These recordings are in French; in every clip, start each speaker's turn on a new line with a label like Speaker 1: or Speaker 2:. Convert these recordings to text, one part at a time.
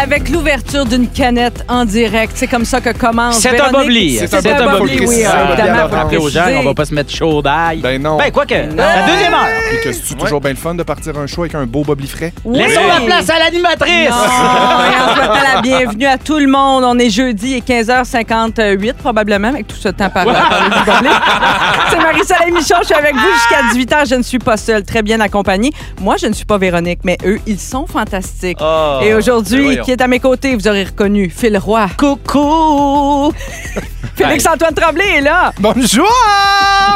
Speaker 1: Avec l'ouverture d'une canette en direct. C'est comme ça que commence.
Speaker 2: C'est un
Speaker 1: Véronique.
Speaker 2: bobli.
Speaker 3: C'est un Bob Lee,
Speaker 1: oui,
Speaker 3: faut
Speaker 1: oui,
Speaker 3: le préciser.
Speaker 1: évidemment.
Speaker 3: Bien
Speaker 1: faut
Speaker 2: rappeler aux gens,
Speaker 1: préciser.
Speaker 2: on va pas se mettre chaud d'ail.
Speaker 3: Ben non.
Speaker 2: Ben, quoique, la deuxième heure.
Speaker 3: Et que c'est toujours bien le fun de partir un show avec un beau bobli frais.
Speaker 1: Oui.
Speaker 2: Laissons la place à l'animatrice.
Speaker 3: Ah,
Speaker 1: Non, et en souhaitant la bienvenue à tout le monde. On est jeudi et 15h58 probablement avec tout ce temps par par les bobelés. C'est Marie-Soleil Michon, je suis avec vous jusqu'à 18h. Je ne suis pas seule, très bien accompagnée. Moi, je ne suis pas Véronique, mais eux, ils sont fantastiques.
Speaker 2: Oh,
Speaker 4: Ah.
Speaker 1: et
Speaker 2: ben
Speaker 1: aujourd'hui,
Speaker 2: voyons.
Speaker 1: qui est à mes côtés, vous aurez reconnu Phil Roy. Coucou! Félix-Antoine Tremblay est là.
Speaker 3: Bonjour!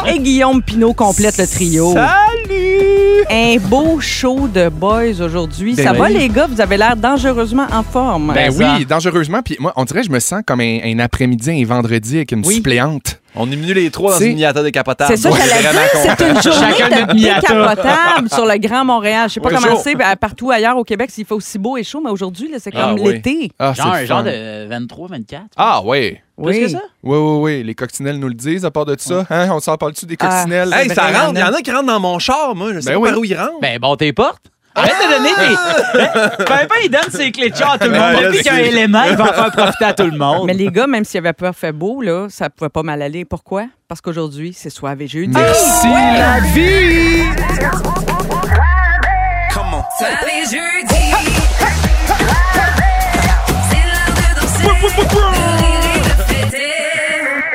Speaker 1: Et Guillaume Pinault complète le trio.
Speaker 3: Salut!
Speaker 1: Un beau show de boys aujourd'hui.
Speaker 2: Ben
Speaker 1: ça va,
Speaker 2: oui.
Speaker 1: les gars? Vous avez l'air dangereusement en forme.
Speaker 3: Ben
Speaker 2: ça.
Speaker 3: oui, dangereusement. Puis moi, on dirait que je me sens comme un, un après-midi, un vendredi avec une
Speaker 1: Oui.
Speaker 3: suppléante.
Speaker 4: On est venus les trois dans
Speaker 3: C'est-
Speaker 4: une miata décapotable.
Speaker 1: C'est ça,
Speaker 4: Ouais,
Speaker 1: j'allais
Speaker 4: vraiment
Speaker 1: dire.
Speaker 4: content.
Speaker 1: C'est une
Speaker 2: Chacun
Speaker 1: journée
Speaker 2: notre miata.
Speaker 1: décapotable sur le Grand Montréal. Je sais pas
Speaker 3: Ouais,
Speaker 1: comment
Speaker 3: toujours.
Speaker 1: c'est ben, partout ailleurs au Québec, s'il fait aussi beau et chaud, mais aujourd'hui, là, c'est comme
Speaker 4: Ah, oui.
Speaker 1: l'été.
Speaker 3: Ah, c'est
Speaker 2: Genre,
Speaker 3: le fun.
Speaker 2: genre de 23, 24.
Speaker 3: Ah, ouais.
Speaker 2: Plus que ça?
Speaker 3: Oui, oui, oui. Les coccinelles nous le disent, à part de ça. Hein? On s'en parle-tu des coccinelles?
Speaker 4: Hey, ça
Speaker 1: Ben,
Speaker 4: rentre. Il y en a qui rentrent dans mon char, moi. Je sais
Speaker 3: Ben
Speaker 4: pas
Speaker 3: oui.
Speaker 4: par où ils rentrent.
Speaker 2: Ben, bon, tes portes. Arrête de donner tes. Pimpin, il donne ses clés de char à tout le
Speaker 4: Ouais,
Speaker 2: monde.
Speaker 4: là,
Speaker 2: Depuis qu'il y a un
Speaker 4: c'est-
Speaker 2: élément, il va en faire profiter à tout le monde.
Speaker 1: Ah, Mais les gars, même s'il avait pas fait beau, là, ça pouvait pas mal aller. Pourquoi? Parce qu'aujourd'hui, c'est soir et jeudi.
Speaker 4: Ah!
Speaker 3: Merci la vie!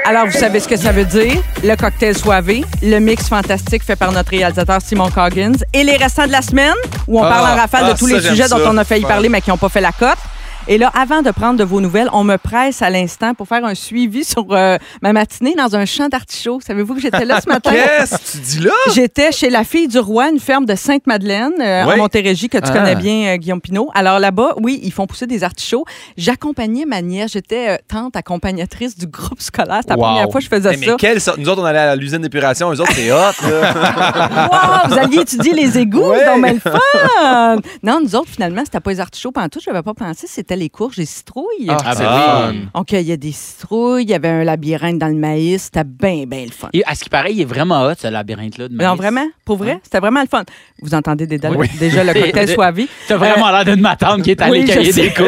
Speaker 1: Alors, vous savez ce que ça veut dire? Le cocktail soivé, le mix fantastique fait par notre réalisateur Simon Coggins et les restants de la semaine où on
Speaker 4: Ah,
Speaker 1: parle en rafale
Speaker 4: ah,
Speaker 1: de tous
Speaker 4: ça,
Speaker 1: les
Speaker 4: j'aime
Speaker 1: sujets dont
Speaker 4: ça.
Speaker 1: on a failli
Speaker 4: Ouais.
Speaker 1: parler mais qui n'ont pas fait la cote. Et là, avant de prendre de vos nouvelles, on me presse à l'instant pour faire un suivi sur euh, ma matinée dans un champ d'artichauts. Savez-vous que j'étais là ce matin?
Speaker 4: Qu'est-ce que tu dis là?
Speaker 1: J'étais chez la fille du roi, une ferme de Sainte-Madeleine, euh,
Speaker 4: Oui.
Speaker 1: en Montérégie, que tu
Speaker 4: Ah.
Speaker 1: connais bien, euh, Guillaume Pinault. Alors là-bas, oui, ils font pousser des artichauts. J'accompagnais ma nièce. J'étais euh, tante accompagnatrice du groupe scolaire. C'était la
Speaker 3: Wow.
Speaker 1: première fois que je faisais
Speaker 4: Hey, Eh, mais
Speaker 1: ça.
Speaker 4: quelle sorte. Nous autres, on allait à l'usine d'épuration. Eux autres, c'est hot. là.
Speaker 1: Wow, vous alliez étudier les égouts,
Speaker 4: Ouais.
Speaker 1: dans le fun! Non, nous autres, finalement, c'était pas les artichauts pantoute. Je n'avais pas pensé c'était les courges des citrouilles.
Speaker 3: Ah, c'est
Speaker 2: Ah.
Speaker 3: le fun.
Speaker 1: On cueillait des citrouilles, il y avait un labyrinthe dans le maïs. C'était bien, bien le fun.
Speaker 2: Et à ce qui paraît, il est vraiment hot, ce labyrinthe-là. de
Speaker 1: Non,
Speaker 2: maïs.
Speaker 1: vraiment, pour vrai, c'était vraiment le fun. Vous entendez des dalles-
Speaker 3: Oui.
Speaker 1: déjà le
Speaker 2: C'est-
Speaker 1: cocktail
Speaker 2: c'est-
Speaker 1: soivi.
Speaker 2: T'as vraiment l'air d'une matante qui est allée
Speaker 1: Euh, oui, je
Speaker 2: cahier
Speaker 1: sais.
Speaker 2: des cours.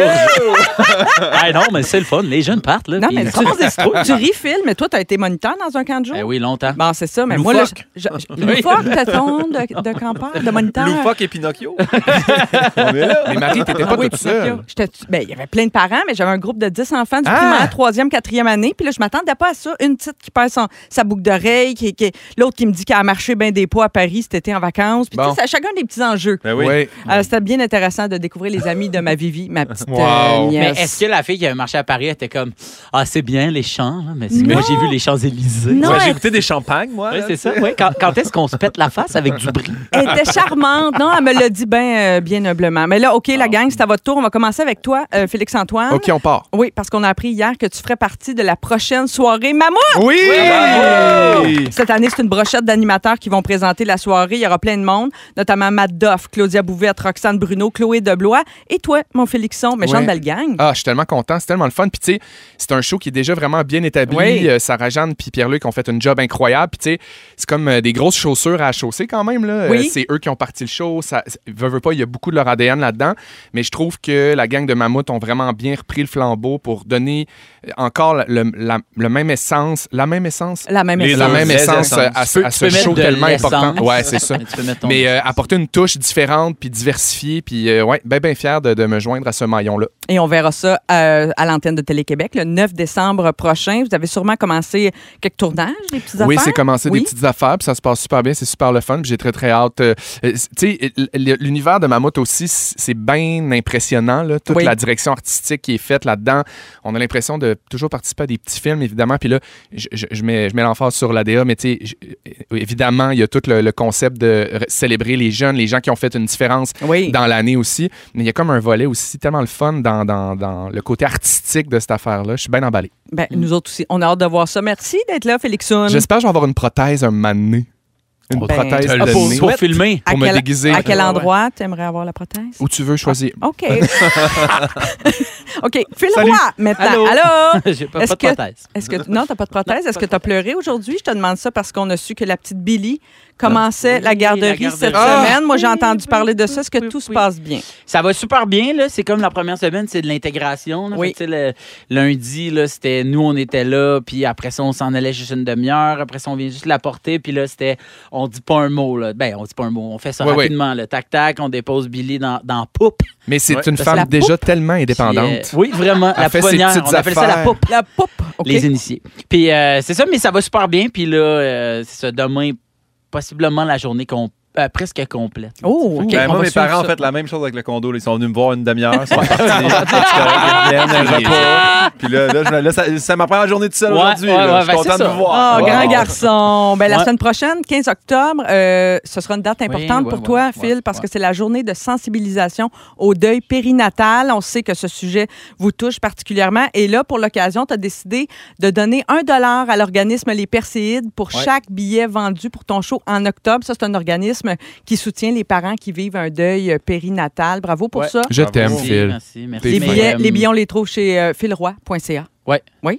Speaker 2: ah non, mais c'est le fun. Les jeunes partent, là.
Speaker 1: Non,
Speaker 2: puis-
Speaker 1: mais tu ramasses des citrouilles. Tu ris, Phil, mais toi, t'as été moniteur dans un camp de jour.
Speaker 3: Eh
Speaker 2: Ben oui, longtemps.
Speaker 1: Bon, c'est ça, mais moi, là,
Speaker 4: Loufoque.
Speaker 1: je, je, loufoque, t'as ton de, de campeur, de moniteur.
Speaker 4: Loufoque et Pinocchio. on est là.
Speaker 3: Mais Marie, t'étais pas
Speaker 1: Ah oui,
Speaker 3: toute
Speaker 1: Pinocchio.
Speaker 3: seule.
Speaker 1: J'étais- ben, il y avait plein de parents, mais j'avais un groupe de 10 enfants du
Speaker 3: Ah!
Speaker 1: primaire, troisième, quatrième année. Puis là, je m'attendais pas à ça. Une petite qui perd son- sa boucle d'oreille, qui, qui- l'autre qui me dit qu'elle a marché bien des poids à Paris cet été en vacances. Puis
Speaker 3: Bon.
Speaker 1: tu sais, ça a chacun des petits enjeux.
Speaker 4: Ben oui.
Speaker 3: Oui.
Speaker 1: Alors, c'était bien intéressant de découvrir les amis de ma Vivi, ma petite euh,
Speaker 3: Wow.
Speaker 1: nièce.
Speaker 2: Mais est-ce que la fille qui avait marché à Paris était comme Ah, c'est bien les champs, là, mais c'est-
Speaker 1: Non.
Speaker 2: moi j'ai vu les Champs-Élysées.
Speaker 1: Non,
Speaker 4: Ouais, J'ai
Speaker 1: elle-
Speaker 4: goûté des champagnes, moi.
Speaker 2: Ouais,
Speaker 4: là,
Speaker 2: c'est
Speaker 4: tu
Speaker 2: ça.
Speaker 4: sais.
Speaker 2: Ouais. Quand, quand est-ce qu'on se pète la face avec du bris?
Speaker 1: Elle était charmante. Non, elle me l'a dit bien, euh, bien humblement. Mais là, OK, la gang, c'est à votre tour. On va commencer avec toi, euh, Félix-Antoine.
Speaker 3: Ah. OK, on part.
Speaker 1: Oui, parce qu'on a appris hier que tu ferais partie de la prochaine soirée Maman.
Speaker 3: Oui!
Speaker 1: Cette année, c'est une brochette d'animateurs qui vont présenter la soirée. Il y aura plein de monde, notamment Matt Doff, Claudia Bouvette, Roxane Bruno, Chloé Deblois et toi, mon Félixon, méchante
Speaker 3: Ouais.
Speaker 1: belle gang.
Speaker 3: Ah, je suis tellement content, c'est tellement le fun. Puis tu sais, c'est un show qui est déjà vraiment bien établi.
Speaker 1: Oui.
Speaker 3: Euh, Sarah Jeanne puis Pierre-Luc ont fait une job incroyable. Puis tu sais, c'est comme euh, des grosses chaussures à chausser quand même là. Euh,
Speaker 1: Oui.
Speaker 3: c'est eux qui ont parti le show. Ça c'est- veux, veux pas, il y a beaucoup de leur ADN là-dedans, mais je trouve que la gang de Mammouth ont vraiment bien repris le flambeau pour donner euh, encore le, la- le même essence, la même essence.
Speaker 1: La même
Speaker 4: Les
Speaker 1: essence.
Speaker 3: La
Speaker 4: deux.
Speaker 3: même
Speaker 4: Les
Speaker 3: essence
Speaker 4: essences.
Speaker 3: euh, à,
Speaker 2: Tu peux-
Speaker 3: à
Speaker 2: tu
Speaker 3: ce
Speaker 2: peux mettre
Speaker 3: show
Speaker 2: de
Speaker 3: tellement
Speaker 2: l'essence.
Speaker 3: important. Ouais, c'est ça.
Speaker 2: Tu peux mettre ton-
Speaker 3: Mais euh, apporter une touche différente puis diversifiée. Puis, euh, ouais, ben, ben fier de, de me joindre à ce maillon-là.
Speaker 1: Et on verra ça euh, à l'antenne de Télé-Québec le 9 décembre prochain. Vous avez sûrement commencé quelques tournages, des petits
Speaker 3: Oui,
Speaker 1: affaires.
Speaker 3: c'est commencé
Speaker 1: Oui.
Speaker 3: des petites affaires, puis ça se passe super bien, c'est super le fun, puis j'ai très très hâte. euh, euh, tu sais, l- l- l'univers de Mammouth aussi, c- c'est bien impressionnant, là, toute
Speaker 1: Oui.
Speaker 3: la direction artistique qui est faite là-dedans. On a l'impression de toujours participer à des petits films, évidemment. Puis là, je, je- je mets, je mets l'emphase sur l'ADA, mais tu sais, je- euh, évidemment, il y a tout le, le concept de r- célébrer les jeunes, les gens qui ont fait une différence
Speaker 1: Oui.
Speaker 3: dans l'année aussi. Mais il y a comme un volet aussi tellement le fun dans, dans- dans le côté artistique de cette affaire-là. Je suis bien emballé.
Speaker 1: Ben, nous autres aussi. On a hâte de voir ça. Merci d'être là, Félixoun.
Speaker 3: Mm. J'espère que je vais avoir une prothèse un moment donné. Une
Speaker 1: Ben,
Speaker 3: prothèse
Speaker 4: te
Speaker 3: de
Speaker 4: le
Speaker 3: nez.
Speaker 2: pour,
Speaker 4: souhaite.
Speaker 2: pour filmer.
Speaker 1: À
Speaker 3: pour me
Speaker 1: quel-
Speaker 3: déguiser. Ah
Speaker 1: À quel
Speaker 3: Ouais, ouais.
Speaker 1: endroit t'aimerais avoir la prothèse?
Speaker 3: Où tu veux choisir.
Speaker 1: OK. OK. Phil
Speaker 3: Salut.
Speaker 1: Roy, maintenant.
Speaker 2: Allô.
Speaker 1: Allô?
Speaker 2: J'ai pas,
Speaker 1: Est-ce
Speaker 2: pas de
Speaker 1: que-
Speaker 2: prothèse.
Speaker 1: Est-ce que non, t'as pas de prothèse? Est-ce que t'as pleuré aujourd'hui? Je te demande ça parce qu'on a su que la petite Billy commençait
Speaker 2: Oui,
Speaker 1: la, garderie
Speaker 2: la garderie.
Speaker 1: cette
Speaker 3: Ah!
Speaker 1: semaine. Moi, j'ai
Speaker 2: Oui,
Speaker 1: entendu
Speaker 2: oui,
Speaker 1: parler de
Speaker 2: oui,
Speaker 1: ça. Est-ce que
Speaker 2: oui,
Speaker 1: tout se
Speaker 2: oui.
Speaker 1: passe bien?
Speaker 2: Ça va super bien, là. C'est comme la première semaine, c'est de l'intégration. là.
Speaker 1: Oui.
Speaker 2: Fait que, tu sais, le- lundi, là, c'était nous, on était là, puis après ça, on s'en allait juste une demi-heure. Après ça, on vient juste la porter, puis là, c'était on dit pas un mot, là. Ben, on dit pas un mot. On fait ça
Speaker 3: Ouais, ouais.
Speaker 2: rapidement, là. Tac-tac, on dépose Billy dans, dans poupe.
Speaker 3: Mais c'est
Speaker 4: Ouais,
Speaker 3: une
Speaker 2: parce
Speaker 3: femme
Speaker 2: que la
Speaker 3: déjà tellement indépendante.
Speaker 2: Puis, euh, oui, vraiment.
Speaker 3: Elle
Speaker 2: la
Speaker 3: fait ses
Speaker 2: poignard.
Speaker 3: petites
Speaker 2: On appelle ça la
Speaker 3: affaires.
Speaker 2: poupe.
Speaker 1: La poupe. OK.
Speaker 2: Les initiés. Puis euh, c'est ça, mais ça va super bien. Puis là, euh, c'est ça, demain, possiblement la journée qu'on euh, presque complète.
Speaker 1: Oh, OK.
Speaker 4: Ben,
Speaker 1: on
Speaker 4: moi,
Speaker 1: va
Speaker 4: mes
Speaker 1: suivre
Speaker 4: parents ont
Speaker 1: ça.
Speaker 4: fait la même chose avec le condo. là. Ils sont venus me voir une demi-heure. Ils sont partis. Ils viennent, un
Speaker 1: Ah!
Speaker 4: repas. Puis là, là, je me- là, ça, ça m'apprend la journée tout seul
Speaker 2: Ouais,
Speaker 4: aujourd'hui.
Speaker 2: ouais,
Speaker 4: là.
Speaker 2: ouais,
Speaker 4: je suis
Speaker 2: ben,
Speaker 4: content
Speaker 2: c'est
Speaker 4: de
Speaker 2: ça.
Speaker 4: vous voir.
Speaker 1: Ah,
Speaker 4: Wow.
Speaker 1: grand garçon. Ben, La
Speaker 2: Ouais.
Speaker 1: semaine prochaine, 15 octobre, euh, ce sera une date importante
Speaker 2: ouais,
Speaker 1: pour
Speaker 2: ouais,
Speaker 1: toi,
Speaker 2: ouais,
Speaker 1: Phil, parce
Speaker 2: ouais.
Speaker 1: que c'est la journée de sensibilisation au deuil périnatal. On sait que ce sujet vous touche particulièrement. Et là, pour l'occasion, tu as décidé de donner un dollar à l'organisme Les Perséides pour
Speaker 4: Ouais.
Speaker 1: chaque billet vendu pour ton show en octobre. Ça, c'est un organisme qui soutient les parents qui vivent un deuil euh, périnatal. Bravo pour
Speaker 2: Ouais.
Speaker 1: ça.
Speaker 3: Je
Speaker 4: Bravo.
Speaker 3: t'aime,
Speaker 2: Merci,
Speaker 3: Phil.
Speaker 2: merci, merci.
Speaker 3: T'es
Speaker 1: Les
Speaker 3: fin.
Speaker 2: Mais,
Speaker 1: billets,
Speaker 2: euh,
Speaker 1: les billets, on les trouve chez euh, philroy.ca.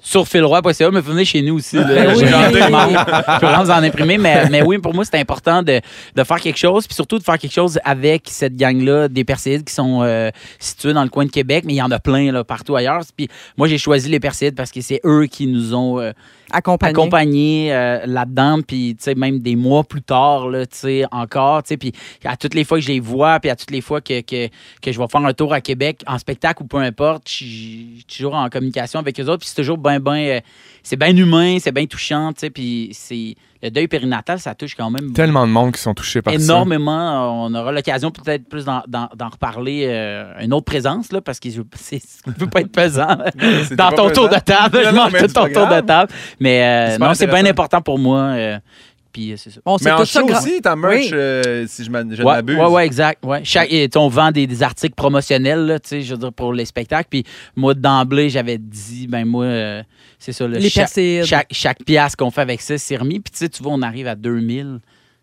Speaker 2: Sur filroy.ca, mais venez chez nous aussi. là.
Speaker 1: Ben
Speaker 2: J'ai
Speaker 1: oui.
Speaker 2: hâte de vous- Je vais vraiment vous en imprimer, mais, mais oui, pour moi, c'est important de, de faire quelque chose, puis surtout de faire quelque chose avec cette gang-là, des Perséides qui sont euh, situés dans le coin de Québec, mais il y en a plein là, partout ailleurs. Puis moi, j'ai choisi les Perséides parce que c'est eux qui nous ont euh,
Speaker 1: Accompagné.
Speaker 2: accompagné euh, là-dedans, puis tu sais, même des mois plus tard, là, tu sais, encore, tu sais, puis à toutes les fois que je les vois, puis à toutes les fois que, que, que je vais faire un tour à Québec, en spectacle ou peu importe, je suis je suis toujours en communication avec eux autres, puis c'est toujours bien, bien, c'est bien humain, c'est bien touchant, tu sais, puis c'est, le deuil périnatal, ça touche quand même
Speaker 3: Tellement de monde qui sont touchés par ça.
Speaker 2: énormément. On aura l'occasion peut-être plus d'en- d'en d'en reparler euh, une autre présence, là, parce que je ne peut pas être pesant
Speaker 4: C'était
Speaker 2: dans
Speaker 4: pas
Speaker 2: ton tour de
Speaker 4: pesant.
Speaker 2: table.
Speaker 4: Non,
Speaker 2: Je
Speaker 4: non,
Speaker 2: mange
Speaker 4: mais
Speaker 2: tout
Speaker 4: c'est
Speaker 2: ton
Speaker 4: pas
Speaker 2: tour de
Speaker 4: grave.
Speaker 2: table. Mais euh,
Speaker 4: C'est pas
Speaker 2: non, c'est bien
Speaker 4: intéressant.
Speaker 2: important pour moi. euh, Puis euh, c'est ça.
Speaker 1: On sait
Speaker 4: Mais en
Speaker 1: tout ça.
Speaker 4: show
Speaker 1: gra-
Speaker 4: aussi, ta merch,
Speaker 1: Oui.
Speaker 4: euh, si je m'an- je ne
Speaker 2: ouais,
Speaker 4: m'abuse.
Speaker 2: ouais, ouais, exact. Ouais. Chaque, et on vend des, des articles promotionnels, là, tu sais, je veux dire, pour les spectacles. Puis moi, d'emblée, j'avais dit, ben moi, euh, c'est ça, le
Speaker 1: Les
Speaker 2: chaque,
Speaker 1: Perséides.
Speaker 2: chaque, chaque piastre qu'on fait avec ça, c'est remis. Puis tu sais, tu vois, on arrive à 2000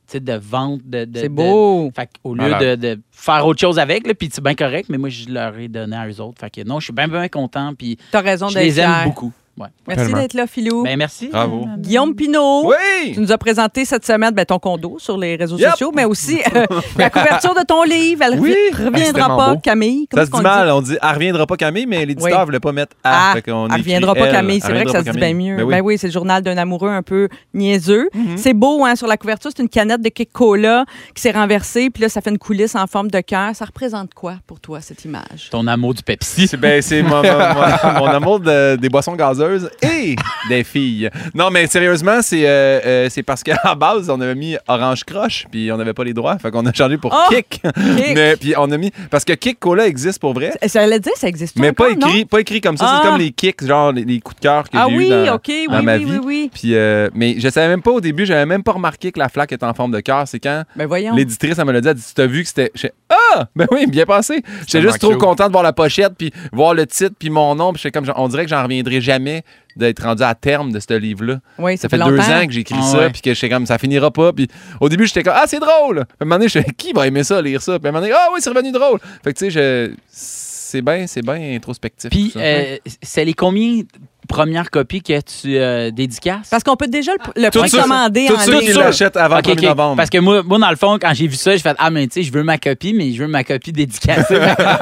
Speaker 2: tu sais, de vente. De, de-
Speaker 1: C'est
Speaker 2: de-
Speaker 1: beau.
Speaker 2: Fait qu'au lieu
Speaker 3: Malade.
Speaker 2: de, de faire autre chose avec, là, puis c'est bien correct, mais moi, je leur ai donné à eux autres. Fait que non, je suis bien, bien content, puis
Speaker 1: T'as raison
Speaker 2: je
Speaker 1: d'être
Speaker 2: les aime
Speaker 1: fier.
Speaker 2: beaucoup. Ouais.
Speaker 1: Merci
Speaker 3: Tellement.
Speaker 1: d'être là, Philou.
Speaker 2: Ben, merci.
Speaker 4: Bravo.
Speaker 1: Mm. Guillaume Pinault. Tu
Speaker 4: Oui!
Speaker 1: nous as présenté cette semaine ben, ton condo sur les réseaux
Speaker 4: Yep.
Speaker 1: sociaux, mais aussi euh, la couverture de ton livre. Elle
Speaker 4: Oui.
Speaker 1: ne reviendra
Speaker 3: Ah, c'est
Speaker 1: pas,
Speaker 3: tellement beau.
Speaker 1: Camille. Comment
Speaker 4: Ça
Speaker 1: est-ce
Speaker 4: se
Speaker 1: qu'on
Speaker 4: dit
Speaker 1: le
Speaker 4: mal, on dit « elle reviendra pas Camille », mais l'éditeur
Speaker 1: Oui.
Speaker 4: ne voulait pas mettre «
Speaker 1: Ah,
Speaker 4: A ». Fait qu'on
Speaker 1: Elle
Speaker 4: écrit
Speaker 1: reviendra pas
Speaker 4: elle,
Speaker 1: Camille, c'est
Speaker 4: elle
Speaker 1: vrai que ça se
Speaker 4: reviendra
Speaker 1: dit
Speaker 4: pas
Speaker 1: bien mieux.
Speaker 4: Camille. Ben oui. Mm-hmm.
Speaker 1: Ben oui, c'est le journal d'un amoureux un peu niaiseux. C'est beau, hein, sur la couverture, c'est une canette de Coca-Cola qui s'est renversée, puis là, ça fait une coulisse en forme de cœur. Ça représente quoi pour toi, cette image?
Speaker 2: Ton amour du Pepsi.
Speaker 4: C'est ben, c'est mon, mon- mon- mon amour de- des boissons gazeuses et des filles. Non, mais sérieusement, c'est euh, euh, c'est parce qu'à la base, on avait mis Orange Crush, puis on n'avait pas les droits. Fait qu'on a changé pour
Speaker 1: Oh!
Speaker 4: Kick.
Speaker 1: Kick.
Speaker 4: Mais, puis on a mis. Parce que Kick Cola existe pour vrai,
Speaker 1: Ça- Ça allait dire, ça existe
Speaker 4: mais pas
Speaker 1: encore, non?
Speaker 4: écrit, pas écrit comme ça.
Speaker 1: Ah!
Speaker 4: C'est comme les kicks, genre les, les coups de cœur que
Speaker 1: Ah
Speaker 4: j'ai
Speaker 1: oui,
Speaker 4: eu dans,
Speaker 1: OK, oui,
Speaker 4: dans ma
Speaker 1: oui,
Speaker 4: vie.
Speaker 1: oui, oui.
Speaker 4: Puis, euh, mais je savais même pas au début, j'avais même pas remarqué que la flaque était en forme de cœur. C'est quand
Speaker 1: Ben voyons.
Speaker 4: L'éditrice, elle me l'a dit, elle dit, tu t'as vu que c'était. J'étais, ah! Ben oui, bien passé. J'étais
Speaker 3: tellement
Speaker 4: juste trop
Speaker 3: cute.
Speaker 4: content de voir la pochette, puis voir le titre, puis mon nom. Puis j'étais comme, genre, on dirait que j'en reviendrai jamais d'être rendu à terme de ce livre-là.
Speaker 1: Oui,
Speaker 4: Ça, fait, deux ans que j'écris
Speaker 2: Ah ouais.
Speaker 4: ça, puis que j'étais comme, ça finira pas. Puis au début, j'étais comme, ah, c'est drôle! Puis à un moment donné, j'étais, qui va aimer ça, lire ça? Puis à un moment donné, ah oui, c'est revenu drôle! Fait que tu sais, je- c'est bien, c'est bien introspectif.
Speaker 2: Puis,
Speaker 4: tout ça.
Speaker 2: euh, c'est les combien premières copies que tu euh, dédicaces?
Speaker 1: Parce qu'on peut déjà le, le
Speaker 4: Tout ceux-
Speaker 1: précommander
Speaker 4: tous
Speaker 1: en
Speaker 4: ceux
Speaker 1: ligne.
Speaker 4: qui l'achètent avant
Speaker 2: Ok,
Speaker 4: le 1er
Speaker 2: ok.
Speaker 4: novembre.
Speaker 2: Parce que moi, moi, dans le fond, quand j'ai vu ça, j'ai fait Ah, mais tu sais, je veux ma copie, mais je veux ma copie dédicacée.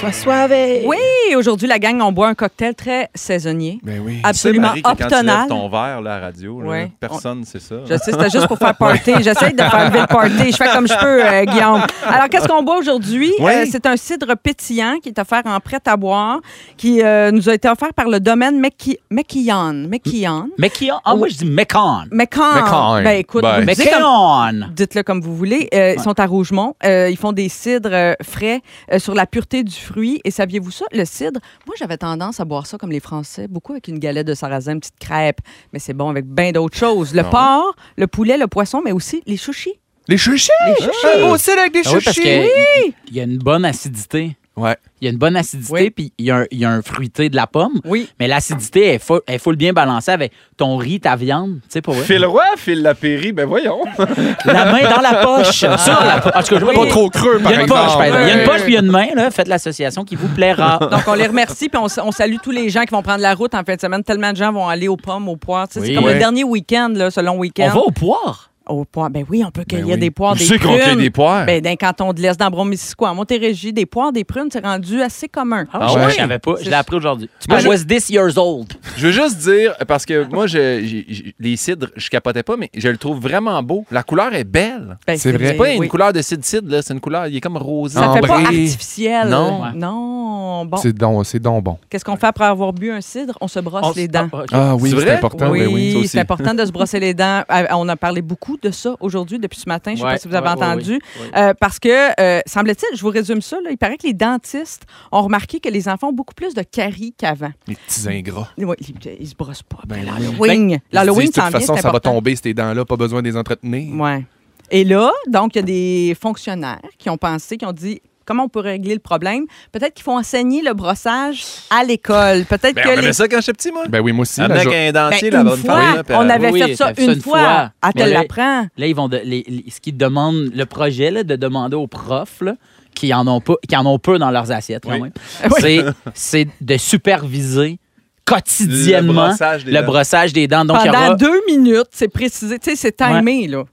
Speaker 1: Sois soivé. Oui, aujourd'hui, la gang, on boit un cocktail très saisonnier.
Speaker 3: Ben oui.
Speaker 1: Absolument
Speaker 4: Tu sais, Marie, que quand tu lèves
Speaker 1: octonal.
Speaker 4: ton verre là, à la radio, là,
Speaker 1: Ouais.
Speaker 4: personne, c'est ça.
Speaker 1: Je sais, c'était juste pour faire party. J'essaie de faire lever le party. Je fais comme je peux, euh, Guillaume. Alors, qu'est-ce qu'on boit aujourd'hui?
Speaker 4: Oui.
Speaker 1: Euh, c'est un cidre pétillant qui est offert en prêt-à-boire, qui euh, nous a été offert par le domaine Mequi- Mequillon. Mequillon.
Speaker 2: Mais qui a. Ah, moi, je dis Mekon.
Speaker 1: Mequon.
Speaker 3: Mequon.
Speaker 1: Ben, écoute, vous
Speaker 3: Ben.
Speaker 1: le dites comme-
Speaker 2: Mekon.
Speaker 1: Dites-le comme vous voulez. Euh, Ils sont à Rougemont. Euh, ils font des cidres euh, frais euh, sur la pureté du fruit. Et saviez-vous ça? Le cidre, moi, j'avais tendance à boire ça comme les Français, beaucoup avec une galette de sarrasin, une petite crêpe. Mais c'est bon avec bien d'autres choses. Le
Speaker 2: Ah
Speaker 3: Non.
Speaker 1: porc, le poulet, le poisson, mais aussi les chouchis.
Speaker 3: Les chouchis!
Speaker 1: Les chouchis.
Speaker 3: Un beau cidre avec des
Speaker 2: Ah oui, parce
Speaker 3: chouchis!
Speaker 2: que il y a une bonne acidité.
Speaker 3: Ouais.
Speaker 2: Il y a une bonne acidité,
Speaker 1: Oui.
Speaker 2: puis il y, a un- il y a un fruité de la pomme.
Speaker 1: Oui.
Speaker 2: Mais l'acidité, elle est full, elle est full bien balancée avec ton riz, ta viande, tu sais, pour vrai.
Speaker 4: Phil Roy, Phil Lapéry, ben voyons.
Speaker 2: La main dans la poche. Sur la poche. En tout cas, je vois
Speaker 3: Pas trop creux,
Speaker 2: Il
Speaker 3: par
Speaker 2: y a une
Speaker 3: exemple.
Speaker 2: poche, par exemple. Il y a une
Speaker 1: Ouais.
Speaker 2: poche, puis il y a une main, là. Faites l'association qui vous plaira.
Speaker 1: Donc, on les remercie, puis on, s- on salue tous les gens qui vont prendre la route en fin de semaine. Tellement de gens vont aller aux pommes, aux poires. Tu sais, C'est
Speaker 2: Oui.
Speaker 1: comme le
Speaker 3: Ouais.
Speaker 1: dernier week-end, là, ce long
Speaker 2: on
Speaker 1: week-end.
Speaker 2: va au poire.
Speaker 1: Aux poires. Ben oui, on peut cueillir
Speaker 3: oui.
Speaker 1: des poires,
Speaker 3: Je
Speaker 1: des
Speaker 3: sais qu'on
Speaker 1: prunes.
Speaker 3: cueille des poires.
Speaker 1: Ben, dans le canton de l'Est, dans Bromissisquoi, en Montérégie, des poires, des prunes, c'est rendu assez commun.
Speaker 2: Ah,
Speaker 3: ouais?
Speaker 2: Je savais pas. Je l'ai appris aujourd'hui. Tu
Speaker 1: Ah,
Speaker 4: Moi,
Speaker 2: I
Speaker 4: je-
Speaker 2: was this years old.
Speaker 4: Je veux juste dire, parce que moi, je, j'ai- j'ai- les cidres, je capotais pas, mais je le trouve vraiment beau. La couleur est belle.
Speaker 1: Ben,
Speaker 3: c'est vrai.
Speaker 4: C'est pas une
Speaker 1: oui.
Speaker 4: couleur de cidre-cidre, là. C'est une couleur, il est comme rosé.
Speaker 1: Ça fait pas
Speaker 3: ambrée.
Speaker 1: artificiel.
Speaker 4: Non.
Speaker 2: Ouais.
Speaker 1: Non. Bon,
Speaker 3: C'est donc, c'est donc bon.
Speaker 1: qu'est-ce qu'on fait après avoir bu un cidre? On se brosse
Speaker 2: On
Speaker 1: les
Speaker 2: se-
Speaker 1: dents.
Speaker 2: Ah, ok.
Speaker 3: Ah oui,
Speaker 4: C'est
Speaker 3: c'est
Speaker 4: vrai?
Speaker 3: important.
Speaker 1: oui,
Speaker 3: ben oui, ça aussi.
Speaker 1: c'est important de se brosser les dents. Euh, On a parlé beaucoup de ça aujourd'hui, depuis ce matin. Je ne sais
Speaker 2: Ouais,
Speaker 1: pas si vous avez
Speaker 2: ouais, ouais,
Speaker 1: entendu.
Speaker 2: oui.
Speaker 1: Euh, parce que, euh, semble-t-il, je vous résume ça, là, il paraît que les dentistes ont remarqué que les enfants ont beaucoup plus de caries qu'avant.
Speaker 3: Les petits ingrats.
Speaker 1: Et ouais, ils, ils se brossent pas. après
Speaker 3: Ben oui.
Speaker 1: L'Halloween,
Speaker 3: Ils
Speaker 1: l'Halloween
Speaker 3: se disent,
Speaker 1: s'en
Speaker 3: De toute
Speaker 1: vient,
Speaker 3: façon,
Speaker 1: c'est
Speaker 3: ça va
Speaker 1: important.
Speaker 3: tomber, ces dents-là. Pas besoin de les entretenir.
Speaker 1: Ouais. Et là, donc, il y a des fonctionnaires qui ont pensé, qui ont dit comment on peut régler le problème. Peut-être qu'ils font enseigner le brossage à l'école. Peut-être
Speaker 4: Ben,
Speaker 1: que
Speaker 4: on aimait
Speaker 1: les.
Speaker 4: ça quand j'étais petit, moi.
Speaker 3: Ben oui, moi aussi. la
Speaker 4: Avec
Speaker 3: jo-
Speaker 4: un
Speaker 1: Ben,
Speaker 4: dentier, la
Speaker 1: une
Speaker 4: bonne
Speaker 1: fois,
Speaker 4: femme. là, puis,
Speaker 1: on
Speaker 4: euh,
Speaker 1: avait
Speaker 2: Oui,
Speaker 1: fait ça
Speaker 2: t'as fait
Speaker 1: une,
Speaker 2: ça une
Speaker 1: fois.
Speaker 2: fois.
Speaker 1: Ah,
Speaker 2: Mais
Speaker 1: te
Speaker 2: là-
Speaker 1: l'apprends.
Speaker 2: Là, ils vont de- les- les- ce qu'ils demandent, le projet là, de demander aux profs là, qui, en ont pas, qui en ont peu dans leurs assiettes, quand
Speaker 4: Oui.
Speaker 2: même,
Speaker 1: Oui.
Speaker 2: c'est- c'est de superviser
Speaker 4: Le
Speaker 2: quotidiennement
Speaker 4: brossage des
Speaker 2: le
Speaker 4: dents.
Speaker 2: brossage des dents. Donc, il y
Speaker 1: Pendant
Speaker 2: aura-
Speaker 1: deux minutes, c'est précisé. Tu sais, c'est timé, là.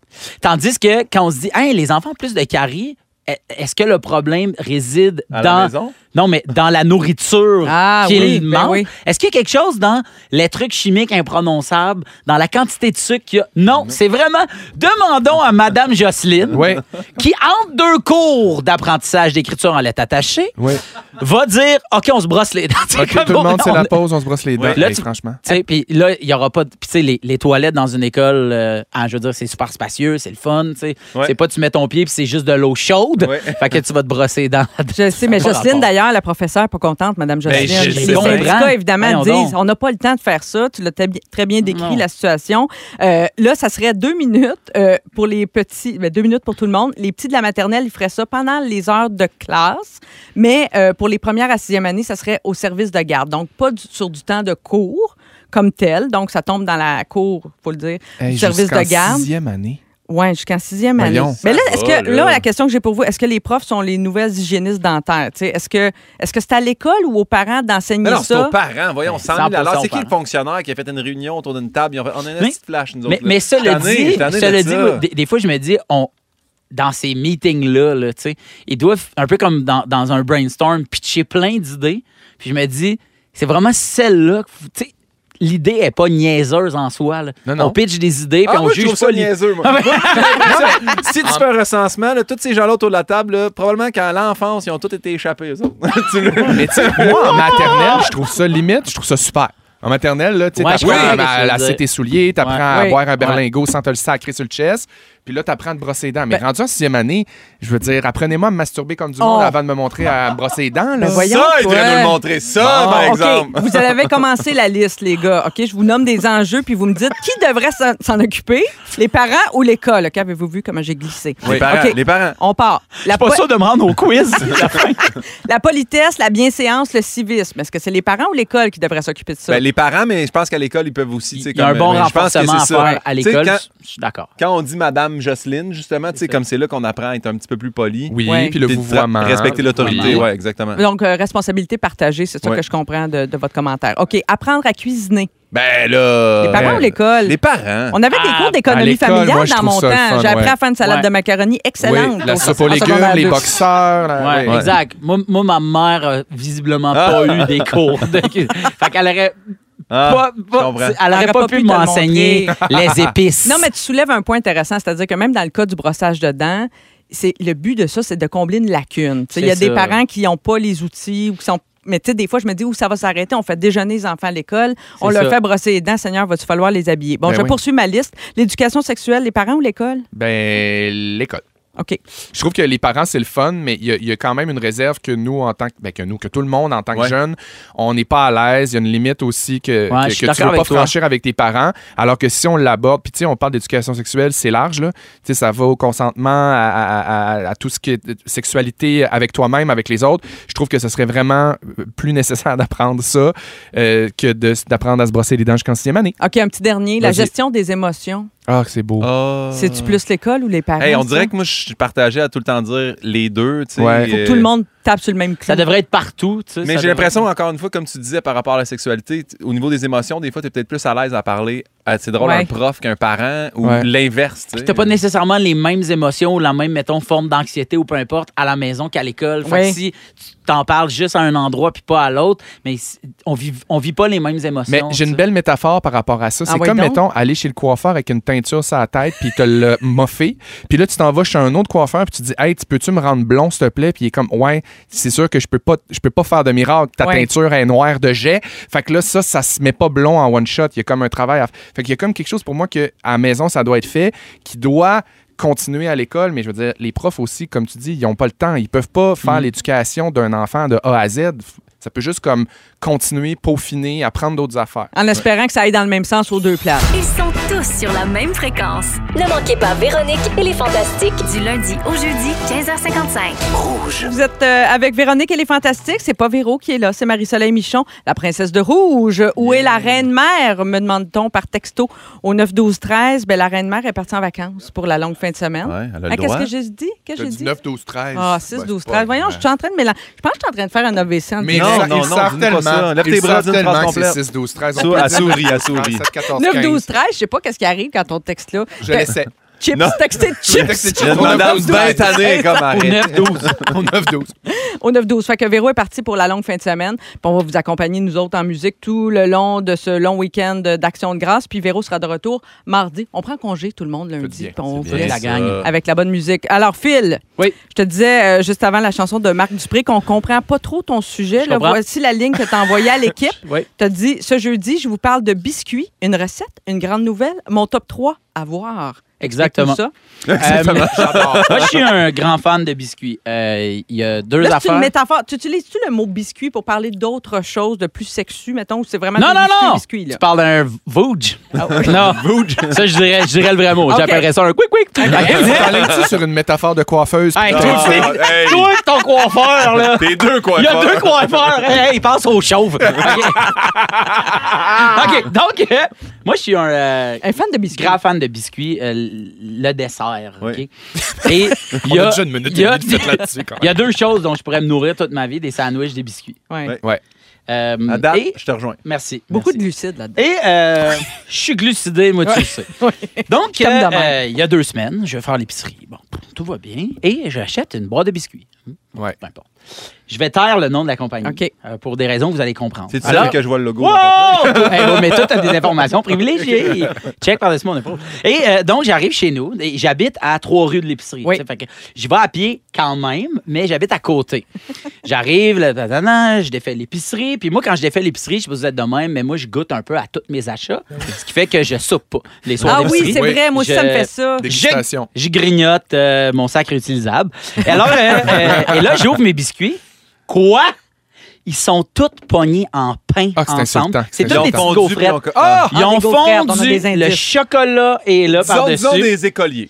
Speaker 2: Tandis que quand on se dit, hey, les enfants ont plus de caries, e- est-ce que le problème réside
Speaker 4: À la
Speaker 2: dans.
Speaker 4: maison?
Speaker 2: Non, mais dans la nourriture
Speaker 1: Ah
Speaker 2: qu'il
Speaker 1: oui, ben
Speaker 2: manque.
Speaker 1: oui.
Speaker 2: Est-ce qu'il y a quelque chose dans les trucs chimiques imprononçables, dans la quantité de sucre qu'il y a? Non, c'est vraiment. Demandons à Madame Jocelyne,
Speaker 3: Ouais.
Speaker 2: qui, entre deux cours d'apprentissage d'écriture en lettres attachées,
Speaker 3: Ouais.
Speaker 2: va dire OK, on se brosse les dents. C'est
Speaker 3: OK,
Speaker 2: comme,
Speaker 3: tout le
Speaker 2: Ah bon,
Speaker 3: monde, c'est
Speaker 2: on-
Speaker 3: la pause, on se brosse les dents.
Speaker 2: Ouais. Là,
Speaker 3: Hey,
Speaker 2: tu-
Speaker 3: Franchement.
Speaker 2: tu sais, puis là, il y aura pas. de- Puis tu sais, les, les toilettes dans une école, euh, ah, je veux dire, c'est super spacieux, c'est le fun, tu sais.
Speaker 4: Ouais.
Speaker 2: C'est pas tu mets ton pied puis c'est juste de l'eau chaude.
Speaker 4: Ouais.
Speaker 2: Fait que tu vas te brosser les dents.
Speaker 1: Je sais, mais
Speaker 2: Ça a pas
Speaker 1: Jocelyne,
Speaker 2: rapport.
Speaker 1: d'ailleurs, la professeure, pas contente, Madame Jocelyne.
Speaker 4: Ben, je
Speaker 1: Les
Speaker 4: sais bien.
Speaker 1: syndicats, évidemment,
Speaker 2: Voyons
Speaker 1: disent
Speaker 2: donc.
Speaker 1: on n'a pas le temps de faire ça. Tu l'as très bien- très bien décrit,
Speaker 2: Non.
Speaker 1: la situation. Euh, là, ça serait deux minutes euh, pour les petits, ben, deux minutes pour tout le monde. Les petits de la maternelle, ils feraient ça pendant les heures de classe. Mais euh, pour les premières à sixième année, ça serait au service de garde. Donc, pas du- sur du temps de cours comme tel. Donc, ça tombe dans la cour, faut le dire,
Speaker 3: Hey,
Speaker 1: du service de
Speaker 3: jusqu'en
Speaker 1: garde.
Speaker 3: sixième année.
Speaker 1: Oui, jusqu'en sixième
Speaker 3: Voyons.
Speaker 1: année. Mais là, est-ce
Speaker 4: Ça
Speaker 1: que
Speaker 4: va,
Speaker 1: là,
Speaker 4: là.
Speaker 1: la question que j'ai pour vous, est-ce que les profs sont les nouvelles hygiénistes dentaires? Tu sais, Est-ce que est-ce que c'est à l'école ou aux parents d'enseigner
Speaker 4: Non, non, c'est
Speaker 1: ça?
Speaker 4: aux parents. Voyons, on s'en
Speaker 2: 100%
Speaker 4: est là. Alors, c'est qui
Speaker 2: aux
Speaker 4: le fonctionnaire qui a fait une réunion autour d'une table? Ils ont fait, on a une
Speaker 2: Mais-
Speaker 4: petite flash, nous autres.
Speaker 2: Mais, mais cela dit, cela dit moi, des, des fois, je me dis, on, dans ces meetings-là, là, tu sais, ils doivent, un peu comme dans, dans un brainstorm, pitcher plein d'idées. Puis je me dis, c'est vraiment celle-là. que vous- tu sais, L'idée n'est pas niaiseuse en soi. là.
Speaker 3: Non, non.
Speaker 2: On pitch des idées, puis
Speaker 4: Ah,
Speaker 2: on
Speaker 4: moi, je
Speaker 2: juge
Speaker 4: trouve
Speaker 2: pas. Ah,
Speaker 4: ça
Speaker 2: l'i-
Speaker 4: niaiseux, moi. Non, mais si tu fais un recensement, là, tous ces gens-là autour de la table, là, probablement qu'à l'enfance, ils ont tous été échappés, eux autres. Tu le-
Speaker 3: Mais tu sais, moi, en maternelle, je trouve ça limite, je trouve ça super. En maternelle, là, tu sais,
Speaker 2: Ouais,
Speaker 3: t'apprends
Speaker 2: je comprends ce que
Speaker 3: à,
Speaker 2: tu
Speaker 3: à
Speaker 2: veux
Speaker 3: lasser
Speaker 2: dire.
Speaker 3: tes souliers, t'apprends
Speaker 2: Ouais.
Speaker 3: à
Speaker 1: Oui.
Speaker 3: boire un berlingot sans te le sacrer sur le chest, puis là, t'apprends à te brosser les dents. Mais rendu en sixième année, je veux dire, apprenez-moi à me masturber comme du monde
Speaker 1: Ben- Oh.
Speaker 3: avant de me montrer à me brosser les dents.
Speaker 1: Ben,
Speaker 3: Là.
Speaker 1: voyons,
Speaker 4: ça, ils
Speaker 1: toi.
Speaker 4: devraient nous le montrer. Ça,
Speaker 3: Bon.
Speaker 4: par
Speaker 3: OK.
Speaker 4: exemple.
Speaker 1: OK, vous avez commencé la liste, les gars. OK, je vous nomme des enjeux, puis vous me dites qui devrait s'en- s'en occuper, les parents ou l'école. OK, avez-vous vu comment j'ai glissé?
Speaker 4: Les parents.
Speaker 1: OK,
Speaker 4: Les parents.
Speaker 1: on part. La, po-
Speaker 2: de me rendre au quiz.
Speaker 1: la politesse, la bienséance, le civisme. Est-ce que c'est les parents ou l'école qui devraient s'occuper de ça?
Speaker 4: Ben, les parents, mais je pense qu'à l'école, ils peuvent aussi. tu sais,
Speaker 2: Il y a un
Speaker 4: comme,
Speaker 2: bon
Speaker 4: euh, je pense que
Speaker 2: renforcement à
Speaker 4: c'est ça.
Speaker 2: faire à
Speaker 4: Tu sais,
Speaker 2: l'école.
Speaker 4: Quand,
Speaker 2: Je suis d'accord.
Speaker 4: quand on dit Madame Madame Jocelyne, justement, tu sais, comme c'est là qu'on apprend à être un petit peu plus poli.
Speaker 3: Oui,
Speaker 1: Ouais.
Speaker 3: puis le
Speaker 4: Puis de
Speaker 3: vouvoiement.
Speaker 4: tra- Respecter l'autorité,
Speaker 3: Oui.
Speaker 4: ouais, exactement.
Speaker 1: Donc, euh, responsabilité partagée, c'est ça
Speaker 4: Ouais.
Speaker 1: que je comprends de, de votre commentaire. OK, apprendre à cuisiner.
Speaker 4: Ben là.
Speaker 1: Les
Speaker 3: euh,
Speaker 1: parents ou l'école?
Speaker 4: Les parents.
Speaker 1: On avait des cours
Speaker 3: Ah, à
Speaker 1: d'économie
Speaker 3: l'école,
Speaker 1: familiale
Speaker 3: moi, je
Speaker 1: dans
Speaker 3: trouve
Speaker 1: mon
Speaker 3: ça le fun,
Speaker 1: temps. J'ai appris
Speaker 3: ouais.
Speaker 1: à faire une salade
Speaker 2: Ouais.
Speaker 1: de macaroni excellente.
Speaker 3: Oui, la
Speaker 1: au-
Speaker 3: soupe
Speaker 1: en
Speaker 3: aux légumes,
Speaker 1: secondaire
Speaker 3: les
Speaker 1: deux.
Speaker 3: boxeurs. la-
Speaker 2: Ouais,
Speaker 3: oui.
Speaker 2: exact. Moi, moi, ma mère a visiblement pas eu des cours de cu- Fait qu'elle aurait
Speaker 4: Ah,
Speaker 2: pas, pas-
Speaker 4: je comprends.
Speaker 2: elle aurait pas, pu
Speaker 1: te le
Speaker 2: m'enseigner les épices.
Speaker 1: Non, mais tu soulèves un point intéressant, c'est-à-dire que même dans le cas du brossage de dents, c'est le but de ça, c'est de combler une lacune. Tu sais, Il y a
Speaker 2: C'est
Speaker 1: des
Speaker 2: ça.
Speaker 1: parents qui n'ont pas les outils ou qui sont mais tu sais, des fois, je me dis où ça va s'arrêter. On fait déjeuner les enfants à l'école. On
Speaker 2: C'est
Speaker 1: leur
Speaker 2: ça.
Speaker 1: fait brosser les dents. Seigneur, va-tu falloir les habiller? Bon,
Speaker 3: Ben
Speaker 1: je
Speaker 3: oui.
Speaker 1: poursuis ma liste. L'éducation sexuelle, les parents ou l'école?
Speaker 3: Ben, l'école.
Speaker 1: OK.
Speaker 3: Je trouve que les parents, c'est le fun, mais il y, a- il y a quand même une réserve que nous, en tant que, ben, que nous, que tout le monde en tant que
Speaker 4: Ouais.
Speaker 3: jeune, on n'est pas à l'aise. Il y a une limite aussi que,
Speaker 2: Ouais,
Speaker 3: que-
Speaker 2: je suis
Speaker 3: que tu
Speaker 2: d'accord
Speaker 3: ne veux pas
Speaker 2: avec toi.
Speaker 3: franchir avec tes parents. Alors que si on l'aborde, puis tu sais, on parle d'éducation sexuelle, c'est large, là. Tu sais, ça va au consentement, à, à- à- à tout ce qui est sexualité avec toi-même, avec les autres. Je trouve que ce serait vraiment euh, plus nécessaire d'apprendre ça euh, que de- d'apprendre à se brosser les dents jusqu'en sixième année.
Speaker 1: OK, un petit dernier. La
Speaker 3: Vas-y. Euh.
Speaker 1: gestion des émotions.
Speaker 3: Ah, que c'est beau.
Speaker 4: Ah.
Speaker 1: C'est-tu plus l'école ou les parents?
Speaker 4: Hey, on
Speaker 1: ça?
Speaker 4: dirait que moi, je partageais à tout le temps dire les deux. tu sais,
Speaker 3: Ouais.
Speaker 1: Faut que
Speaker 4: euh,
Speaker 1: tout le monde tape sur le même clou.
Speaker 2: ça devrait être partout. tu sais,
Speaker 4: Mais
Speaker 2: ça
Speaker 4: j'ai
Speaker 2: devrait-
Speaker 4: l'impression, encore une fois, comme tu disais par rapport à la sexualité, t- au niveau des émotions, des fois, tu es peut-être plus à l'aise à parler à c'est drôle
Speaker 1: Ouais.
Speaker 4: un prof qu'un parent ou
Speaker 3: Ouais.
Speaker 4: l'inverse. tu sais.
Speaker 2: T'as pas nécessairement les mêmes émotions ou la même, mettons, forme d'anxiété ou peu importe à la maison qu'à l'école. Fait
Speaker 1: Oui.
Speaker 2: que si tu t'en parles juste à un endroit puis pas à l'autre, mais si- on vit, on vit pas les mêmes émotions.
Speaker 3: Mais
Speaker 2: tu
Speaker 3: j'ai une
Speaker 2: sais.
Speaker 3: belle métaphore par rapport à ça.
Speaker 1: Ah
Speaker 3: C'est
Speaker 1: ouais
Speaker 3: comme,
Speaker 1: donc?
Speaker 3: mettons, aller chez le coiffeur avec une teinture sur la tête, puis te le moffer. Puis là, tu t'en vas chez un autre coiffeur, puis tu dis, hey, tu peux-tu me rendre blond, s'il te plaît? Puis il est comme, ouais, c'est sûr que je peux pas, je peux pas faire de miracle. Ta
Speaker 1: Ouais.
Speaker 3: teinture est noire de jet. Fait que là, ça, ça se met pas blond en one shot. Il y a comme un travail. À... Fait qu'il y a comme quelque chose pour moi que à la maison, ça doit être fait, qui doit continuer à l'école, mais je veux dire, les profs aussi, comme tu dis, ils n'ont pas le temps. Ils peuvent pas faire
Speaker 4: Mm.
Speaker 3: l'éducation d'un enfant de A à Z. Ça peut juste comme continuer, peaufiner, apprendre d'autres affaires.
Speaker 1: En espérant que ça aille dans le même sens aux deux places.
Speaker 5: Ils sont tous sur la même fréquence.
Speaker 6: Ne manquez pas Véronique et les Fantastiques.
Speaker 5: Du lundi au jeudi, 15h55.
Speaker 1: Vous êtes euh, avec Véronique et les Fantastiques. C'est pas Véro qui est là, c'est Marie-Soleil Michon, la princesse de rouge. Où est la reine-mère, me demande-t-on par texto au 9-12-13. Ben, la reine-mère est partie en vacances pour la longue fin de semaine.
Speaker 4: Ouais, elle a le
Speaker 1: Ah, Qu'est-ce
Speaker 4: droit.
Speaker 1: que j'ai dit? Qu'est-ce
Speaker 3: T'as
Speaker 1: que
Speaker 3: dit
Speaker 1: j'ai dit?
Speaker 3: 9, 12, 13.
Speaker 1: Ah, 6, 12, 13. Voyons, je suis en train de mélanger. Je pense que je suis en train de faire un AVC. en
Speaker 3: Mais
Speaker 4: Non,
Speaker 3: non,
Speaker 1: direct.
Speaker 3: ils,
Speaker 4: non, non,
Speaker 3: savent
Speaker 4: dis-nous pas
Speaker 3: tellement.
Speaker 4: ça. Lève tes
Speaker 3: ils
Speaker 4: bras
Speaker 3: savent
Speaker 4: d'une
Speaker 3: tellement
Speaker 4: phrase
Speaker 3: que c'est
Speaker 4: complète.
Speaker 3: 6, 12, 13.
Speaker 4: Sou- à souris, à souris.
Speaker 3: 7, 14,
Speaker 1: 9,
Speaker 3: 15.
Speaker 1: 12, 13, je sais pas qu'est-ce qui arrive quand on texte là. Ben,
Speaker 3: Je l'essaie.
Speaker 1: Chips,
Speaker 4: Non.
Speaker 1: texté chips.
Speaker 4: Il y a une
Speaker 3: On a
Speaker 4: madame
Speaker 3: pas
Speaker 4: bien
Speaker 3: le droit.
Speaker 4: tannée, comme
Speaker 2: Au
Speaker 4: arrête.
Speaker 2: 9-12.
Speaker 3: Au 9, 12.
Speaker 1: au 9-12. Fait que Véro est parti pour la longue fin de semaine. Puis on va vous accompagner, nous autres, en musique tout le long de ce long week-end d'Action de grâce. Puis Véro sera de retour mardi. On prend congé tout le monde lundi.
Speaker 3: bien,
Speaker 1: Puis on vous
Speaker 2: bien,
Speaker 1: laisse
Speaker 2: la gang.
Speaker 4: ça.
Speaker 1: avec la bonne musique. Alors, Phil,
Speaker 2: Oui.
Speaker 1: je te disais euh, juste avant la chanson de Marc Dupré qu'on comprend pas trop ton sujet.
Speaker 2: Je
Speaker 1: là.
Speaker 2: comprends.
Speaker 1: Voici la ligne que tu as envoyée à l'équipe.
Speaker 2: Oui.
Speaker 1: Tu as dit ce jeudi, je vous parle de biscuits, une recette, une grande nouvelle, mon top 3 à voir.
Speaker 2: Exactement.
Speaker 1: Tout ça.
Speaker 2: Euh, moi, je suis un grand fan de biscuits. Euh, Il y a deux
Speaker 1: Là, c'est
Speaker 2: affaires.
Speaker 1: une métaphore. Tu utilises-tu le mot biscuit pour parler d'autres choses de plus sexu, mettons, ou c'est vraiment
Speaker 2: Non,
Speaker 1: des
Speaker 2: non,
Speaker 1: biscuits,
Speaker 2: non!
Speaker 1: biscuits, là?
Speaker 2: Tu parles d'un vooge. Non, ça, je dirais, je dirais le vrai mot.
Speaker 1: Ah, Ok.
Speaker 2: J'appellerais ça un quick quick.
Speaker 3: Ah, tu sur une métaphore de coiffeuse?
Speaker 2: Hey,
Speaker 3: puis
Speaker 2: toi,
Speaker 3: de-
Speaker 2: c'est-
Speaker 4: Ah, hey.
Speaker 2: toi, ton coiffeur, là.
Speaker 4: T'es deux, quoi.
Speaker 2: Il y a
Speaker 4: pas.
Speaker 2: deux coiffeurs. Hey, hey, il passe au chauve. OK, OK, donc, euh, moi, je suis un euh,
Speaker 1: Un fan de biscuits.
Speaker 2: grand fan de biscuits, euh, le dessert.
Speaker 4: Oui.
Speaker 2: OK? Et il y
Speaker 3: On
Speaker 2: a,
Speaker 3: a déjà une minute
Speaker 2: il y a-
Speaker 3: et demie de fait là-dessus, quand même.
Speaker 2: il y a deux choses dont je pourrais me nourrir toute ma vie, des sandwichs, des biscuits.
Speaker 1: Ouais.
Speaker 4: Ouais.
Speaker 2: Euh,
Speaker 4: À date,
Speaker 2: et-
Speaker 4: je te rejoins.
Speaker 2: merci.
Speaker 1: Beaucoup
Speaker 2: merci.
Speaker 1: de glucides là-dedans.
Speaker 2: Et euh, je suis glucidé, moi, tu le sais. Donc,
Speaker 1: Comme
Speaker 2: euh,
Speaker 1: de même.
Speaker 2: euh, il y a deux semaines, je vais faire l'épicerie. Bon, tout va bien. Et j'achète une boîte de biscuits. Hmm,
Speaker 3: Ouais.
Speaker 2: Peu importe. Je vais taire le nom de la compagnie.
Speaker 1: OK.
Speaker 2: euh, pour des raisons que vous allez comprendre.
Speaker 4: C'est-tu
Speaker 2: Alors-
Speaker 4: celle que je vois le logo?
Speaker 2: Wow! Hey,
Speaker 1: oh,
Speaker 2: bon, mais toi, t'as des informations privilégiées. Check par-dessus mon info. Et euh, donc, j'arrive chez nous. et J'habite à trois rues de l'épicerie.
Speaker 1: Oui.
Speaker 2: tu sais, fait que J'y vais à pied quand même, mais j'habite à côté. J'arrive, là, tadana, je défais l'épicerie. Puis moi, quand je défais l'épicerie, je sais pas si vous êtes de même, mais moi, je goûte un peu à tous mes achats. Ce qui fait que je soupe pas les soirs
Speaker 1: Ah
Speaker 2: d'épicerie.
Speaker 1: oui, c'est
Speaker 3: Oui.
Speaker 1: vrai, moi aussi, ça me
Speaker 2: Je-
Speaker 1: fait ça.
Speaker 3: Des-
Speaker 2: Je-
Speaker 3: Dégustation.
Speaker 2: Je grignote euh, mon sacre utilisable. Et alors, euh, euh, et là, j'ouvre mes biscuits. Quoi? Ils sont tous pognés en pain
Speaker 3: Ah, c'est
Speaker 2: ensemble.
Speaker 3: insultant.
Speaker 2: C'est
Speaker 3: Ils
Speaker 2: tous
Speaker 3: ont
Speaker 2: des petites
Speaker 4: fondu, puis
Speaker 2: gaufrettes.
Speaker 4: ils ont-
Speaker 3: Ah!
Speaker 2: Ils
Speaker 1: Ah,
Speaker 2: ont
Speaker 1: des gaufrettes, on a
Speaker 2: fondu.
Speaker 1: des indices.
Speaker 2: Le chocolat est là
Speaker 4: Disons, disons
Speaker 2: par-dessus.
Speaker 4: des écoliers.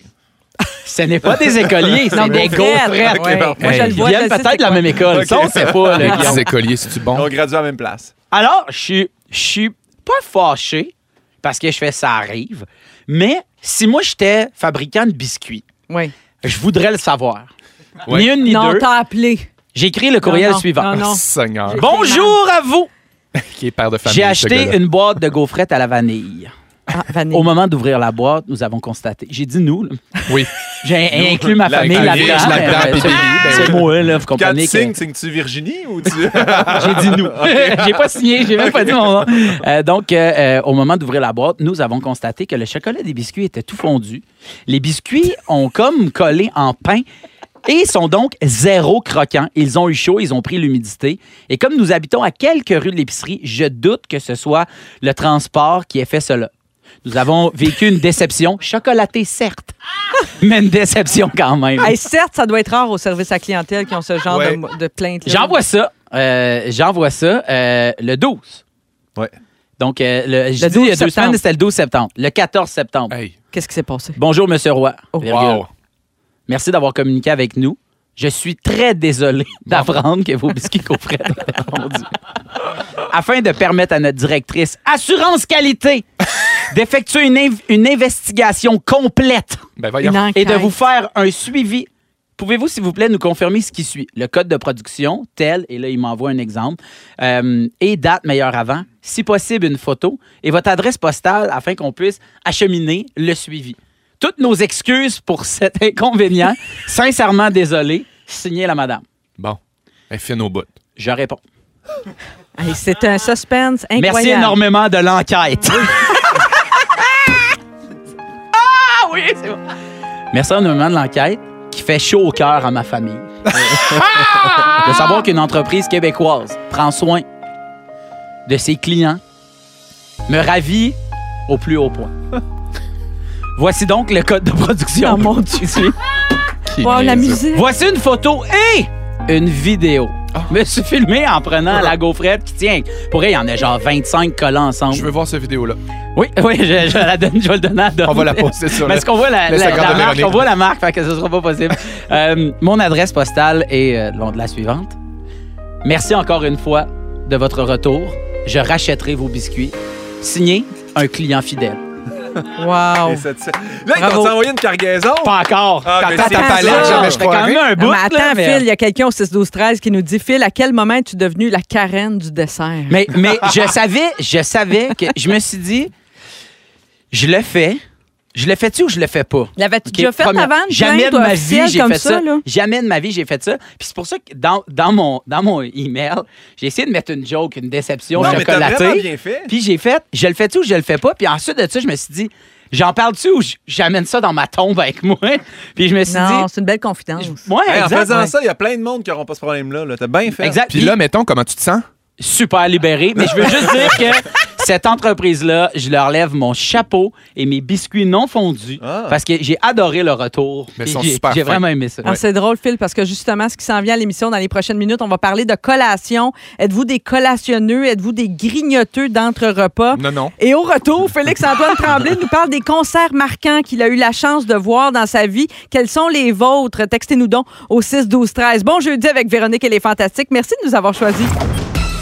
Speaker 2: Ce n'est pas des écoliers, c'est des gaufrettes.
Speaker 1: Ouais. Moi, je
Speaker 2: Hey,
Speaker 1: le
Speaker 2: Ils
Speaker 1: vois. je
Speaker 2: viennent
Speaker 1: le sais, c'est
Speaker 2: peut-être de la
Speaker 1: quoi.
Speaker 2: même école. Ça, on sait pas. là,
Speaker 3: Les
Speaker 2: Guillaume.
Speaker 3: petits écoliers, c'est-tu
Speaker 4: On
Speaker 3: bon?
Speaker 4: gradue à la même place.
Speaker 2: Alors, je suis, je suis pas fâché parce que je fais ça arrive, mais si moi, j'étais fabricant de biscuits,
Speaker 1: Oui.
Speaker 2: je voudrais le savoir.
Speaker 3: Ouais.
Speaker 2: Ni une ni
Speaker 1: Non,
Speaker 2: deux.
Speaker 1: t'as appelé.
Speaker 2: J'écris le courriel
Speaker 1: non,
Speaker 2: suivant.
Speaker 1: non, non.
Speaker 3: Seigneur,
Speaker 2: Bonjour à vous.
Speaker 3: qui est père de famille.
Speaker 2: J'ai
Speaker 3: ce
Speaker 2: acheté
Speaker 3: gars-là.
Speaker 2: une boîte de gaufrettes à la vanille.
Speaker 1: Ah, Vanille.
Speaker 2: Au moment d'ouvrir la boîte, nous avons constaté. J'ai dit nous. là.
Speaker 3: Oui.
Speaker 2: J'ai inclus ma
Speaker 4: La
Speaker 2: famille
Speaker 3: famille,
Speaker 2: là-dedans.
Speaker 3: là-dedans,
Speaker 2: Euh,
Speaker 3: puis
Speaker 2: c'est-
Speaker 3: Billy, ben
Speaker 2: C'est moi, là, vous
Speaker 4: Quand
Speaker 2: comprenez.
Speaker 4: tu
Speaker 2: que-
Speaker 4: signes, signes-tu Virginie ou tu.
Speaker 2: J'ai dit nous. j'ai pas signé, j'ai même pas dit mon nom. Euh, donc, euh, euh, au moment d'ouvrir la boîte, nous avons constaté que le chocolat des biscuits était tout fondu. Les biscuits ont comme collé en pain et sont donc zéro croquants. Ils ont eu chaud, ils ont pris l'humidité. Et comme nous habitons à quelques rues de l'épicerie, je doute que ce soit le transport qui ait fait cela. Nous avons vécu une déception, chocolatée certes, mais une déception quand même.
Speaker 1: Hey, certes, ça doit être rare au service à clientèle qui ont ce genre
Speaker 4: Ouais.
Speaker 1: de, de plainte.
Speaker 2: J'envoie ça. Euh, J'envoie ça euh, le 12.
Speaker 4: Ouais.
Speaker 2: Donc, euh, le, je
Speaker 1: Le
Speaker 2: dis, il
Speaker 1: 12
Speaker 2: y a deux
Speaker 1: septembre.
Speaker 2: semaines, c'était le 12 septembre. Le 14 septembre.
Speaker 3: Hey,
Speaker 1: Qu'est-ce qui s'est passé?
Speaker 2: Bonjour, Monsieur Roy.
Speaker 1: Oh.
Speaker 2: Virgule.
Speaker 3: wow.
Speaker 2: Merci d'avoir communiqué avec nous. Je suis très désolé d'apprendre que vos biscuits gaufrettes ont fondu. Afin de permettre à notre directrice Assurance Qualité d'effectuer une, inv- une investigation complète
Speaker 3: Ben voyons.
Speaker 1: Une enquête.
Speaker 2: et de vous faire un suivi. Pouvez-vous, s'il vous plaît, nous confirmer ce qui suit? Le code de production, tel, et là, il m'envoie un exemple, euh, et date meilleure avant, si possible, une photo, et votre adresse postale afin qu'on puisse acheminer le suivi. Toutes nos excuses pour cet inconvénient. Sincèrement désolé. Signé la madame.
Speaker 3: Bon. Elle fait nos bouts.
Speaker 2: Je réponds.
Speaker 1: Hey, C'est un suspense incroyable.
Speaker 2: Merci énormément de l'enquête. ah oui, c'est bon. Merci énormément de l'enquête qui fait chaud au cœur à ma famille. de savoir qu'une entreprise québécoise prend soin de ses clients me ravit au plus haut point. Voici donc le code de production.
Speaker 1: Oh, mon Wow, la musique.
Speaker 2: Voici une photo et une vidéo.
Speaker 1: Ah.
Speaker 2: Je me suis filmé en prenant la gaufrette qui tient. Pour vrai, il y en a genre 25 collants ensemble.
Speaker 3: Je veux voir cette vidéo-là.
Speaker 2: Oui, oui, je, je la donne, je vais le donner à Dom.
Speaker 3: On va la poster sur le-
Speaker 2: Parce qu'on voit la, la-
Speaker 3: l'Instagram
Speaker 2: la
Speaker 3: de
Speaker 2: marque,
Speaker 3: Véronique.
Speaker 2: on voit la marque, fait que ce sera pas possible. Euh, mon adresse postale est euh, bon, de la suivante. Merci encore une fois de votre retour. Je rachèterai vos biscuits. Signé, un client fidèle.
Speaker 1: Wow.
Speaker 4: Et ça te- Là, ils
Speaker 1: Bravo.
Speaker 4: t'ont envoyé une cargaison.
Speaker 2: Pas encore.
Speaker 4: Ah, mais
Speaker 2: T'attends
Speaker 4: c'est
Speaker 2: ta
Speaker 1: ça.
Speaker 2: palette,
Speaker 1: Jamais
Speaker 3: je
Speaker 2: Fait quand même
Speaker 1: Non,
Speaker 2: un bout.
Speaker 1: Ah, mais
Speaker 2: là,
Speaker 1: attends,
Speaker 2: mais- euh,
Speaker 1: Phil, il y a quelqu'un au 6-12-13 qui nous dit Phil, à quel moment es-tu devenu la carène du dessert?
Speaker 2: Mais, mais je savais, je savais que je me suis dit, je le fais. Je le fais-tu ou je le fais pas?
Speaker 1: L'avais-tu
Speaker 2: Ok,
Speaker 1: déjà fait
Speaker 2: première.
Speaker 1: avant une
Speaker 2: Jamais
Speaker 1: plainte
Speaker 2: de ma vie
Speaker 1: officielle
Speaker 2: j'ai
Speaker 1: comme
Speaker 2: fait ça.
Speaker 1: ça, là?
Speaker 2: Jamais de ma vie j'ai fait ça. Puis c'est pour ça que dans, dans mon dans mon email, j'ai essayé de mettre une joke, une déception
Speaker 4: Non, mais t'as vraiment
Speaker 2: chocolatée.
Speaker 4: bien fait.
Speaker 2: Puis j'ai fait, je le fais-tu ou je le fais pas? Puis ensuite de ça, je me suis dit, j'en parle-tu ou j- j'amène ça dans ma tombe avec moi? Puis je me suis
Speaker 1: Non,
Speaker 2: dit,
Speaker 1: c'est une belle confidence.
Speaker 2: ouais,
Speaker 4: Hey, en
Speaker 2: exact,
Speaker 4: faisant
Speaker 2: ouais.
Speaker 4: ça, il y a plein de monde qui n'auront pas ce problème-là. là. T'as bien fait.
Speaker 2: Exact.
Speaker 3: Puis là, mettons, comment tu te sens?
Speaker 2: super libéré, mais je veux juste dire que cette entreprise-là, je leur lève mon chapeau et mes biscuits non fondus
Speaker 4: Ah.
Speaker 2: parce que j'ai adoré le retour.
Speaker 3: Mais ils
Speaker 2: Puis
Speaker 3: sont
Speaker 2: j'ai-
Speaker 3: super
Speaker 2: J'ai
Speaker 3: fins.
Speaker 2: vraiment aimé ça.
Speaker 1: Ah, C'est drôle, Phil, parce que justement, ce qui s'en vient à l'émission dans les prochaines minutes, on va parler de collation. Êtes-vous des collationneux? Êtes-vous des grignoteux d'entre-repas?
Speaker 3: Non, non.
Speaker 1: Et au retour, Félix-Antoine Tremblay nous parle des concerts marquants qu'il a eu la chance de voir dans sa vie. Quels sont les vôtres? Textez-nous donc au 6-12-13. Bon jeudi avec Véronique et les Fantastiques. Merci de nous avoir choisis.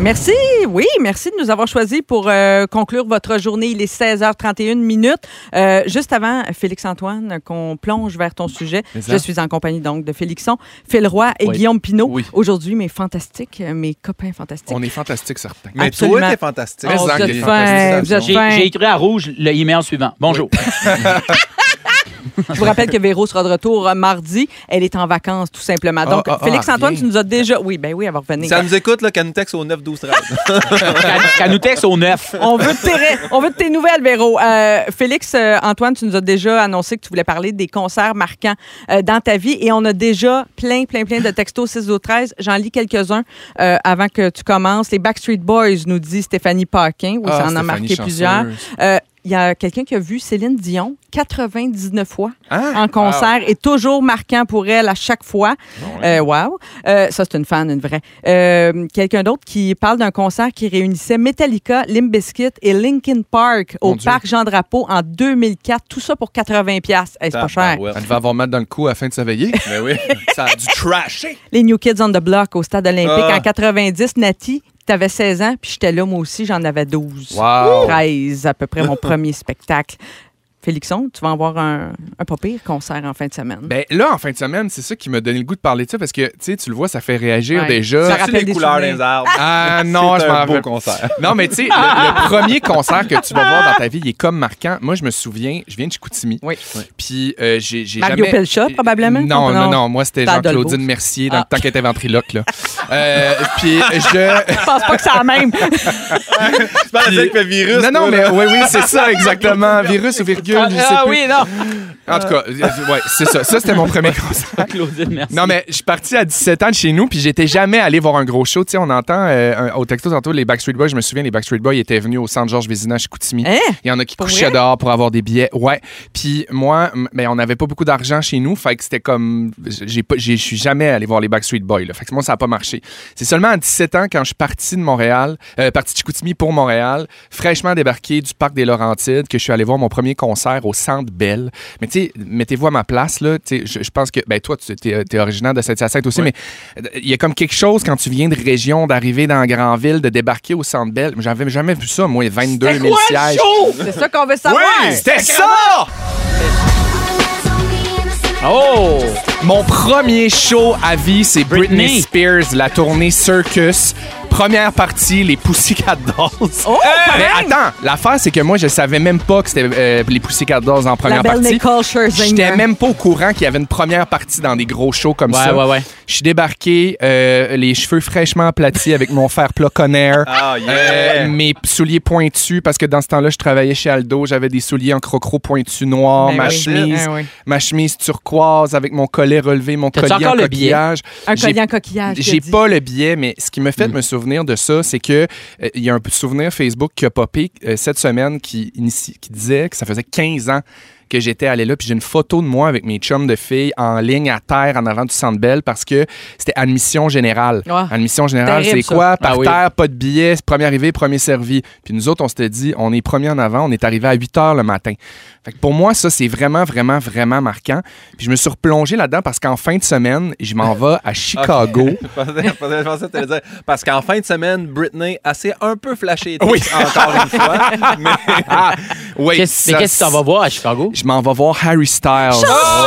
Speaker 1: Merci, oui, merci de nous avoir choisis pour euh, conclure votre journée. Il est 16h31 minutes. Euh, juste avant, Félix-Antoine, qu'on plonge vers ton sujet,
Speaker 3: Mais ça.
Speaker 1: je suis en compagnie donc de Félixon, Phil Roy et
Speaker 2: Oui.
Speaker 1: Guillaume Pinault.
Speaker 3: Oui.
Speaker 1: Aujourd'hui, mes fantastiques, euh, mes copains fantastiques.
Speaker 3: On est fantastique, certains.
Speaker 4: Mais
Speaker 1: Absolument.
Speaker 4: toi, t'es fantastique.
Speaker 3: Mais
Speaker 1: Oh,
Speaker 3: ça,
Speaker 1: vous
Speaker 3: les
Speaker 1: êtes fin,
Speaker 3: fantastiques,
Speaker 1: vous êtes
Speaker 2: J'ai
Speaker 1: fin.
Speaker 2: j'ai écrit à rouge le email suivant. Bonjour.
Speaker 1: Je vous rappelle que Véro sera de retour euh, mardi. Elle est en vacances, tout simplement.
Speaker 3: Ah,
Speaker 1: Donc,
Speaker 3: ah, ah,
Speaker 1: Félix-Antoine,
Speaker 3: bien.
Speaker 1: tu nous as déjà... Oui, ben oui, elle va revenir.
Speaker 4: Ça nous écoute, là, qu'elle nous texte au 9 12 13
Speaker 2: Canoutex au 9.
Speaker 1: On veut, de tes, ré- on veut de tes nouvelles, Véro. Euh, Félix, euh, Antoine, tu nous as déjà annoncé que tu voulais parler des concerts marquants euh, dans ta vie et on a déjà plein, plein, plein de textos 6 au 13. J'en lis quelques-uns euh, avant que tu commences. Les Backstreet Boys, nous dit Stéphanie Paquin. Oui,
Speaker 3: Ah,
Speaker 1: ça en a
Speaker 3: Stéphanie
Speaker 1: marqué
Speaker 3: Chanceuse.
Speaker 1: plusieurs. Euh, il y a quelqu'un qui a vu Céline Dion 99 fois
Speaker 3: Ah,
Speaker 4: Hein?
Speaker 1: en concert et toujours marquant pour elle à chaque fois.
Speaker 3: hein.
Speaker 1: Euh, wow. Euh, ça, c'est une fan, une vraie. Euh, Quelqu'un d'autre qui parle d'un concert qui réunissait Metallica, Limp Bizkit et Linkin Park au
Speaker 3: Mon Dieu.
Speaker 1: Parc Jean-Drapeau en 2004. Tout ça pour 80$. piastres. Hey, c'est pas cher.
Speaker 4: Tabarouette.
Speaker 3: Elle devait avoir mal dans le cou à la fin de sa veillée.
Speaker 4: Ben oui, ça a dû trasher.
Speaker 1: Les New Kids on the Block au Stade olympique
Speaker 4: Ah.
Speaker 1: en 90. Nati, t'avais 16 ans, puis j'étais là, moi aussi, j'en avais 12.
Speaker 3: Wow.
Speaker 1: 13 à peu près, mon premier spectacle. Félixon, tu vas avoir un, un pas pire concert en fin de semaine.
Speaker 3: Ben là, en fin de semaine, c'est ça qui m'a donné le goût de parler de ça parce que, tu sais, tu le vois, ça fait réagir
Speaker 1: Ouais.
Speaker 3: déjà.
Speaker 1: Ça
Speaker 4: Tu
Speaker 1: rappelle
Speaker 4: les
Speaker 1: des
Speaker 4: couleurs
Speaker 1: souvenirs.
Speaker 4: des arbres.
Speaker 3: Ah non, je
Speaker 4: C'est un
Speaker 3: m'en
Speaker 4: beau
Speaker 3: rappelle.
Speaker 4: concert.
Speaker 3: Non, mais tu sais, le, le premier concert que tu vas voir dans ta vie, il est comme marquant. Moi, je me souviens, je viens de Chicoutimi.
Speaker 1: Oui.
Speaker 3: Puis euh, j'ai j'ai jamais...
Speaker 1: Mario Pelcha, probablement?
Speaker 3: Non, non,
Speaker 1: Non.
Speaker 3: non. Moi, c'était
Speaker 1: Pas Ah.
Speaker 3: Jean-Claudine
Speaker 1: Dolbeau.
Speaker 3: Mercier dans le temps qu'elle était ventriloque, là. Euh, puis je...
Speaker 1: Je pense pas que c'est la même.
Speaker 4: Tu parles avec le virus.
Speaker 3: Non, non,
Speaker 4: toi,
Speaker 3: mais
Speaker 4: là.
Speaker 3: oui, oui, c'est ça, exactement. Virus ou virgule, je sais
Speaker 2: Ah
Speaker 3: plus.
Speaker 2: oui, non.
Speaker 3: En tout cas, euh, ouais, c'est ça. Ça, c'était mon premier concert.
Speaker 2: Claudine, merci.
Speaker 3: Non, mais je suis parti à 17 ans de chez nous, puis j'étais jamais allé voir un gros show. Tu sais, on entend euh, un- au texto tantôt les Backstreet Boys. Je me souviens, les Backstreet Boys étaient venus au centre Georges Vézina chez Koutimi.
Speaker 1: Hein?
Speaker 3: Il y en a qui
Speaker 1: Pour
Speaker 3: couchaient
Speaker 1: vrai?
Speaker 3: dehors pour avoir des billets. Ouais. Puis moi, m- ben, on n'avait pas beaucoup d'argent chez nous. Fait que c'était comme. j'ai pas- j'ai- Je suis jamais allé voir les Backstreet Boys. là. Fait que moi, ça n'a pas marché. C'est seulement à 17 ans, quand je suis parti de Montréal, euh, parti de Chicoutimi pour Montréal, fraîchement débarqué du parc des Laurentides, que je suis allé voir mon premier concert au Centre Bell. Mais tu sais, mettez-vous à ma place, là. Tu sais, Je, je pense que, ben toi, tu es, originaire de Saint-Hyacinthe aussi, mais euh, il y a comme quelque chose quand tu viens de région, d'arriver dans la grande ville, de débarquer au Centre Bell. J'avais jamais vu ça, moi, 22 000 sièges.
Speaker 1: C'est ça qu'on veut savoir.
Speaker 3: C'était ça!
Speaker 2: Oh!
Speaker 3: Mon premier show à vie, c'est Britney.
Speaker 2: Britney.
Speaker 3: Spears, la tournée Circus. Première partie, les Pussycat Dolls. Mais attends, l'affaire, c'est que moi, je savais même pas que c'était euh, les Pussycat Dolls en première
Speaker 1: La belle
Speaker 3: partie.
Speaker 1: Nicole Scherzinger. Ben
Speaker 3: J'étais même pas au courant qu'il y avait une première partie dans des gros shows comme
Speaker 2: Ouais,
Speaker 3: ça.
Speaker 2: ouais, ouais.
Speaker 3: Je suis débarqué, euh, les cheveux fraîchement aplatis avec mon fer plat Conair.
Speaker 4: Ah, yeah.
Speaker 3: Euh, mes p- souliers pointus, parce que dans ce temps-là, je travaillais chez Aldo. J'avais des souliers en crocro pointus noirs,
Speaker 1: Ben
Speaker 3: ma
Speaker 1: oui.
Speaker 3: chemise,
Speaker 1: Ben oui.
Speaker 3: ma chemise turquoise avec mon collet relevé, mon
Speaker 2: T'as-tu
Speaker 3: collier en
Speaker 2: encore le billet?
Speaker 3: coquillage.
Speaker 1: Un
Speaker 3: J'ai-
Speaker 1: collier en coquillage. t'as
Speaker 3: J'ai
Speaker 1: dit.
Speaker 3: pas le billet, mais ce qui me
Speaker 2: Mm.
Speaker 3: fait de me souvenir de ça, c'est que euh, il y a un souvenir Facebook qui a popé euh, cette semaine qui, initie- qui disait que ça faisait 15 ans que j'étais allé là, puis j'ai une photo de moi avec mes chums de filles en ligne à terre en avant du Centre Bell parce que c'était admission générale.
Speaker 1: Ah,
Speaker 3: admission générale, c'est
Speaker 1: terrible, ça.
Speaker 3: quoi? Par
Speaker 2: Ah oui.
Speaker 3: terre, pas de billet, premier arrivé, premier servi. Puis nous autres, on s'était dit, on est premier en avant, on est arrivé à 8 heures le matin. Fait que pour moi, ça, c'est vraiment, vraiment, vraiment marquant. Puis je me suis replongé là-dedans parce qu'en fin de semaine, je m'en vais à Chicago.
Speaker 4: Je pensais, je pensais- je pensais que t'allais dire. Parce qu'en fin de semaine, Britney a s'est un peu flashé les
Speaker 3: Oui.
Speaker 4: tits, encore une fois. Mais
Speaker 3: Ah, oui.
Speaker 2: Qu'est-ce
Speaker 3: ça-
Speaker 2: mais qu'est-ce que t'en vas voir à Chicago?
Speaker 3: Je m'en vais voir Harry Styles.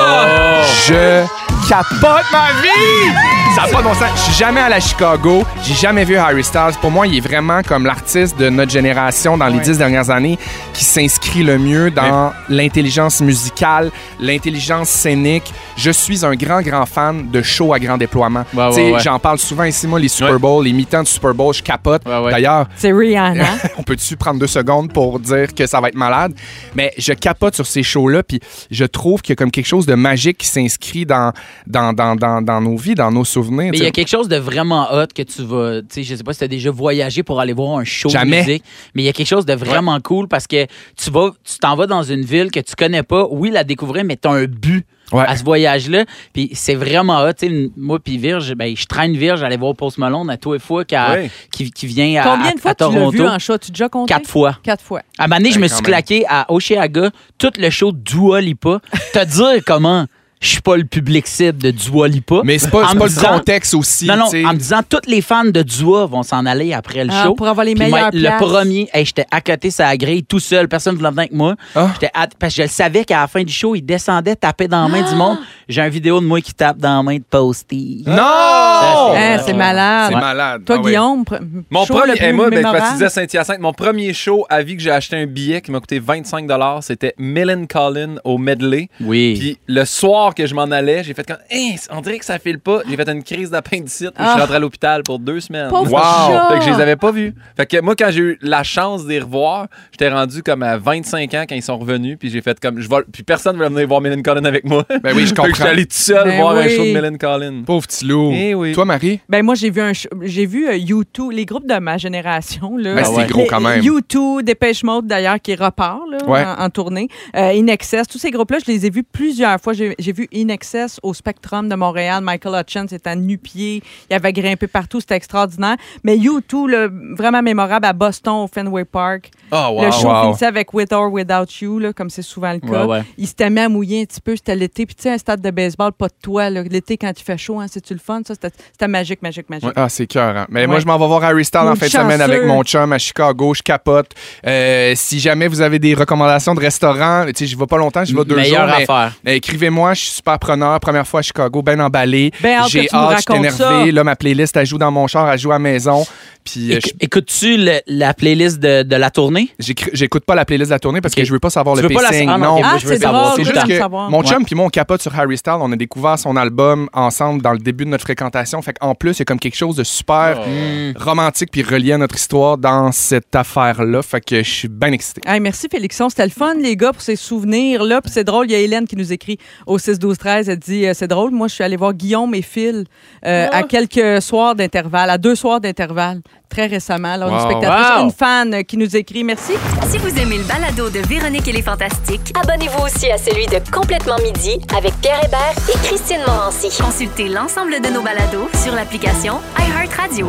Speaker 3: Oh! Je capote ma vie! Ça n'a pas de bon sens. Je suis jamais allé à Chicago. J'ai jamais vu Harry Styles. Pour moi, il est vraiment comme l'artiste de notre génération dans les dix dernières années qui s'inscrit le mieux dans l'intelligence musicale, l'intelligence scénique. Je suis un grand, grand fan de shows à grand déploiement.
Speaker 2: Ouais, ouais,
Speaker 3: Tu sais,
Speaker 2: ouais.
Speaker 3: J'en parle souvent ici, moi, les
Speaker 4: Ouais.
Speaker 3: Super Bowl, les mi-temps du Super Bowl, je capote.
Speaker 2: Ouais, ouais.
Speaker 3: D'ailleurs,
Speaker 1: C'est Rihanna.
Speaker 3: on peut-tu prendre deux secondes pour dire que ça va être malade? Mais je capote sur ces shows-là, puis je trouve qu'il y a comme quelque chose de magique qui s'inscrit dans, dans, dans, dans, dans nos vies, dans nos souvenirs.
Speaker 2: Mais il
Speaker 3: tu
Speaker 2: y
Speaker 3: sais.
Speaker 2: a quelque chose de vraiment hot que tu vas. Tu sais, je sais pas si t'as déjà voyagé pour aller voir un show
Speaker 3: Jamais.
Speaker 2: de musique, mais il y a quelque chose de vraiment cool parce que tu vas, tu t'en vas dans une ville que tu connais pas. Oui, la découvrir, mais t'as un but
Speaker 3: Ouais.
Speaker 2: à ce voyage-là. Puis c'est vraiment hot. Tu sais, moi puis Virge, ben, je traîne Virge, aller voir Post Malone à tous les fois qu'à-
Speaker 4: Oui.
Speaker 2: qui, qui vient à,
Speaker 1: Combien
Speaker 2: à-
Speaker 1: de fois
Speaker 2: à
Speaker 1: tu l'as
Speaker 2: Toronto.
Speaker 1: vu en show? Tu as déjà compté?
Speaker 2: Quatre fois.
Speaker 1: Quatre fois.
Speaker 2: À un moment donné, je
Speaker 3: Ouais,
Speaker 2: me
Speaker 3: quand
Speaker 2: suis
Speaker 3: même.
Speaker 2: claqué à Oceaga tout le show Dua Lipa. Te dire comment je suis pas le public cible de Dua Lipa.
Speaker 3: Mais c'est pas,
Speaker 2: En
Speaker 3: c'est
Speaker 2: me
Speaker 3: pas
Speaker 2: disant-
Speaker 3: le contexte aussi.
Speaker 2: non, non,
Speaker 3: tu sais.
Speaker 2: en me disant tous les fans de Dua vont s'en aller après le
Speaker 1: Ah,
Speaker 2: show.
Speaker 1: pour avoir les
Speaker 2: Puis
Speaker 1: meilleures
Speaker 2: moi,
Speaker 1: places.
Speaker 2: Le premier, hey, j'étais à côté sa grille tout seul, personne ne voulait venir avec moi.
Speaker 3: Ah.
Speaker 2: J'étais à- parce que je le savais qu'à la fin du show, il descendait, tapait dans la main
Speaker 1: Ah.
Speaker 2: du monde. J'ai une vidéo de moi qui tape dans la main de Posty.
Speaker 3: Ah, Non!
Speaker 2: Ça,
Speaker 1: Hein,
Speaker 2: Ouais.
Speaker 1: c'est malade.
Speaker 3: Oh! C'est malade.
Speaker 1: Toi,
Speaker 3: Ah oui.
Speaker 1: Guillaume, pr-
Speaker 4: mon
Speaker 1: show
Speaker 4: premier,
Speaker 1: le plus
Speaker 4: eh, moi, ben,
Speaker 1: mémorable.
Speaker 4: parce que tu disais Saint-Hyacinthe, mon premier show à vie que j'ai acheté un billet qui m'a coûté 25 c'était Millen Collin au Medley.
Speaker 2: Oui.
Speaker 4: Puis le soir soir que je m'en allais, j'ai fait comme, Hey, on dirait que ça file pas. J'ai fait une crise d'appendicite. puis Je
Speaker 1: Ah.
Speaker 4: suis rentré à l'hôpital pour deux semaines.
Speaker 1: Pauvre
Speaker 4: wow!
Speaker 1: chat!
Speaker 4: Fait que je les avais pas vus. Fait que moi, quand j'ai eu la chance de les revoir, j'étais rendu comme à 25 ans quand ils sont revenus. Puis j'ai fait comme, je vais- Puis personne ne voulait venir voir Mélanie Collin avec moi.
Speaker 3: Ben oui, je
Speaker 4: Fait que
Speaker 3: comprends.
Speaker 4: j'étais allé tout seul
Speaker 1: Ben
Speaker 4: voir un
Speaker 1: oui.
Speaker 4: show de Mélanie Collin.
Speaker 3: Pauvre petit loup.
Speaker 4: Eh oui.
Speaker 3: Toi, Marie?
Speaker 1: Ben moi, j'ai vu un ch- j'ai vu euh, U2, les groupes de ma génération. Là,
Speaker 3: Ben, c'est
Speaker 1: Les-
Speaker 3: gros quand même.
Speaker 1: U2, Dépêche Mode d'ailleurs, qui repart là,
Speaker 3: Ouais.
Speaker 1: en, en tournée. Euh, In Excess, tous ces groupes-là, je les ai vus plusieurs fois. J'ai j'ai vu In Excess au Spectrum de Montréal. Michael Hutchins était nu-pied. Il avait grimpé partout. C'était extraordinaire. Mais U2, là, vraiment mémorable à Boston, au Fenway Park.
Speaker 4: Oh, wow.
Speaker 1: le show
Speaker 3: wow.
Speaker 1: finissait avec With or Without You, là, comme c'est souvent le cas.
Speaker 2: Ouais, ouais.
Speaker 1: Il s'était mis à mouiller un petit peu. C'était l'été. Puis tu sais, un stade de baseball, pas de toit. là. L'été, quand il fait chaud, hein, c'est-tu le fun? Ça, c'était c'était magique, magique, magique.
Speaker 3: Ah, c'est cœur. hein. Mais
Speaker 1: Ouais.
Speaker 3: moi, je m'en vais voir Harry Styles en
Speaker 1: Ou
Speaker 3: fin de semaine
Speaker 1: chanceux.
Speaker 3: avec mon chum à Chicago. Je capote. Euh, si jamais vous avez des recommandations de restaurants, tu sais, j'y vais pas longtemps, j'y vais deux
Speaker 2: Meilleure
Speaker 3: jours. mais-
Speaker 2: affaire.
Speaker 3: mais Euh, écrivez-moi, je suis super preneur. Première fois à Chicago, ben emballé.
Speaker 1: Ben hâte que
Speaker 3: J'ai
Speaker 1: tu nous
Speaker 3: hâte, je suis
Speaker 1: racontes ça.
Speaker 3: énervé. Là, ma playlist, elle joue dans mon char, elle joue à la maison. Puis euh,
Speaker 2: Éc- Écoutes-tu le- la playlist de, de la tournée?
Speaker 3: je- j'écri- j'écoute pas la playlist de la tournée parce
Speaker 2: Ok.
Speaker 3: que je veux pas savoir
Speaker 2: Tu
Speaker 3: le
Speaker 2: veux pas la-
Speaker 3: pacing.
Speaker 2: Ah, non, ok,
Speaker 3: non,
Speaker 2: moi,
Speaker 1: Ah,
Speaker 2: je veux
Speaker 1: c'est
Speaker 2: savoir.
Speaker 1: drôle,
Speaker 3: C'est
Speaker 2: tout le
Speaker 3: juste
Speaker 2: temps.
Speaker 3: que
Speaker 1: savoir.
Speaker 3: mon chum
Speaker 2: Ouais.
Speaker 3: puis moi, on capote sur Harry Styles. On a découvert son album ensemble dans le début de notre fréquentation. Fait qu'en plus, il y a comme quelque chose de super mm, romantique puis relié à notre histoire dans cette affaire-là. Fait que je suis bien excité.
Speaker 1: Hey, merci Félixon, c'était le fun les gars pour ces souvenirs là, puis c'est drôle, il y a Hélène qui nous écrit au 6 12 13, elle dit euh, c'est drôle, moi je suis allée voir Guillaume et Phil euh, à quelques soirs d'intervalle, à deux soirs d'intervalle très récemment, alors
Speaker 3: Wow.
Speaker 1: une spectatrice,
Speaker 2: Wow.
Speaker 1: une fan euh, qui nous écrit merci.
Speaker 5: Si vous aimez le balado de Véronique et les Fantastiques,
Speaker 6: Abonnez-vous aussi à celui de Complètement Midi avec Pierre Hébert et Christine Morancy.
Speaker 5: consultez l'ensemble de nos balados sur l'application iHeartRadio.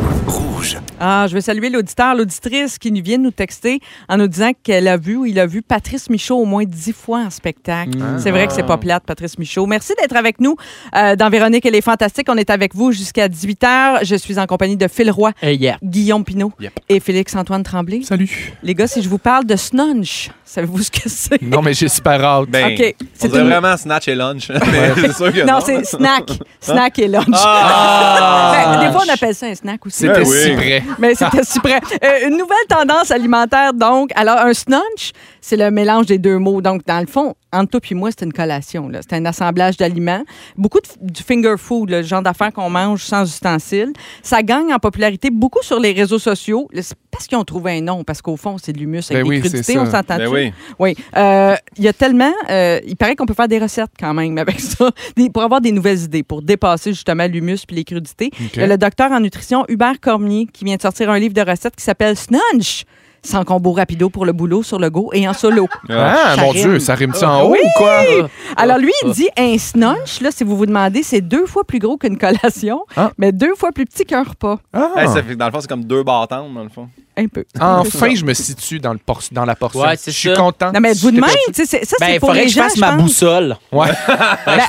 Speaker 1: Ah, je veux saluer l'auditeur, l'auditrice qui nous vient de nous texter en nous disant qu'elle a vu ou il a vu Patrice Michaud au moins dix fois en spectacle.
Speaker 4: Mmh.
Speaker 1: C'est vrai
Speaker 4: Ah.
Speaker 1: que c'est pas plate, Patrice Michaud. Merci d'être avec nous euh, dans Véronique et les Fantastiques. On est avec vous jusqu'à 18h. Je suis en compagnie de Phil Roy,
Speaker 2: Euh, yeah.
Speaker 1: Guillaume Pinault
Speaker 3: Yep.
Speaker 1: et Félix-Antoine Tremblay.
Speaker 3: Salut.
Speaker 1: Les gars, si je vous parle de snunch, savez-vous ce que c'est?
Speaker 3: Non, mais j'ai super hâte.
Speaker 4: Ben,
Speaker 1: OK,
Speaker 4: on
Speaker 1: c'est
Speaker 4: dirait
Speaker 1: une-
Speaker 4: vraiment snatch et lunch. Mais c'est sûr que non.
Speaker 1: Non, c'est snack. Snack et lunch. Ben, des fois, on appelle ça un snack aussi.
Speaker 3: C'était
Speaker 4: Ah! Ben oui.
Speaker 3: si près.
Speaker 1: Mais c'était si près. Euh, une nouvelle tendance alimentaire, donc. Alors, un snunch, c'est le mélange des deux mots. Donc, dans le fond, entre toi puis moi, c'est une collation. là. C'est un assemblage d'aliments. Beaucoup de, du finger food, là, le genre d'affaires qu'on mange sans ustensiles. Ça gagne en popularité beaucoup sur les réseaux sociaux. Là, C'est parce qu'ils ont trouvé un nom, parce qu'au fond, c'est de l'humus avec
Speaker 3: Ben
Speaker 1: des
Speaker 3: oui, c'est
Speaker 1: crudités,
Speaker 3: ça.
Speaker 1: on s'entend
Speaker 4: Ben oui.
Speaker 1: oui. Euh, Il y a tellement. euh, il paraît qu'on peut faire des recettes quand même avec ça, des- pour avoir des nouvelles idées, pour dépasser justement l'humus puis les crudités. Il y a le docteur en nutrition Hubert Cormier qui vient de sortir un livre de recettes qui s'appelle Snunch, sans combo rapido pour le boulot, sur le go et en solo.
Speaker 3: Ah,
Speaker 1: Ça
Speaker 3: mon
Speaker 1: rime.
Speaker 3: Dieu, ça rime Ah ça en haut ou quoi?
Speaker 1: Ah, Alors lui, il dit un snunch, là, si vous vous demandez, c'est deux fois plus gros qu'une collation,
Speaker 3: Ah.
Speaker 1: mais deux fois plus petit qu'un repas.
Speaker 3: Ah.
Speaker 4: Hey, ça fait que dans le fond, c'est comme deux bartendes, dans le fond.
Speaker 1: Un peu.
Speaker 3: Enfin, je me situe dans, le por- dans la portion.
Speaker 2: Ouais,
Speaker 3: je
Speaker 2: c'est
Speaker 3: suis
Speaker 2: ça.
Speaker 3: content.
Speaker 1: Non, mais êtes-vous de
Speaker 3: J'étais
Speaker 1: même?
Speaker 3: perdu.
Speaker 1: Tu sais, c'est- Ça,
Speaker 2: Ben,
Speaker 1: c'est
Speaker 2: il
Speaker 1: pour
Speaker 2: faudrait
Speaker 1: les
Speaker 2: que je
Speaker 1: gens,
Speaker 2: fasse ma
Speaker 1: pense.
Speaker 2: boussole.
Speaker 3: Ouais.
Speaker 1: Ben,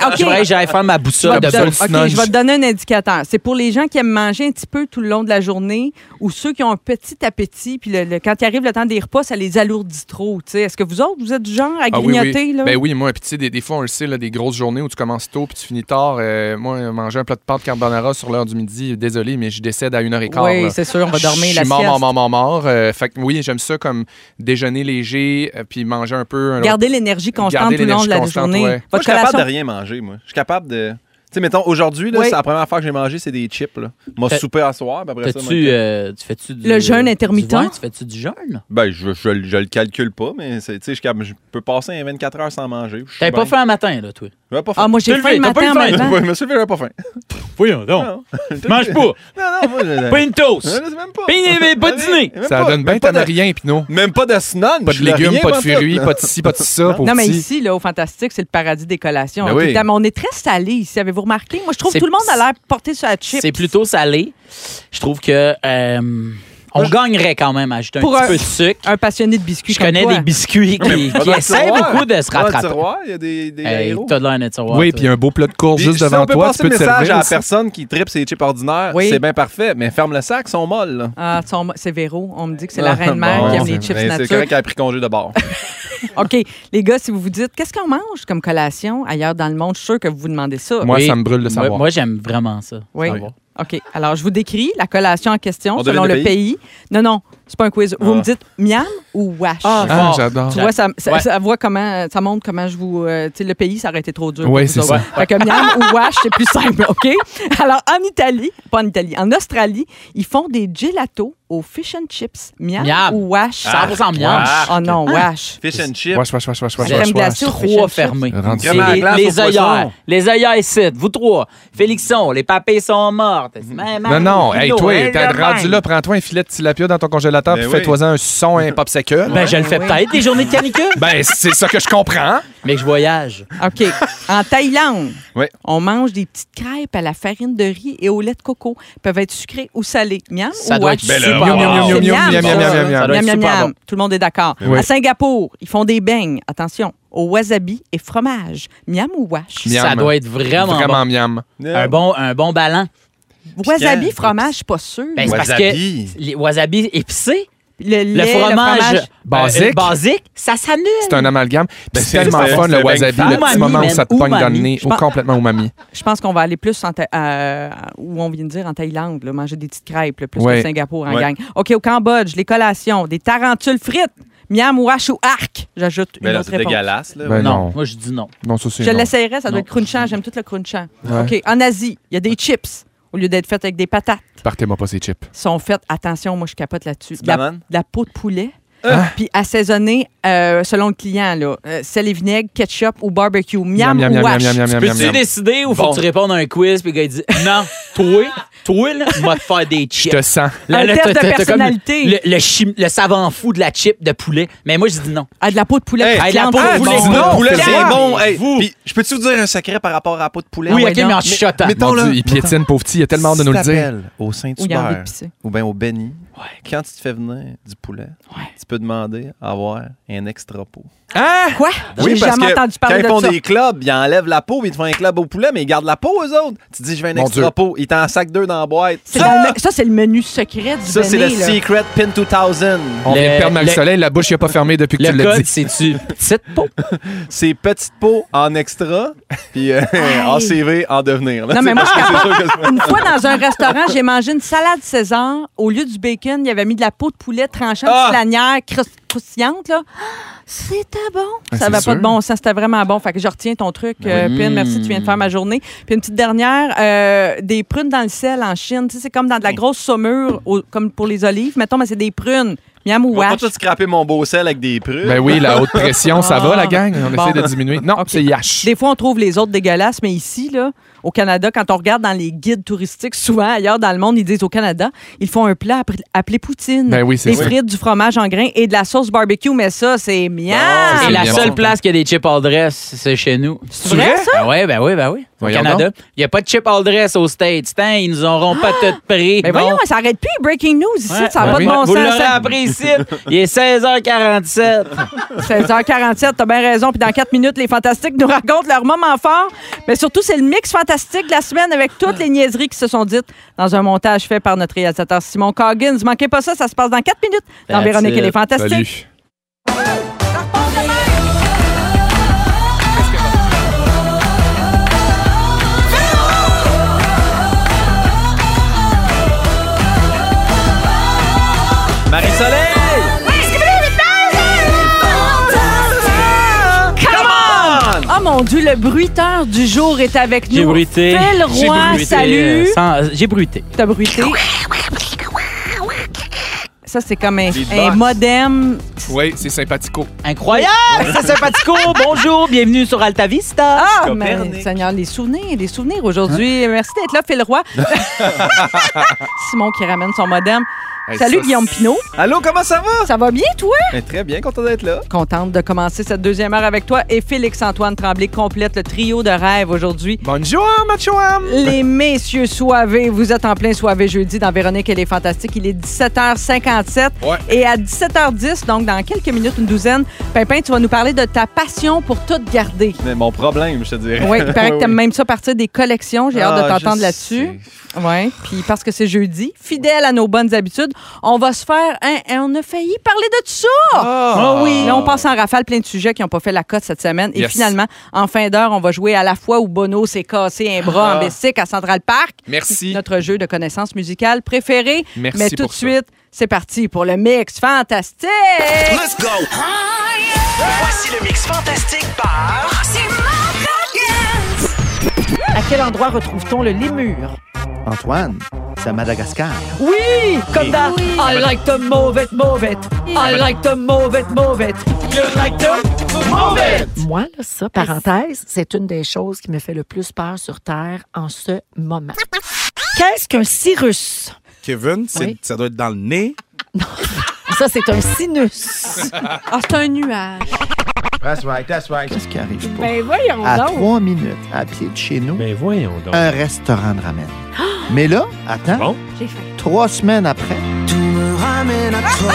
Speaker 2: Je
Speaker 1: OK.
Speaker 2: faudrait que j'aille faire ma
Speaker 1: Je
Speaker 2: boussole
Speaker 1: vais
Speaker 2: de
Speaker 1: te donner-
Speaker 3: Absolument.
Speaker 1: OK, je vais te donner un indicateur. C'est pour les gens qui aiment manger un petit peu tout le long de la journée ou ceux qui ont un petit appétit. Puis le- le- quand il arrive le temps des repas, ça les alourdit trop. tu sais. Est-ce que vous autres, vous êtes du genre à
Speaker 3: Ah oui,
Speaker 1: grignoter?
Speaker 3: oui.
Speaker 1: là?
Speaker 3: Ben oui, moi, puis tu sais, des, des fois, on le sait, là, des grosses journées où tu commences tôt puis tu finis tard. Euh, moi, manger un plat de pâte carbonara sur l'heure du midi, désolé, mais je décède à 1h15.
Speaker 1: Oui, c'est sûr, on va dormir
Speaker 3: Je
Speaker 1: la
Speaker 3: suis mort,
Speaker 1: sieste.
Speaker 3: mort, mort, mort, mort. Euh, fait que oui, j'aime ça comme déjeuner léger euh, puis manger un peu. un autre-
Speaker 1: Garder l'énergie constante
Speaker 3: Garder
Speaker 1: tout le long
Speaker 3: l'énergie
Speaker 1: de la
Speaker 3: constante,
Speaker 1: journée.
Speaker 3: ouais.
Speaker 4: Moi, je
Speaker 1: Votre
Speaker 4: suis capable de
Speaker 1: collation-
Speaker 4: rien manger, moi. Je suis capable de. Tu sais, mettons, aujourd'hui, là,
Speaker 1: Oui.
Speaker 4: c'est la première fois que j'ai mangé, c'est des chips. Là. Moi,
Speaker 2: T'as-
Speaker 4: souper à soir, puis après ça, moi,
Speaker 2: T'as-tu, euh, tu fais-tu du-
Speaker 1: Le jeûne
Speaker 2: du
Speaker 1: intermittent?
Speaker 2: vin? Tu fais-tu du jeûne?
Speaker 4: Ben, je, je, je le calcule pas, mais c'est- tu sais, je suis capable- je peux passer un 24 heures sans manger.
Speaker 2: T'avais pas faim un matin, là, toi?
Speaker 4: J'avais pas faim.
Speaker 1: Ah, moi, j'ai
Speaker 2: T'as
Speaker 1: faim
Speaker 2: levé,
Speaker 1: le
Speaker 2: t'as pas
Speaker 1: matin
Speaker 2: eu
Speaker 1: en
Speaker 2: faim.
Speaker 1: même temps.
Speaker 4: Ouais, je me suis levé, j'avais pas faim.
Speaker 2: Voyons donc.
Speaker 4: Non, Euh,
Speaker 2: Mange pas.
Speaker 4: non, non, moi, je-
Speaker 2: Pas une toast.
Speaker 4: Je sais même pas.
Speaker 2: Pas- pas de dîner.
Speaker 4: Même
Speaker 3: Ça
Speaker 4: pas-
Speaker 3: donne bien,
Speaker 4: même pas
Speaker 3: t'en
Speaker 4: de-
Speaker 3: as rien, Pinot.
Speaker 4: Même pas de snunch.
Speaker 3: Pas de
Speaker 4: là,
Speaker 3: légumes,
Speaker 4: rien,
Speaker 3: pas de
Speaker 4: pantoute,
Speaker 3: fruits,
Speaker 4: là.
Speaker 3: pas de ci, pas de ça. pauvre
Speaker 1: Non, mais
Speaker 3: petit.
Speaker 1: ici, là, au Fantastique, c'est le paradis des collations.
Speaker 4: Ben
Speaker 1: hein, tout le
Speaker 4: oui.
Speaker 1: temps. Mais on est très salé ici, avez-vous remarqué? Moi, je trouve que
Speaker 2: C'est-
Speaker 1: tout le monde a l'air porté sur la chip.
Speaker 2: C'est plutôt salé. Je trouve que euh, on gagnerait quand même à ajouter un
Speaker 1: Pour
Speaker 2: petit
Speaker 1: un-
Speaker 2: peu de sucre.
Speaker 1: Un passionné de biscuits.
Speaker 2: Je connais
Speaker 1: comme toi.
Speaker 2: des biscuits qui,
Speaker 4: Pas
Speaker 2: qui
Speaker 4: de
Speaker 2: essaient
Speaker 4: tiroir.
Speaker 2: beaucoup de se
Speaker 4: Pas
Speaker 2: rattraper.
Speaker 4: tiroir, il y a des, des
Speaker 2: Hey,
Speaker 4: aéros.
Speaker 2: t'as de l'air d'un tiroir.
Speaker 3: Oui,
Speaker 2: toi.
Speaker 3: puis euh, un beau plat de course
Speaker 4: Puis,
Speaker 3: juste
Speaker 4: si
Speaker 3: devant
Speaker 4: on peut
Speaker 3: toi,
Speaker 4: passer
Speaker 3: tu peux te
Speaker 4: le message
Speaker 3: servir.
Speaker 4: à la
Speaker 3: aussi.
Speaker 4: personne qui tripe ses chips ordinaires,
Speaker 1: Oui.
Speaker 4: c'est bien parfait, mais ferme le sac, ils sont molles. là.
Speaker 1: Ah, son- c'est Véro. On me dit que c'est
Speaker 3: Ah,
Speaker 1: la reine mère
Speaker 4: Ah, Bon,
Speaker 1: qui aime les
Speaker 4: c'est-
Speaker 1: chips
Speaker 4: mais Ben, C'est
Speaker 1: nature.
Speaker 4: correct qu'elle a pris congé de bord.
Speaker 1: OK, les gars, si vous vous dites, qu'est-ce qu'on mange comme collation ailleurs dans le monde, je suis sûr que vous vous demandez ça.
Speaker 3: Moi,
Speaker 2: Oui.
Speaker 3: ça me brûle de
Speaker 2: Moi,
Speaker 3: savoir.
Speaker 2: moi, j'aime vraiment ça.
Speaker 1: Oui.
Speaker 2: savoir.
Speaker 1: OK. Alors, je vous décris la collation en question
Speaker 4: On
Speaker 1: selon
Speaker 4: devine
Speaker 1: le
Speaker 4: le
Speaker 1: pays. Non, non, c'est pas un quiz. Vous
Speaker 4: Ah.
Speaker 1: me dites miam ou wash?
Speaker 3: Ah, j'adore.
Speaker 1: Tu vois, ça, ça,
Speaker 2: Ouais.
Speaker 1: ça voit comment, ça montre comment je vous. euh, tu sais, le pays, ça aurait été trop dur.
Speaker 3: Ouais,
Speaker 1: pour vous
Speaker 3: c'est
Speaker 1: autres.
Speaker 3: ça.
Speaker 1: Fait que miam ou wash, c'est plus simple, OK? Alors, en Italie, pas en Italie, en Australie, ils font des gelatos aux fish and chips. Miam,
Speaker 2: Miam.
Speaker 1: ou wash?
Speaker 2: 100% miam.
Speaker 4: Ah,
Speaker 1: Oh non, wash.
Speaker 4: Fish and chips.
Speaker 3: Wesh, wesh, wesh, wesh, wesh,
Speaker 1: Crème
Speaker 3: wesh,
Speaker 1: glacée.
Speaker 3: wesh.
Speaker 1: Sur fish and
Speaker 2: Trois
Speaker 1: chips.
Speaker 2: fermés.
Speaker 3: Rendu
Speaker 2: C'est
Speaker 4: Crème à
Speaker 2: les,
Speaker 4: glace
Speaker 2: les
Speaker 4: au
Speaker 2: œillères.
Speaker 4: poisson.
Speaker 2: Les œillères ici, vous trois. Félixon, les papilles sont mortes. Man,
Speaker 3: Non,
Speaker 2: man,
Speaker 3: non, hey,
Speaker 2: Pino,
Speaker 3: toi,
Speaker 2: hein,
Speaker 3: t'es
Speaker 2: le
Speaker 3: rendu
Speaker 2: même.
Speaker 3: là, prends-toi un filet de tilapia dans ton congélateur,
Speaker 4: Ben
Speaker 3: puis
Speaker 4: oui.
Speaker 3: fais-toi un son, un popsicle.
Speaker 2: Ben, je le fais peut-être, des journées de canicule.
Speaker 3: Ben, c'est ça que je comprends.
Speaker 2: Mais je voyage.
Speaker 1: OK. En Thaïlande,
Speaker 4: Ouais.
Speaker 1: on mange des petites crêpes à la farine de riz et au lait de coco. Ils peuvent être sucrées ou salées. Miam
Speaker 2: Ça
Speaker 1: ou
Speaker 2: doit
Speaker 1: wash?
Speaker 2: être
Speaker 4: super
Speaker 1: C'est
Speaker 4: bon.
Speaker 1: miam,
Speaker 3: Miam,
Speaker 1: c'est miam,
Speaker 3: miam, miam,
Speaker 1: ça.
Speaker 3: miam, miam,
Speaker 2: Ça doit être
Speaker 1: Miam, miam,
Speaker 2: super
Speaker 1: miam.
Speaker 2: bon.
Speaker 1: Tout le monde est d'accord.
Speaker 3: Oui.
Speaker 1: À Singapour, ils font des beignes, attention, au wasabi et fromage. Miam ou wash?
Speaker 3: Miam.
Speaker 2: Ça doit être vraiment,
Speaker 3: Vraiment
Speaker 2: bon.
Speaker 3: miam.
Speaker 4: Ben
Speaker 2: Un bon. Un bon ballon.
Speaker 1: Wasabi, fromage, je suis pas sûr.
Speaker 2: Ben, c'est parce
Speaker 4: Wasabi.
Speaker 2: que les wasabi épicés,
Speaker 1: le,
Speaker 2: le,
Speaker 1: lait,
Speaker 2: fromage,
Speaker 3: Basique.
Speaker 2: euh, basique, ça s'annule.
Speaker 3: C'est un amalgame. Puis
Speaker 4: Ben,
Speaker 3: c'est
Speaker 4: c'est-
Speaker 3: tellement
Speaker 4: c'est-
Speaker 3: fun,
Speaker 4: c'est
Speaker 3: le wasabi,
Speaker 4: bien
Speaker 3: le petit
Speaker 2: umami,
Speaker 3: moment où ça te
Speaker 2: man,
Speaker 3: pogne dans le
Speaker 2: umami.
Speaker 3: nez,
Speaker 1: Je
Speaker 3: ou
Speaker 1: pense-
Speaker 3: complètement umami.
Speaker 1: Je pense qu'on va aller plus en Tha- euh, où on vient de dire en Thaïlande, là, manger des petites crêpes, là, plus
Speaker 3: Ouais.
Speaker 1: que Singapour en
Speaker 4: Ouais.
Speaker 1: gang. OK, au Cambodge, les collations, des tarentules frites, miam ou hache ou arc. J'ajoute une
Speaker 4: Ben là,
Speaker 1: autre
Speaker 4: c'est
Speaker 1: réponse.
Speaker 4: dégueulasse. Là.
Speaker 3: Ben
Speaker 2: non,
Speaker 3: non.
Speaker 2: moi je dis non.
Speaker 3: Non, ça, c'est
Speaker 1: Je
Speaker 3: non.
Speaker 1: l'essayerais, ça doit
Speaker 2: Non.
Speaker 1: être crunchant. J'aime tout le crunchant.
Speaker 3: Ouais.
Speaker 1: OK, en Asie, il y a des chips au lieu d'être faites avec des patates.
Speaker 3: Partez-moi pas ces chips.
Speaker 1: sont faites, attention, moi je capote là-dessus, de la,
Speaker 4: banane?
Speaker 1: de la peau de poulet, euh, puis assaisonnées euh, selon le client, là, Euh, sel et vinaigre, ketchup ou barbecue, miam, ou wash.
Speaker 3: miam, miam,
Speaker 2: Peux-tu
Speaker 3: miam.
Speaker 2: décider ou faut
Speaker 4: Bon.
Speaker 2: que tu répondes à un quiz puis le gars il dit non, toi, toi là, moi te faire des
Speaker 3: Je
Speaker 2: chips.
Speaker 3: te sens.
Speaker 1: Un test
Speaker 2: t'as-
Speaker 1: de
Speaker 2: t'as- t'as comme
Speaker 1: personnalité.
Speaker 2: Le, le chim- le savant fou de la chip de poulet. Mais moi je dis non.
Speaker 1: Ah, de la peau de poulet,
Speaker 4: Hey,
Speaker 1: puis
Speaker 2: de la
Speaker 1: cliente,
Speaker 2: peau de
Speaker 1: c'est
Speaker 2: poulet,
Speaker 1: bon.
Speaker 4: Poulet,
Speaker 3: Non,
Speaker 4: poulet,
Speaker 3: c'est
Speaker 4: c'est
Speaker 3: ça.
Speaker 4: bon. Hey,
Speaker 2: Vous.
Speaker 4: puis, je peux-tu vous dire un secret par rapport à la peau de poulet?
Speaker 1: Ah
Speaker 2: oui,
Speaker 1: ouais,
Speaker 2: ok,
Speaker 1: non.
Speaker 2: mais en
Speaker 1: Mais-
Speaker 2: chuchotant.
Speaker 4: mais- Mettons,
Speaker 3: Mon Dieu,
Speaker 4: là-
Speaker 3: ils piétinent, pauvre petit. Il y a tellement de nous le
Speaker 4: Si
Speaker 3: dire.
Speaker 4: t'appelles au
Speaker 1: Ou il y a envie de
Speaker 4: Saint-Hubert
Speaker 1: pisser.
Speaker 4: ou bien au Benny, quand tu te fais venir du poulet, tu peux demander à avoir un extra pot.
Speaker 1: Quoi? J'ai jamais entendu
Speaker 4: quand
Speaker 1: parler
Speaker 4: ils
Speaker 1: de
Speaker 4: font
Speaker 1: ça.
Speaker 4: des clubs, ils enlèvent la peau, puis ils te font un club au poulet, mais ils gardent la peau, eux autres. Tu dis, je veux un
Speaker 3: Mon Dieu.
Speaker 4: extra pot. Ils t'en sac deux dans la boîte.
Speaker 1: C'est dans le- Ça, c'est le menu secret du
Speaker 4: Ça, c'est le
Speaker 1: Benet, là.
Speaker 4: Secret Pin 2000.
Speaker 3: On
Speaker 2: Le-
Speaker 3: vient de perdre Marie
Speaker 2: le-
Speaker 3: Soleil, la bouche, il a pas fermé depuis que tu
Speaker 2: Le
Speaker 3: l'as
Speaker 2: code,
Speaker 3: dit.
Speaker 2: c'est-tu petite peau?
Speaker 4: C'est petite peau en extra, puis euh, en CV en devenir. là.
Speaker 1: Non,
Speaker 4: C'est-
Speaker 1: mais moi, je
Speaker 4: c'est
Speaker 1: capote.
Speaker 4: sûr que c'est-
Speaker 1: Une fois, dans un restaurant, j'ai mangé une salade César. Au lieu du bacon, il avait mis de la peau de poulet tranchante,
Speaker 4: Ah!
Speaker 1: petite lanière, crous- croustillante. là. C'était bon.
Speaker 3: Ah,
Speaker 1: ça
Speaker 3: c'est
Speaker 1: va
Speaker 3: sûr.
Speaker 1: pas de bon sens. C'était vraiment bon. Fait que je retiens ton truc,
Speaker 4: Ben
Speaker 1: euh, Pin. Merci, tu viens de faire ma journée. Puis une petite dernière, euh, des prunes dans le sel en Chine. Tu sais, c'est comme dans de la
Speaker 4: Hum.
Speaker 1: grosse saumure, au- comme pour les olives. Mettons, mais c'est des prunes. Miam ou
Speaker 4: On va pas
Speaker 1: wash.
Speaker 4: tout scraper mon beau sel avec des prunes.
Speaker 3: Ben oui, la haute pression, ça va,
Speaker 1: Ah.
Speaker 3: la gang. On
Speaker 1: Bon.
Speaker 3: essaie de diminuer. Non,
Speaker 1: Ok.
Speaker 3: c'est yash.
Speaker 1: Des fois, on trouve les autres dégueulasses, mais ici, là, au Canada, quand on regarde dans les guides touristiques, souvent ailleurs dans le monde, ils disent au Canada, ils font un plat appelé- appelé poutine.
Speaker 3: Ben oui, c'est
Speaker 1: Des
Speaker 3: ça.
Speaker 1: frites, du fromage en grains et de la sauce barbecue, mais ça, c'est miam!
Speaker 3: c'est
Speaker 2: Et la
Speaker 3: bien
Speaker 2: seule
Speaker 3: bon.
Speaker 2: place qui a des chips all dress, c'est chez nous.
Speaker 1: C'est vrai, ça?
Speaker 2: Ben oui, ben oui, ben oui. Au
Speaker 3: Voyons
Speaker 2: Canada, il n'y a pas de chip all dress aux States. Tant, ils nous auront pas tout
Speaker 1: Mais
Speaker 2: pris. Non.
Speaker 1: Ah. Ben voyons, ça arrête plus, Breaking News ici,
Speaker 2: Ouais,
Speaker 1: ça n'a
Speaker 2: ouais,
Speaker 1: pas
Speaker 2: oui.
Speaker 1: de bon
Speaker 2: Vous
Speaker 1: sens.
Speaker 2: l'aurez
Speaker 1: ça.
Speaker 2: appris ici. Il est 16h47.
Speaker 1: 16h47, t'as bien raison. Puis dans 4 minutes, les Fantastiques nous racontent leur moment fort. Mais surtout, c'est le mix fantastique de la semaine avec toutes les niaiseries qui se sont dites dans un montage fait par notre réalisateur Simon Coggins. Manquez pas ça, ça se passe dans 4 minutes dans
Speaker 2: That's
Speaker 1: Véronique et les
Speaker 2: it.
Speaker 1: Fantastiques.
Speaker 3: Salut.
Speaker 4: Marie-Soleil! Come on!
Speaker 1: Oh mon Dieu, le bruiteur du jour est avec nous.
Speaker 2: J'ai bruité.
Speaker 1: Phil
Speaker 2: J'ai
Speaker 1: Roy,
Speaker 2: bruité.
Speaker 1: salut.
Speaker 2: Sans- J'ai bruité.
Speaker 1: T'as bruité. Ça, c'est comme un,
Speaker 4: Beatbox.
Speaker 1: un modem.
Speaker 3: Oui, c'est sympathico.
Speaker 2: Incroyable! C'est sympathico! Bonjour, bienvenue sur Alta Vista!
Speaker 1: Ah,
Speaker 4: Copernic.
Speaker 1: mais Seigneur, les souvenirs, les souvenirs
Speaker 3: Hein?
Speaker 1: aujourd'hui. Merci d'être là, Phil Roy. Simon qui ramène son modem.
Speaker 3: Hey,
Speaker 1: Salut
Speaker 3: ça,
Speaker 1: Guillaume Pinault.
Speaker 4: Allô, comment ça va?
Speaker 1: Ça va bien, toi?
Speaker 4: Ben, très bien, content d'être là.
Speaker 1: Contente de commencer cette deuxième heure avec toi. Et Félix-Antoine Tremblay complète le trio de rêve aujourd'hui.
Speaker 3: Bonjour, macho homme.
Speaker 1: Les messieurs soivés, vous êtes en plein soivé jeudi dans Véronique et les Fantastiques. Il est 17h57.
Speaker 3: Ouais.
Speaker 1: Et à 17h10, donc dans quelques minutes, une douzaine, Pimpin, tu vas nous parler de ta passion pour tout garder.
Speaker 4: Mais mon problème, je te dirais.
Speaker 1: Oui, il paraît que
Speaker 4: Oui.
Speaker 1: tu même ça partir des collections. J'ai hâte de
Speaker 4: Ah,
Speaker 1: t'entendre
Speaker 4: je
Speaker 1: là-dessus.
Speaker 4: sais.
Speaker 1: Oui, puis parce que c'est jeudi, fidèle à nos bonnes habitudes, On va se faire. hein, hein, on a failli parler de tout ça.
Speaker 3: Ah.
Speaker 1: oui. Là, on passe en rafale plein de sujets qui n'ont pas fait la cote cette semaine. Et
Speaker 3: Yes.
Speaker 1: finalement, en fin d'heure, on va jouer à la fois où Bono s'est cassé un bras en
Speaker 4: Ah.
Speaker 1: bicycle à Central Park.
Speaker 3: Merci.
Speaker 1: Notre jeu de connaissances musicales préféré.
Speaker 3: Merci
Speaker 1: Mais tout
Speaker 3: pour
Speaker 1: de
Speaker 3: ça.
Speaker 1: suite, c'est parti pour le mix fantastique.
Speaker 7: Let's go! Voici le mix fantastique par. C'est
Speaker 8: À quel endroit retrouve-t-on le lémur?
Speaker 9: Antoine, c'est à Madagascar.
Speaker 8: Oui, comme dans I like to move it, move it. I like to move it, move it. You like to move it.
Speaker 10: Moi, là, ça, parenthèse, c'est une des choses qui me fait le plus peur sur Terre en ce moment.
Speaker 8: Qu'est-ce qu'un cirrus?
Speaker 11: Kevin, c'est-
Speaker 10: Oui.
Speaker 11: ça doit être dans le nez.
Speaker 10: Ça, c'est un sinus.
Speaker 1: Ah, c'est un nuage.
Speaker 9: That's right, that's right. Qu'est-ce qui arrive
Speaker 6: Ben,
Speaker 9: pas?
Speaker 1: Ben,
Speaker 8: voyons
Speaker 9: à trois minutes à pied de chez nous,
Speaker 12: Ben voyons donc.
Speaker 9: un restaurant de ramen. Mais là, attends,
Speaker 12: Bon.
Speaker 9: trois semaines après,
Speaker 7: Tout me ramène à toi.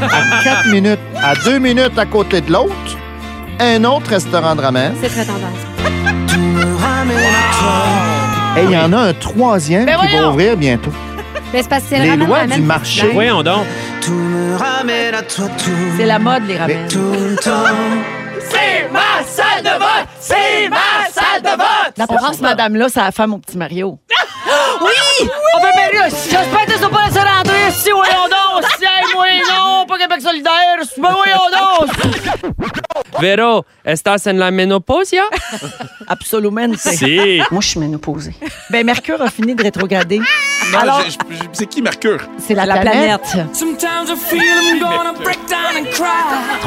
Speaker 9: à quatre minutes, à deux minutes à côté de l'autre, un autre restaurant de ramen.
Speaker 6: C'est très tendance.
Speaker 7: Tout me ramène à toi.
Speaker 9: Et il y en a un troisième
Speaker 6: Ben
Speaker 9: qui va
Speaker 6: voyons.
Speaker 9: ouvrir bientôt.
Speaker 6: Mais c'est parce que c'est
Speaker 9: Les
Speaker 6: le ramen
Speaker 9: lois
Speaker 6: ramen
Speaker 9: du
Speaker 6: qui
Speaker 9: marché.
Speaker 6: se blinde.
Speaker 12: Voyons donc.
Speaker 7: Tout me ramène à toi. Tout,
Speaker 1: C'est la mode, les ramènes.
Speaker 7: tout le temps.
Speaker 8: C'est ma salle de vote! C'est ma salle de vote!
Speaker 10: La province, madame-là, ça a fait mon petit Mario.
Speaker 8: Oui! On peut bien là! J'espère que ça pas laissé rentrer si voyons donc! Si, hey, moi, non! Pas Québec solidaire! Si, ben, voyons donc!
Speaker 1: Ah.
Speaker 12: Véro, estás en la ménopause, ya?
Speaker 8: Absolument.
Speaker 12: Si.
Speaker 10: Moi, je suis ménopausée.
Speaker 8: Ben, Mercure a fini de rétrograder.
Speaker 11: Non,
Speaker 8: Alors-
Speaker 11: je- je- je- c'est qui Mercure?
Speaker 10: C'est la,
Speaker 1: Ah! La
Speaker 10: planète.
Speaker 1: planète.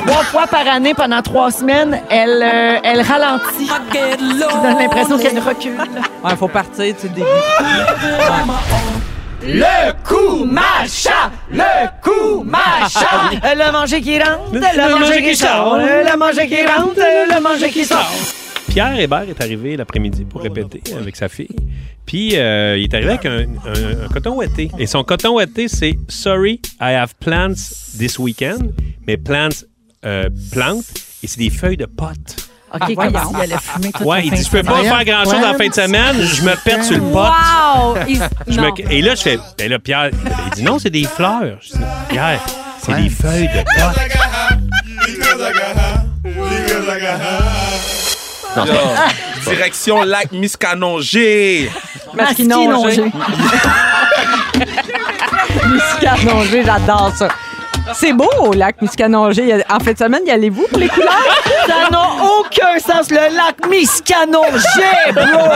Speaker 10: Trois fois par année, pendant trois semaines, elle, euh, elle ralentit. Ça donne l'impression qu'elle recule.
Speaker 1: Il faut partir, tu début.
Speaker 10: Ah,
Speaker 8: Le manger qui rentre, le manger qui sort, le manger qui rentre, le manger qui sort.
Speaker 12: Pierre Hébert est arrivé l'après-midi pour répéter avec sa fille. Puis euh, il est arrivé avec un, un- un coton ouaté. Et son coton ouaté, c'est Sorry, I have plants this weekend, mais plants, euh, plantes, et c'est des feuilles de potes.
Speaker 10: OK,
Speaker 1: Ah, voyons.
Speaker 10: comme s'il allait fumer toute
Speaker 12: Ouais,
Speaker 10: la
Speaker 12: il
Speaker 10: fin
Speaker 12: dit Je peux
Speaker 10: de
Speaker 12: pas
Speaker 10: semaine.
Speaker 12: faire grand-chose en fin de semaine, je me pète sur le pot.
Speaker 1: Wow! Il-
Speaker 12: Je
Speaker 1: non.
Speaker 12: me- Et là, je fais Ben là, Pierre, il dit Non, c'est des fleurs. Je dis, Pierre, c'est des feuilles de potes.
Speaker 11: Direction lac Miscanongé.
Speaker 1: Masquinongé. Muscanongé, j'adore ça. C'est beau au lac Muscanongé. Il y a- En fin de semaine, y allez-vous pour les couleurs?
Speaker 8: Ça n'a aucun sens, le lac Miscanongé, bro!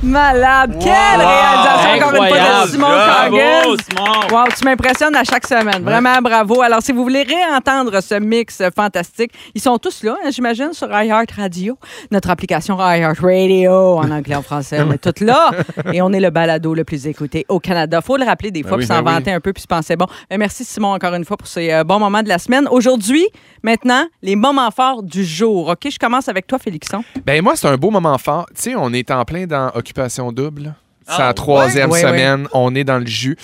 Speaker 1: Malade! Quelle réalisation! Encore une fois de
Speaker 2: Incroyable.
Speaker 1: Simon
Speaker 2: Bravo,
Speaker 1: Coggins.
Speaker 2: Simon.
Speaker 1: Wow, tu m'impressionnes à chaque semaine. Vraiment, bravo. Alors, si vous voulez réentendre ce mix euh, fantastique, ils sont tous là, hein, j'imagine, sur iHeartRadio, notre application iHeartRadio, en anglais, en français, on est tous là. Et on est le balado le plus écouté au Canada. faut le rappeler
Speaker 2: Ben
Speaker 1: des fois, puis s'en vanter un peu, puis se penser bon. Mais merci, Simon, encore une fois, pour ces euh, bons moments de la semaine. Aujourd'hui, maintenant, les moments forts du jour. OK, je commence avec toi, Félixon.
Speaker 3: Ben moi, c'est un beau moment fort. Tu sais, on est en plein dans Occupation double. C'est
Speaker 11: Ah,
Speaker 3: la troisième
Speaker 1: Ouais, ouais.
Speaker 3: semaine. On est dans le jus.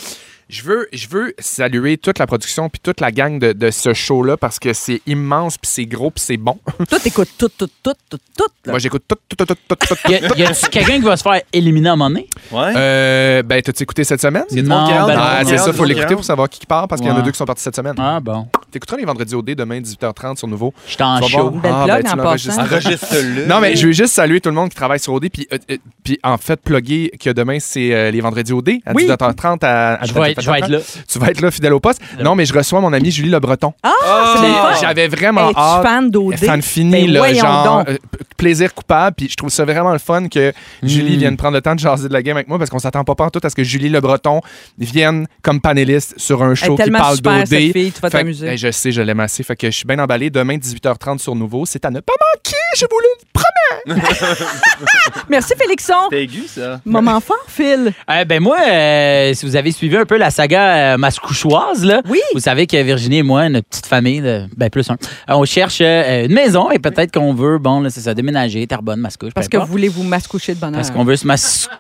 Speaker 3: Je veux, je veux saluer toute la production puis toute la gang de, de ce show-là parce que c'est immense, puis c'est gros, puis c'est bon.
Speaker 1: Toi, t'écoutes tout, tout, tout, tout, tout. là.
Speaker 3: Moi, j'écoute tout, tout, tout, tout, tout, tout, tout.
Speaker 2: Y a- y a-tu quelqu'un qui va se faire éliminer à un moment donné?
Speaker 4: Ouais.
Speaker 3: Euh, ben, t'as-tu écouté cette semaine?
Speaker 2: du monde qui rentre,
Speaker 3: ben
Speaker 11: hein.
Speaker 2: du monde
Speaker 3: ah,
Speaker 2: qui
Speaker 3: c'est ça,
Speaker 4: rentre,
Speaker 3: faut
Speaker 4: du monde qui
Speaker 3: l'écouter
Speaker 4: rentre.
Speaker 3: pour savoir qui part parce qu'il y en a
Speaker 2: Ouais.
Speaker 3: deux qui sont partis cette semaine.
Speaker 2: Ah bon.
Speaker 3: T'écouteras les vendredis au D demain, 18h30 sur Nouveau.
Speaker 2: Je t'en
Speaker 3: Tu vas voir.
Speaker 2: chaud.
Speaker 1: Belle
Speaker 3: Ah,
Speaker 1: plug,
Speaker 3: ben, tu
Speaker 1: en
Speaker 3: l'enregistres.
Speaker 1: passant.
Speaker 4: Enregistre-le.
Speaker 3: Non, mais je veux juste saluer tout le monde qui travaille sur OD. Puis, euh, euh, puis en fait, plugger que demain, c'est euh, les vendredis OD à
Speaker 2: Oui.
Speaker 3: 18h30 à, à
Speaker 2: Ah, Je vais être- je vais être là.
Speaker 3: Tu vas être là, fidèle au poste. Non, mais je reçois mon amie Julie Le Breton.
Speaker 1: Ah, c'est le fun.
Speaker 3: J'avais vraiment
Speaker 1: Es-tu
Speaker 3: hâte.
Speaker 1: fan d'OD?
Speaker 3: Fan fini,
Speaker 1: Ben
Speaker 3: là,
Speaker 1: voyons
Speaker 3: genre,
Speaker 1: donc.
Speaker 3: euh, p- plaisir coupable. Puis je trouve ça vraiment le fun que Julie vienne prendre le temps de jaser de la game avec moi parce qu'on s'attend pas tout à ce que Julie Le Breton vienne comme panéliste sur un
Speaker 1: Elle est
Speaker 3: show qui
Speaker 1: tellement
Speaker 3: parle
Speaker 1: super,
Speaker 3: d'OD.
Speaker 1: cette fille, tu vas
Speaker 3: Fait que-
Speaker 1: t'amuser.
Speaker 3: ben, je sais, je l'aime assez. Fait que je suis bien emballé. Demain, 18h30 sur Nouveau. C'est à ne pas manquer, je vous le
Speaker 1: Merci, Félixon.
Speaker 4: C'est aigu, ça.
Speaker 2: ben
Speaker 1: Moment fort, Phil.
Speaker 2: Eh ben moi, euh, si vous avez suivi un peu la saga euh, mascouchoise, là,
Speaker 1: Oui.
Speaker 2: vous savez que Virginie et moi, notre petite famille, de- ben plus un, euh, on cherche euh, une maison et peut-être qu'on veut, bon, là, c'est ça, déménager, Tarbonne, Mascouche.
Speaker 1: Parce
Speaker 2: peu
Speaker 1: que vous hein.
Speaker 2: importe.
Speaker 1: voulez vous mascoucher de bonheur.
Speaker 2: Parce qu'on veut se
Speaker 1: Oh!
Speaker 2: mascoucher.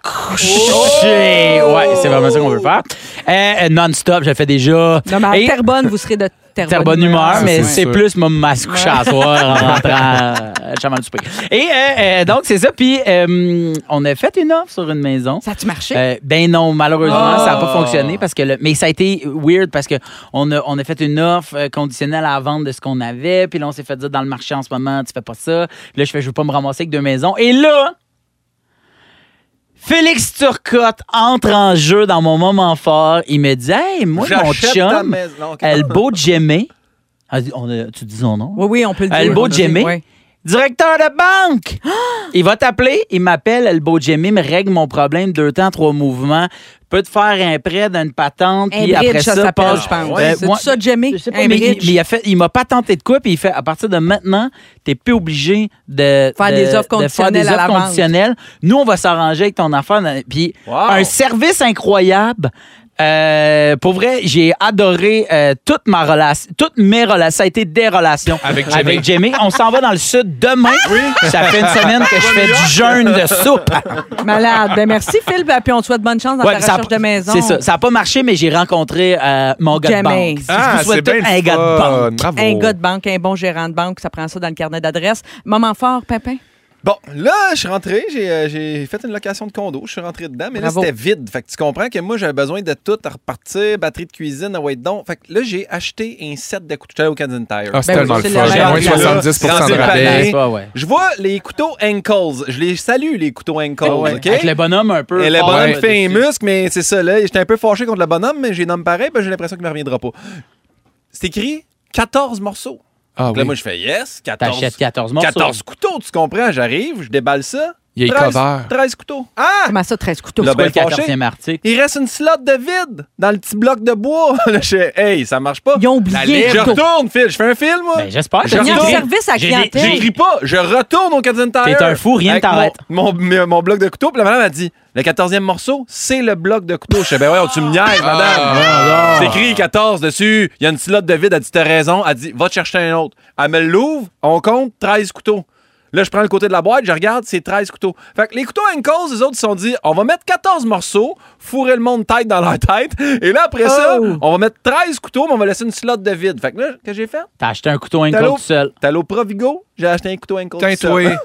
Speaker 2: Ouais, c'est vraiment ça qu'on veut faire. Euh, euh, Non-stop, je le fais déjà.
Speaker 1: Non, mais à
Speaker 2: Et-
Speaker 1: Terrebonne, vous serez de Terre,
Speaker 2: Terre bonne humeur, mais c'est
Speaker 1: ouais.
Speaker 2: plus me masse coucher à soir en rentrant euh, chez moi du souper. Et euh, euh, donc, c'est ça. Puis, euh, on a fait une offre sur une maison. Ça
Speaker 1: a-tu marché?
Speaker 2: ben non, malheureusement,
Speaker 1: Oh.
Speaker 2: ça n'a pas fonctionné. parce que le- Mais ça a été weird parce qu'on a, on a fait une offre euh, conditionnelle à la vente de ce qu'on avait. Puis là, on s'est fait dire dans le marché en ce moment, tu fais pas ça. Là, je fais, je veux pas me ramasser avec deux maisons. Et là, Félix Turcotte entre en jeu dans mon moment fort. Il me dit Hey, moi, mon
Speaker 4: J'achète ta
Speaker 2: chum,
Speaker 4: maison. Non, ok.
Speaker 2: Elbo Djemé. Ah, on a- Tu dis son nom
Speaker 1: Oui, oui, on peut le dire.
Speaker 2: Elbo
Speaker 1: On a-
Speaker 2: Jemmy.
Speaker 1: ouais.
Speaker 2: Directeur de banque! Il va t'appeler, il m'appelle, Elbo Jemmy me règle mon problème, deux temps, trois mouvements. Peut te faire un prêt d'une patente,
Speaker 1: Un
Speaker 2: puis
Speaker 1: bridge,
Speaker 2: après
Speaker 1: ça
Speaker 2: ça,
Speaker 1: s'appelle,
Speaker 2: passe-
Speaker 1: je pense.
Speaker 2: Ben,
Speaker 1: C'est
Speaker 2: moi-
Speaker 1: ça, Jemmy? Un
Speaker 2: mais, mais
Speaker 1: bridge?
Speaker 2: il a fait, il m'a pas tenté de quoi, puis il fait à partir de maintenant, t'es plus obligé de
Speaker 1: Faire
Speaker 2: de-
Speaker 1: des offres
Speaker 2: de faire des
Speaker 1: conditionnelles à
Speaker 2: offres
Speaker 1: la vente.
Speaker 2: conditionnelles. Nous, on va s'arranger avec ton enfant. Puis un service incroyable. Euh, pour vrai, j'ai adoré euh, toute ma relation, toutes mes relations. Ça a été des relations
Speaker 4: Avec Jimmy.
Speaker 2: avec Jimmy. On s'en va dans le sud demain. Ça fait une semaine que je fais du jeûne de soupe.
Speaker 1: Malade. Ben merci, Phil. Puis on te souhaite bonne chance dans
Speaker 2: Ouais,
Speaker 1: ta
Speaker 2: mais ça a-
Speaker 1: recherche de maison.
Speaker 2: C'est ça. Ça n'a pas marché, mais j'ai rencontré euh, mon gars de
Speaker 1: Jamais.
Speaker 2: banque.
Speaker 1: Ah,
Speaker 2: je vous souhaite
Speaker 1: c'est bien
Speaker 2: tout
Speaker 1: le
Speaker 2: un gars de
Speaker 1: fun.
Speaker 2: banque.
Speaker 1: Un gars de banque, un bon gérant de banque, ça prend ça dans le carnet d'adresse. Moment fort, Pimpin.
Speaker 4: Bon, là, je suis rentré, j'ai, euh, j'ai fait une location de condo, je suis rentré dedans, mais
Speaker 1: Bravo.
Speaker 4: là, c'était vide. Fait que tu comprends que moi, j'avais besoin de tout à repartir, batterie de cuisine, à wait donc. Fait que là, j'ai acheté un set de couteaux. J'étais au Canadian Tire.
Speaker 3: Ah, c'est Ben tellement oui, le c'est fun. la meilleure Moins de place. 70%
Speaker 4: Rendu
Speaker 3: de rabais.
Speaker 4: pané,
Speaker 3: Ouais, ouais.
Speaker 4: Je vois les couteaux ankles. Je les salue, les couteaux ankles.
Speaker 2: Ah ouais.
Speaker 4: OK?
Speaker 2: Avec le bonhomme un peu
Speaker 4: Et le
Speaker 2: fort,
Speaker 4: bonhomme
Speaker 2: là,
Speaker 4: fait un
Speaker 2: dessus.
Speaker 4: muscle, mais c'est ça, là. J'étais un peu fâché contre le bonhomme, mais j'ai un homme pareil, ben, j'ai l'impression qu'il ne reviendra pas. C'est écrit 14 morceaux.
Speaker 3: Ah
Speaker 4: Donc là,
Speaker 3: oui.
Speaker 4: moi, je fais yes. 14,
Speaker 2: T'achètes 14 morceaux.
Speaker 4: 14 couteaux, tu comprends? J'arrive, je déballe ça.
Speaker 3: Il y a les
Speaker 4: 13
Speaker 3: covers.
Speaker 4: 13 couteaux. Ah!
Speaker 1: Comment ça, 13 couteaux?
Speaker 4: Là,
Speaker 2: C'est quoi
Speaker 4: ben,
Speaker 2: le 14e
Speaker 4: fâché.
Speaker 2: article?
Speaker 4: Il reste une slot de vide dans le petit bloc de bois. Là, je fais, hey, ça marche pas. Ils ont
Speaker 1: oublié.
Speaker 4: Je retourne, Phil. Je fais un film,
Speaker 3: Ben,
Speaker 4: moi.
Speaker 2: Ben, j'espère.
Speaker 4: Je
Speaker 1: T'as mis un
Speaker 4: retourne.
Speaker 1: service à la
Speaker 4: J'ai-
Speaker 1: clientèle.
Speaker 4: J'écris pas. Je retourne au Canadian Tire.
Speaker 2: T'es un fou, rien
Speaker 4: avec
Speaker 2: ne t'arrête.
Speaker 4: Mon, mon, mon bloc de couteau. Puis la madame a dit, le 14e morceau, c'est le bloc de couteau. Je fais, ben ouais, tu me niaises,
Speaker 3: Ah,
Speaker 4: madame. C'est écrit 14 dessus. Il y a une slot de vide. Elle dit, t'as raison. Elle dit, va te chercher un autre. Elle me l'ouvre. On compte 13 couteaux. Là, je prends le côté de la boîte, je regarde, c'est 13 couteaux. Fait que les couteaux Ankles, les autres, ils se sont dit, on va mettre 14 morceaux, fourrer le monde tête dans leur tête, et là, après ça,
Speaker 2: Oh.
Speaker 4: on va mettre 13 couteaux, mais on va laisser une slot de vide. Fait que là, qu'est-ce que j'ai fait?
Speaker 2: T'as acheté un couteau
Speaker 4: T'as
Speaker 2: Inco
Speaker 4: l'eau-
Speaker 2: tout seul.
Speaker 4: T'as l'eau Provigo, j'ai acheté un couteau Ankle.
Speaker 3: Putain,
Speaker 4: tout
Speaker 3: toi.
Speaker 4: seul.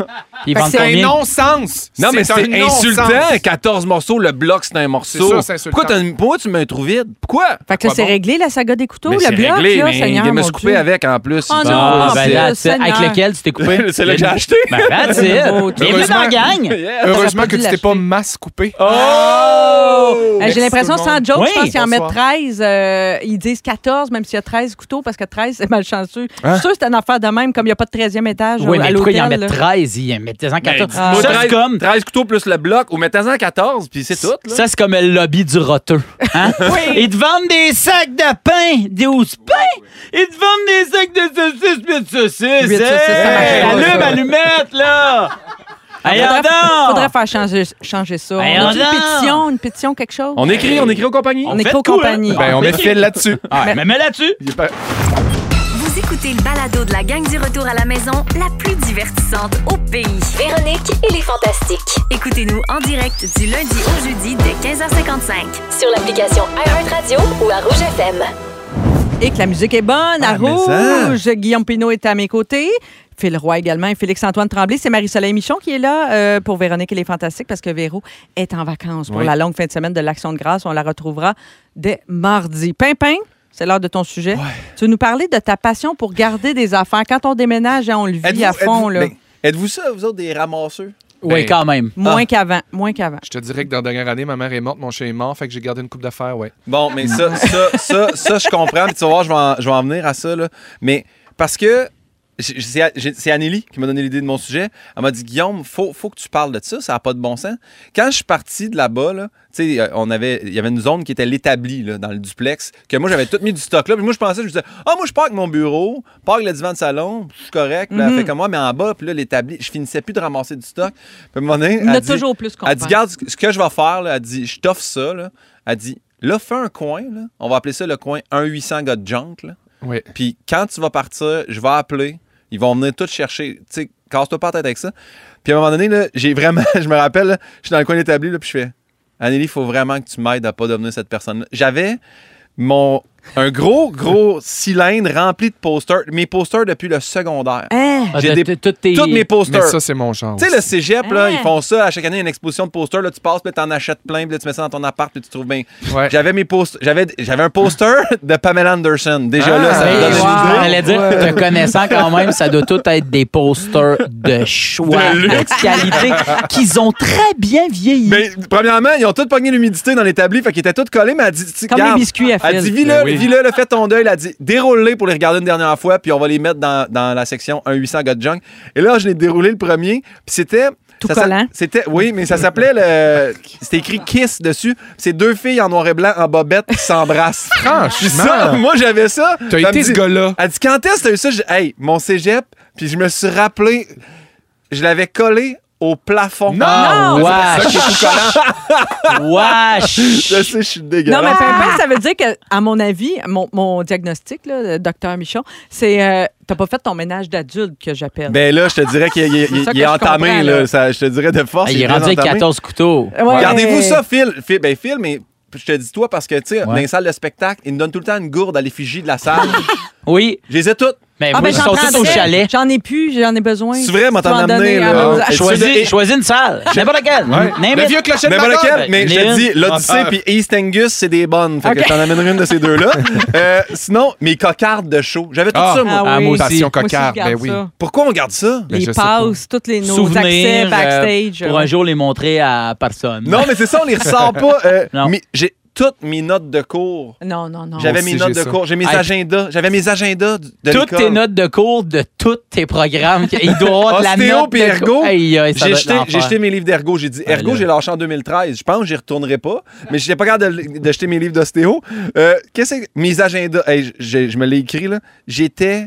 Speaker 2: Ils vendent
Speaker 3: Ben, C'est un
Speaker 2: combien?
Speaker 3: non-sens.
Speaker 4: Non, mais
Speaker 3: un
Speaker 4: c'est
Speaker 3: non-sens.
Speaker 4: insultant. 14 morceaux, le bloc, c'est un morceau.
Speaker 3: sûr, c'est insultant.
Speaker 4: Pourquoi, t'as une- pourquoi tu mets un trou vide? Pourquoi?
Speaker 1: Fait que là, c'est réglé, la saga des couteaux,
Speaker 4: Mais
Speaker 1: le
Speaker 4: c'est
Speaker 1: bloc,
Speaker 4: réglé,
Speaker 1: là,
Speaker 4: mais
Speaker 1: Seigneur.
Speaker 4: il me
Speaker 1: mon
Speaker 4: se
Speaker 1: Dieu.
Speaker 4: couper avec en plus.
Speaker 1: Ah non,
Speaker 2: Ah,
Speaker 1: en
Speaker 2: ben
Speaker 1: plus,
Speaker 2: là, tu sais, avec
Speaker 1: Seigneur.
Speaker 2: lequel tu t'es coupé?
Speaker 4: C'est là que j'ai acheté.
Speaker 2: Ben, that's it. Bienvenue dans la gang.
Speaker 3: Heureusement que tu t'es pas masse coupé.
Speaker 4: Oh!
Speaker 1: Euh, J'ai l'impression,
Speaker 3: Merci tout le
Speaker 1: sans
Speaker 3: monde.
Speaker 1: joke,
Speaker 3: Oui.
Speaker 1: je pense qu'ils en mettent
Speaker 3: Bonsoir.
Speaker 1: 13. euh, ils disent 14, même s'il y a 13 couteaux, parce que 13, c'est malchanceux. Je
Speaker 2: Hein?
Speaker 1: suis sûr que c'est une affaire de même, comme il n'y a pas de 13e étage
Speaker 2: Oui,
Speaker 1: au- à
Speaker 2: mais pourquoi
Speaker 1: l'hôtel.
Speaker 2: ils en mettent
Speaker 1: là.
Speaker 2: 13? Ils en mettent 14.
Speaker 4: Ah.
Speaker 2: Ça, c'est
Speaker 4: 13,
Speaker 2: comme,
Speaker 4: 13 couteaux plus le bloc, ou mettez-en 14, puis c'est tout. là.
Speaker 2: ça, c'est comme le lobby du roteux. Hein? Ils te vendent des sacs de pain, des housses pain. Ils te vendent des sacs de saucisses, puis de saucisses.
Speaker 1: Huit saucisses, ça
Speaker 2: Hey,
Speaker 1: marche pas,
Speaker 2: allume,
Speaker 1: ça.
Speaker 2: allumette, là! Hey,
Speaker 1: faudrait,
Speaker 2: donc!
Speaker 1: faudrait faire changer, changer ça. On
Speaker 2: Hey,
Speaker 1: a une
Speaker 2: donc!
Speaker 1: pétition, une pétition, quelque chose.
Speaker 4: On écrit, on écrit aux compagnies.
Speaker 1: On, écrit aux compagnies.
Speaker 3: Ben, on met fil là-dessus.
Speaker 2: Ah, mais mets là-dessus.
Speaker 5: Vous écoutez le balado de la gang du retour à la maison, la plus divertissante au pays. Véronique et les Fantastiques. Écoutez-nous en direct du lundi au jeudi dès 15h55.
Speaker 6: Sur l'application iHeartRadio ou à Rouge FM.
Speaker 1: Et que la musique est bonne
Speaker 4: Ah,
Speaker 1: à
Speaker 6: mais
Speaker 1: rouge. Guillaume Pinault est à mes côtés. Phil Roy également et Félix-Antoine Tremblay. C'est Marie-Soleil Michon qui est là euh, pour Véronique et les Fantastiques parce que Véro est en vacances pour
Speaker 13: Oui.
Speaker 1: la longue fin de semaine de l'Action de grâce. On la retrouvera dès mardi. Pimpin, c'est l'heure de ton sujet. Tu veux nous parler de ta passion pour garder des affaires. Quand on déménage, hein, on le vit
Speaker 4: Êtes-vous-
Speaker 1: à fond.
Speaker 4: êtes-vous-
Speaker 1: là.
Speaker 4: ben, Êtes-vous ça, vous autres, des ramasseux?
Speaker 2: Oui, quand même.
Speaker 4: Ah.
Speaker 1: Moins qu'avant. Moins qu'avant.
Speaker 3: Je te dirais que dans la dernière année, ma mère est morte, mon chien est mort, fait que j'ai gardé une coupe d'affaires, ouais.
Speaker 4: Bon, mais ça, ça, ça, ça, je comprends. Puis tu vas voir, je vais en, je vais en venir à ça. Là. Mais parce que j'ai- c'est j'ai- c'est Anneli qui m'a donné l'idée de mon sujet. Elle m'a dit Guillaume, faut, faut que tu parles de ça, ça n'a pas de bon sens. Quand je suis parti de là-bas, là, tu sais, euh, on avait, il y avait une zone qui était l'établi là, dans le duplex, que moi j'avais tout mis du stock là. Puis moi je pensais, je me disais, ah, moi je pars avec mon bureau, pars avec le divan de salon, je suis correct, puis elle
Speaker 1: Mhm.
Speaker 4: fait comme moi, mais en bas, puis là, l'établi, je finissais plus de ramasser du stock. Puis à un moment donné,
Speaker 1: Il y en a
Speaker 4: elle dit-
Speaker 1: toujours plus qu'on
Speaker 4: Elle dit,
Speaker 1: pense.
Speaker 4: regarde ce que- ce que je vais faire, là, elle dit, je t'offre ça, là. Elle dit, là, fais un coin, là. On va appeler ça le coin 1-800 gars de junk, là.
Speaker 3: Oui.
Speaker 4: Puis quand tu vas partir, je vais appeler. Ils vont venir tout chercher. Tu sais, casse-toi pas la tête avec ça. Puis à un moment donné, là, j'ai vraiment, je me rappelle, là, je suis dans le coin établi, là, puis je fais, Anneli, il faut vraiment que tu m'aides à pas devenir cette personne-là. J'avais mon un gros, gros cylindre rempli de posters. Mes posters depuis le secondaire.
Speaker 1: Hein?
Speaker 3: Ah,
Speaker 4: J'ai
Speaker 3: de-
Speaker 4: des,
Speaker 3: de-
Speaker 4: toutes,
Speaker 3: toutes tes-
Speaker 4: mes posters.
Speaker 3: Mais ça, c'est mon genre
Speaker 4: Tu sais, le cégep, là,
Speaker 3: Hein?
Speaker 4: ils font ça. À chaque année, il y a une exposition de posters. Là, tu passes, puis là, t'en achètes plein, puis là, tu mets ça dans ton appart, puis tu trouves bien. J'avais mes post- j'avais, j'avais un poster de Pamela Anderson. Déjà là, ça me
Speaker 2: Ah, Mais
Speaker 4: donne
Speaker 2: je m'en
Speaker 4: une
Speaker 2: allais
Speaker 4: idée.
Speaker 2: dire, te connaissant quand même, ça doit tout être des posters de choix,
Speaker 4: De
Speaker 2: de,
Speaker 4: luxe.
Speaker 2: qualité, qu'ils ont très bien vieilli.
Speaker 4: Mais premièrement, ils ont tous pogné l'humidité dans l'établi, fait qu'ils étaient tous collés, mais elle dit
Speaker 2: Comme
Speaker 4: garde.
Speaker 2: les biscuits à
Speaker 4: Elle
Speaker 2: fil.
Speaker 4: dit vis-le,
Speaker 2: Ben oui.
Speaker 4: vis-le, le, fais ton deuil, elle dit déroule-les pour les regarder une dernière fois, puis on va les mettre dans, dans la section 1-800 Got Junk. Et là, je l'ai déroulé le premier, puis c'était.
Speaker 1: Tout
Speaker 4: ça s'a-
Speaker 1: collant.
Speaker 4: C'était, oui, mais ça s'appelait le. C'était écrit Kiss dessus. C'est deux filles en noir et blanc en bobette qui s'embrassent. Puis ça, moi j'avais ça.
Speaker 3: T'as
Speaker 4: Elle me
Speaker 3: été ce
Speaker 4: dit-
Speaker 3: gars-là.
Speaker 4: Elle dit quand est-ce que t'as eu ça? J'ai- Hey, mon cégep, puis je me suis rappelé, je l'avais collé au plafond. Ah,
Speaker 1: Non! Non!
Speaker 4: C'est pour ça que c'est tout collant.
Speaker 2: Wesh!
Speaker 4: Je sais, je suis dégueulasse.
Speaker 1: Non, mais peu importe, ça veut dire que, à mon avis, mon, mon diagnostic, là, docteur Michon, c'est euh, t'as pas fait ton ménage d'adulte que j'appelle.
Speaker 4: Ben là, je te dirais qu'il il- il-
Speaker 1: ça que
Speaker 4: il est
Speaker 1: je
Speaker 4: entamé,
Speaker 1: comprends,
Speaker 4: là.
Speaker 1: là.
Speaker 4: Ça, je te dirais de force.
Speaker 2: Il est
Speaker 4: bien
Speaker 2: rendu avec
Speaker 4: entamé.
Speaker 2: 14 couteaux.
Speaker 1: Euh,
Speaker 4: Ouais. Gardez-vous ça, Phil. Phil- Ben, Phil, mais je te dis toi parce que, tu sais, dans les salles de spectacle, ils nous donnent tout le temps une gourde à l'effigie de la salle.
Speaker 2: oui.
Speaker 4: Je les ai toutes.
Speaker 2: Mais
Speaker 1: ben, j'en prendrais. J'en ai plus, j'en ai besoin.
Speaker 4: C'est vrai, euh, m'en
Speaker 1: Tu vas en
Speaker 4: t'en
Speaker 1: donner,
Speaker 4: amener,
Speaker 1: ah,
Speaker 4: là.
Speaker 1: ben,
Speaker 4: Et
Speaker 2: Choisis-
Speaker 4: tu sais,
Speaker 2: choisis une salle. N'importe laquelle. Name
Speaker 4: Le
Speaker 2: it.
Speaker 4: vieux clochette N'importe
Speaker 2: Magog.
Speaker 4: laquelle, mais je te
Speaker 2: Name
Speaker 4: dis,
Speaker 2: it.
Speaker 4: l'Odyssée
Speaker 2: Menteur.
Speaker 4: puis East Angus, c'est des bonnes. Fait
Speaker 2: Ok.
Speaker 4: que je t'en amènerai une de ces deux-là. Euh, sinon, mes cocardes de show. J'avais tout
Speaker 3: Ah,
Speaker 4: ça, moi.
Speaker 3: ah oui. Moi aussi, Passion je cocarde, garde ben oui. ça.
Speaker 4: Pourquoi on garde ça?
Speaker 1: Les passes, tous les nos accès
Speaker 2: euh,
Speaker 1: backstage.
Speaker 2: pour un jour les montrer à personne.
Speaker 4: Non, mais c'est ça, on les ressort pas. euh,
Speaker 2: Non.
Speaker 4: mais J'ai toutes mes notes de cours.
Speaker 1: Non, non, non.
Speaker 4: J'avais mes notes de cours, j'ai mes agendas, j'avais mes agendas d- de
Speaker 2: Toutes tes notes de cours de tous tes programmes. Il doit y avoir de la
Speaker 4: Ostéo
Speaker 2: note
Speaker 4: puis
Speaker 2: de-
Speaker 4: Ergo.
Speaker 2: Aïe, aïe, ça doit
Speaker 4: j'ai
Speaker 2: être
Speaker 4: jeté, j'ai
Speaker 2: l'enfer. Ben
Speaker 4: jeté mes livres d'Ergo. J'ai dit Ergo, j'ai lâché en 2013. Je pense que j'y retournerai pas, mais j'étais pas capable de, de jeter mes livres d'ostéo. Euh, qu'est-ce que mes agendas Hey, je, je me l'ai écrit là. J'étais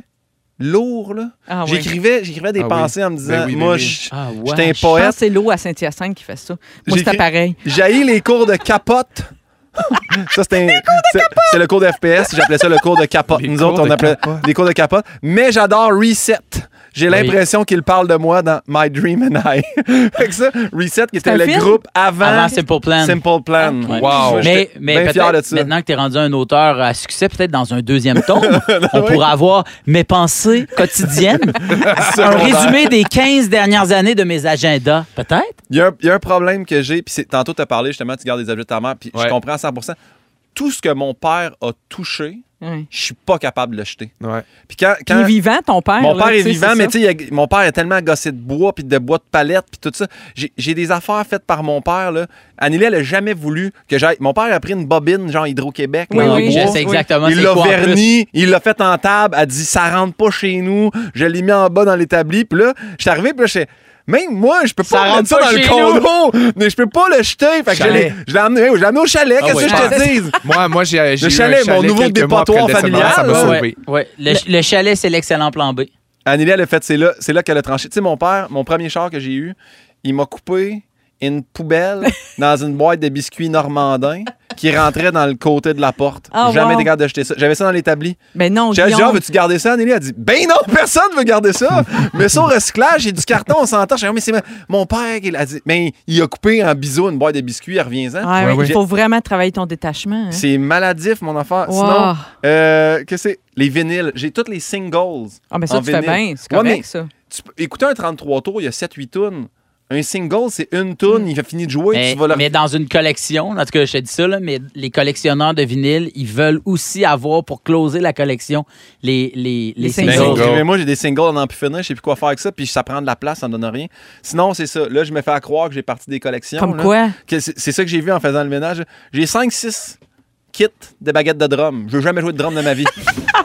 Speaker 4: lourd là.
Speaker 1: Ah oui.
Speaker 4: J'écrivais, j'écrivais des
Speaker 1: Ah oui.
Speaker 4: pensées en me disant
Speaker 1: Ben oui, ben
Speaker 4: moi
Speaker 1: oui.
Speaker 4: je-
Speaker 1: Ah,
Speaker 4: j'étais un
Speaker 1: wesh. Je pense
Speaker 4: poète.
Speaker 1: que c'est l'eau à Saint-Hyacinthe qui fait ça. Moi, c'était
Speaker 4: J'écris-
Speaker 1: pareil.
Speaker 4: J'ai eu les cours de capote. Ça, c'était un- c'est- C'est le cours de FPS. J'appelais ça le cours de capote. Nous autres,
Speaker 3: cours
Speaker 4: on
Speaker 3: de
Speaker 4: appelait des cours de capote. Mais j'adore Reset. J'ai
Speaker 3: Oui.
Speaker 4: l'impression qu'il parle de moi dans My Dream and I. fait que ça, Reset, qui
Speaker 2: un
Speaker 4: était le
Speaker 2: film?
Speaker 4: groupe avant,
Speaker 2: Avant Simple Plan.
Speaker 4: Simple Plan.
Speaker 2: Ouais.
Speaker 4: Wow.
Speaker 2: Mais,
Speaker 4: J'étais
Speaker 2: mais
Speaker 4: bien
Speaker 2: peut-être
Speaker 4: fier de ça.
Speaker 2: maintenant que tu es rendu un auteur à succès, peut-être dans un deuxième tome, on pourra avoir mes pensées quotidiennes, un
Speaker 4: Secondaire.
Speaker 2: résumé des 15 dernières années de mes agendas, peut-être.
Speaker 4: Il y, a un- il y a un problème que j'ai, puis c'est- tantôt tu as parlé justement, tu gardes des objets de ta mère, puis je comprends à 100 Tout ce que mon père a touché,
Speaker 1: Ouais.
Speaker 4: je suis pas capable de le jeter. Puis
Speaker 1: Puis il
Speaker 4: quand,
Speaker 1: est
Speaker 4: quand-
Speaker 1: vivant, ton père.
Speaker 4: Mon
Speaker 1: là,
Speaker 4: père est
Speaker 1: tu sais,
Speaker 4: vivant,
Speaker 1: c'est
Speaker 4: mais
Speaker 1: ça.
Speaker 4: tu sais, il y a- mon père est tellement gossé de bois, puis de bois de palette, puis tout ça. J'ai- J'ai des affaires faites par mon père, là. Anneli, elle a jamais voulu que j'aille. Mon père a pris une bobine, genre Hydro-Québec. là,
Speaker 2: Oui,
Speaker 4: en
Speaker 2: oui,
Speaker 4: bois.
Speaker 2: je sais exactement
Speaker 4: Il
Speaker 2: c'est
Speaker 4: l'a
Speaker 2: quoi, en
Speaker 4: verni, il l'a fait en table. Elle dit, ça rentre pas chez nous. Je l'ai mis en bas dans l'établi. Puis là, je suis arrivé, puis là, je fais, Même moi, je peux
Speaker 2: Ça
Speaker 4: pas mettre
Speaker 2: rentre
Speaker 4: ça
Speaker 2: pas
Speaker 4: dans le
Speaker 2: chez
Speaker 4: condo, mais je peux pas le jeter. Fait que je
Speaker 3: Chalet.
Speaker 4: l'ai- je l'ai amené, je l'ai amené au chalet.
Speaker 3: Ah
Speaker 4: Qu'est-ce
Speaker 3: ouais,
Speaker 4: que je te
Speaker 3: chalet.
Speaker 4: dis?
Speaker 3: Moi, moi j'ai j'ai eu
Speaker 4: Le
Speaker 3: un
Speaker 4: chalet, mon nouveau
Speaker 3: quelques mois après
Speaker 4: dépotoir
Speaker 3: le décédement,
Speaker 4: familial.
Speaker 3: Ça m'a
Speaker 4: Ouais.
Speaker 3: sauvé.
Speaker 2: Ouais. Le, le chalet, c'est l'excellent plan B.
Speaker 4: Anneli, elle a fait, c'est là, c'est là qu'elle a tranché. Tu sais, mon père, mon premier char que j'ai eu, il m'a coupé une poubelle dans une boîte de biscuits normandins qui rentrait dans le côté de la porte.
Speaker 1: Ah,
Speaker 4: J'ai Jamais
Speaker 1: wow.
Speaker 4: été capable de jeter ça. J'avais ça dans l'établi.
Speaker 1: Mais Ben non,
Speaker 4: J'ai dit,
Speaker 1: Guillaume.
Speaker 4: Ah, veux-tu garder ça, Anneli? Elle a dit, ben non, personne veut garder ça. mais ça, au recyclage, j'ai du carton, on s'entend. J'ai dit, Ah, mais c'est ma- mon père qui l'a dit. Mais il a coupé en biseau une boîte de biscuits, reviens-en.
Speaker 1: Ouais, ouais, Ah Il
Speaker 4: J'ai-
Speaker 1: faut vraiment travailler ton détachement. hein.
Speaker 4: C'est maladif, mon enfant.
Speaker 1: Wow.
Speaker 4: Sinon, euh, qu'est-ce que c'est? Les vinyles. J'ai tous les singles.
Speaker 1: Ah, mais ça,
Speaker 4: en
Speaker 1: tu fais
Speaker 4: vinyle.
Speaker 1: bien. C'est
Speaker 4: Ouais,
Speaker 1: correct,
Speaker 4: mais
Speaker 1: ça.
Speaker 4: tu peux- écouter un 33 tours, il y a 7-8 tunes. Un single, c'est une tune, il a fini de jouer,
Speaker 2: mais,
Speaker 4: tu vas le-
Speaker 2: mais dans une collection, en tout cas, je te dis ça, là, mais les collectionneurs de vinyle, ils veulent aussi avoir pour closer la collection les, les, les
Speaker 4: Ben,
Speaker 2: singles.
Speaker 4: écrivez-moi, moi, j'ai des singles à n'en plus finir, je sais plus quoi faire avec ça, puis ça prend de la place, ça me donne rien. Sinon, c'est ça. Là, je me fais à croire que j'ai parti des collections.
Speaker 1: Comme
Speaker 4: là.
Speaker 1: quoi?
Speaker 4: Que C'est c'est ça que j'ai vu en faisant le ménage. J'ai 5-6 kits de baguettes de drum. Je veux jamais jouer de drum de ma vie.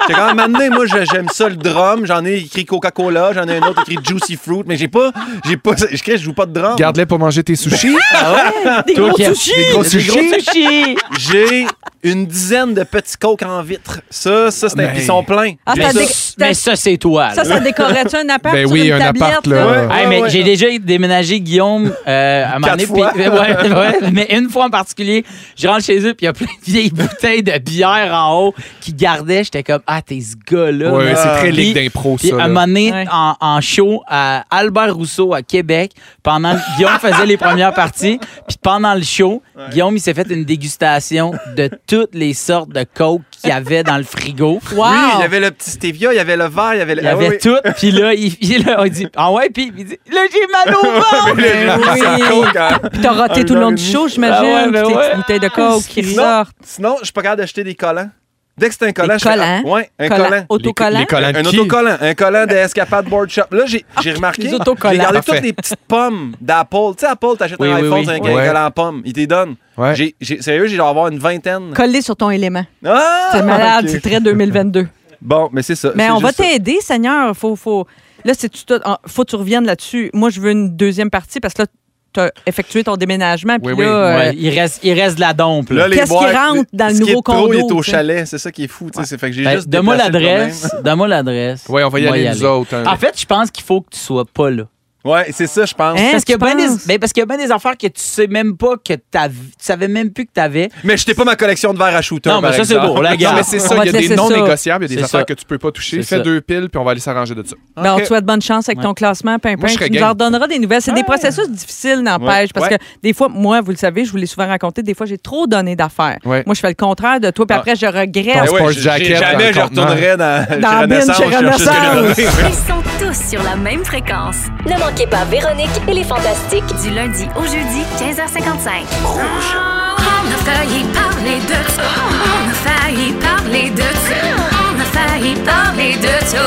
Speaker 4: j'ai quand même amené, moi, je- j'aime ça le drum. J'en ai écrit Coca-Cola, j'en ai un autre écrit Juicy Fruit, mais j'ai pas. J'ai pas. Je crée, je joue pas de drum.
Speaker 3: Garde-les pour manger tes sushis.
Speaker 4: Des
Speaker 3: Toi
Speaker 4: gros
Speaker 3: qui as-
Speaker 4: sushis!
Speaker 3: Des gros sushis.
Speaker 4: J'ai une dizaine de petits coques en vitre. Ça, ça, c'est un.
Speaker 2: Mais-
Speaker 4: Ils sont pleins.
Speaker 1: Ah,
Speaker 4: J'ai
Speaker 1: t'as
Speaker 4: ça.
Speaker 1: dé-
Speaker 2: Mais ça, c'est toi.
Speaker 1: Ça,
Speaker 2: là.
Speaker 1: ça décorerait-tu un appart?
Speaker 2: Ben
Speaker 1: sur
Speaker 2: oui,
Speaker 1: une
Speaker 2: un
Speaker 1: tablette,
Speaker 2: appart, là.
Speaker 1: là?
Speaker 2: Hey, mais j'ai déjà déménagé Guillaume euh, à un moment
Speaker 4: Quatre
Speaker 2: donné,
Speaker 4: fois.
Speaker 2: puis- ouais, ouais, mais une fois en particulier, je rentre chez eux, puis il y a plein de vieilles bouteille de bière en haut qui gardait. J'étais comme, ah, t'es ce gars-là.
Speaker 3: Ouais,
Speaker 2: là.
Speaker 3: c'est très
Speaker 2: Puis-
Speaker 3: ligue d'impro,
Speaker 2: Puis
Speaker 3: ça,
Speaker 2: à un
Speaker 3: là.
Speaker 2: moment donné, en, en show à Albert Rousseau à Québec, pendant Guillaume faisait les premières parties, puis pendant le show, Guillaume, il s'est fait une dégustation de toutes les sortes de coke qu'il y avait dans le frigo.
Speaker 4: Oui,
Speaker 1: Ah!
Speaker 4: il y avait le petit stevia, il y avait le verre, il y avait le... Ah
Speaker 2: Il y avait tout, puis là, il, il- là, on dit Ah ouais, puis il dit Là, j'ai mal au ventre!
Speaker 1: Ben
Speaker 4: hein.
Speaker 1: Puis t'as roté tout le long du show, j'imagine.
Speaker 4: Ah ouais, ben
Speaker 1: puis tes
Speaker 4: ouais.
Speaker 1: petites bouteilles de coke qui
Speaker 4: Sinon-
Speaker 1: ressortent.
Speaker 4: Sinon, je suis pas capable d'acheter des collants. Dès que c'est un collant,
Speaker 1: Des
Speaker 4: je fais,
Speaker 1: collants?
Speaker 4: ah, ouais, un
Speaker 1: Collants.
Speaker 4: collant.
Speaker 1: Autocollants? Les collants de
Speaker 4: Un
Speaker 1: qui?
Speaker 4: autocollant. Un collant de Escapade Board Shop. Là, j'ai
Speaker 1: Ah,
Speaker 4: j'ai remarqué.
Speaker 2: les autocollants.
Speaker 4: J'ai gardé
Speaker 2: Parfait.
Speaker 4: toutes des petites pommes d'Apple. Tu sais, Apple, t'achètes
Speaker 2: Oui,
Speaker 4: un
Speaker 2: oui,
Speaker 4: iPhone,
Speaker 2: oui.
Speaker 4: c'est un
Speaker 2: Ouais.
Speaker 4: collant en pomme. Ils te les donnent. J'ai- j'ai- Sérieux, j'ai dû avoir une vingtaine.
Speaker 1: Collé sur ton élément.
Speaker 4: Ah!
Speaker 1: C'est malade,
Speaker 4: Ok.
Speaker 1: c'est très 2022.
Speaker 4: Bon, mais c'est ça.
Speaker 1: Mais
Speaker 4: C'est
Speaker 1: on va
Speaker 4: juste ça.
Speaker 1: t'aider, Seigneur. Faut, faut... Là, c'est tout. ah, Faut que tu reviennes là-dessus. Moi, je veux une deuxième partie parce que là, t'as effectué ton déménagement. Puis
Speaker 2: Oui, oui.
Speaker 1: là, euh,
Speaker 2: Ouais, il, reste, il reste de la dompe. là.
Speaker 4: Là, les
Speaker 1: Qu'est-ce qui
Speaker 4: boîtes,
Speaker 1: rentre dans le
Speaker 4: ce qui est
Speaker 1: nouveau
Speaker 4: trop, il est
Speaker 1: condo,
Speaker 4: au
Speaker 1: tu sais?
Speaker 4: chalet. C'est ça qui est fou. tu sais, c'est Fait que j'ai
Speaker 2: Ben,
Speaker 4: juste.
Speaker 2: Donne-moi
Speaker 4: déplacé le
Speaker 2: l'adresse. Donne-moi l'adresse.
Speaker 4: Oui, on va y aller, nous autres, hein.
Speaker 2: En fait, je pense qu'il faut que tu sois pas là.
Speaker 4: Oui, c'est ça, je pense.
Speaker 1: Hein?
Speaker 2: parce qu'il y a bien des, ben, parce qu'il y a bien des affaires que tu sais même pas que t'avais- tu savais même plus que tu avais.
Speaker 4: Mais je t'ai pas ma collection de verres à shooter.
Speaker 2: Non, mais
Speaker 4: par
Speaker 2: ça, c'est
Speaker 4: exemple.
Speaker 2: beau, la
Speaker 3: Non, mais c'est ça, il y a des non négociables, il y a des affaires que tu peux pas toucher.
Speaker 4: C'est
Speaker 3: Fais
Speaker 4: ça.
Speaker 3: deux piles, puis on va aller s'arranger de ça.
Speaker 1: Ben, on te souhaite bonne chance avec ton classement, pimpin.
Speaker 3: Moi, je serais
Speaker 1: tu nous
Speaker 3: game.
Speaker 1: en donneras des nouvelles. C'est des processus difficiles, n'empêche,
Speaker 3: Ouais.
Speaker 1: parce
Speaker 3: Ouais.
Speaker 1: que des fois, moi, vous le savez, je vous l'ai souvent raconté, des fois, j'ai trop donné d'affaires.
Speaker 3: Ouais.
Speaker 1: Moi, je fais le contraire de toi, puis
Speaker 3: Ah.
Speaker 1: après, je
Speaker 4: Ben
Speaker 3: Ton
Speaker 1: regrette.
Speaker 3: sport Ouais, j'ai- jacket j'ai jamais, dans le je contenant. retournerais dans-
Speaker 1: Dans
Speaker 3: chez
Speaker 1: Bin,
Speaker 3: Renaissance,
Speaker 1: chez
Speaker 3: je cherchais ce que j'ai
Speaker 1: Renaissance.
Speaker 5: Ils sont tous sur la même fréquence.
Speaker 6: Ne manquez pas Véronique et les Fantastiques.
Speaker 5: Du lundi au jeudi, 15h55. Rouge. On a failli parler de ça. On a failli parler de ça. On a failli parler de ça.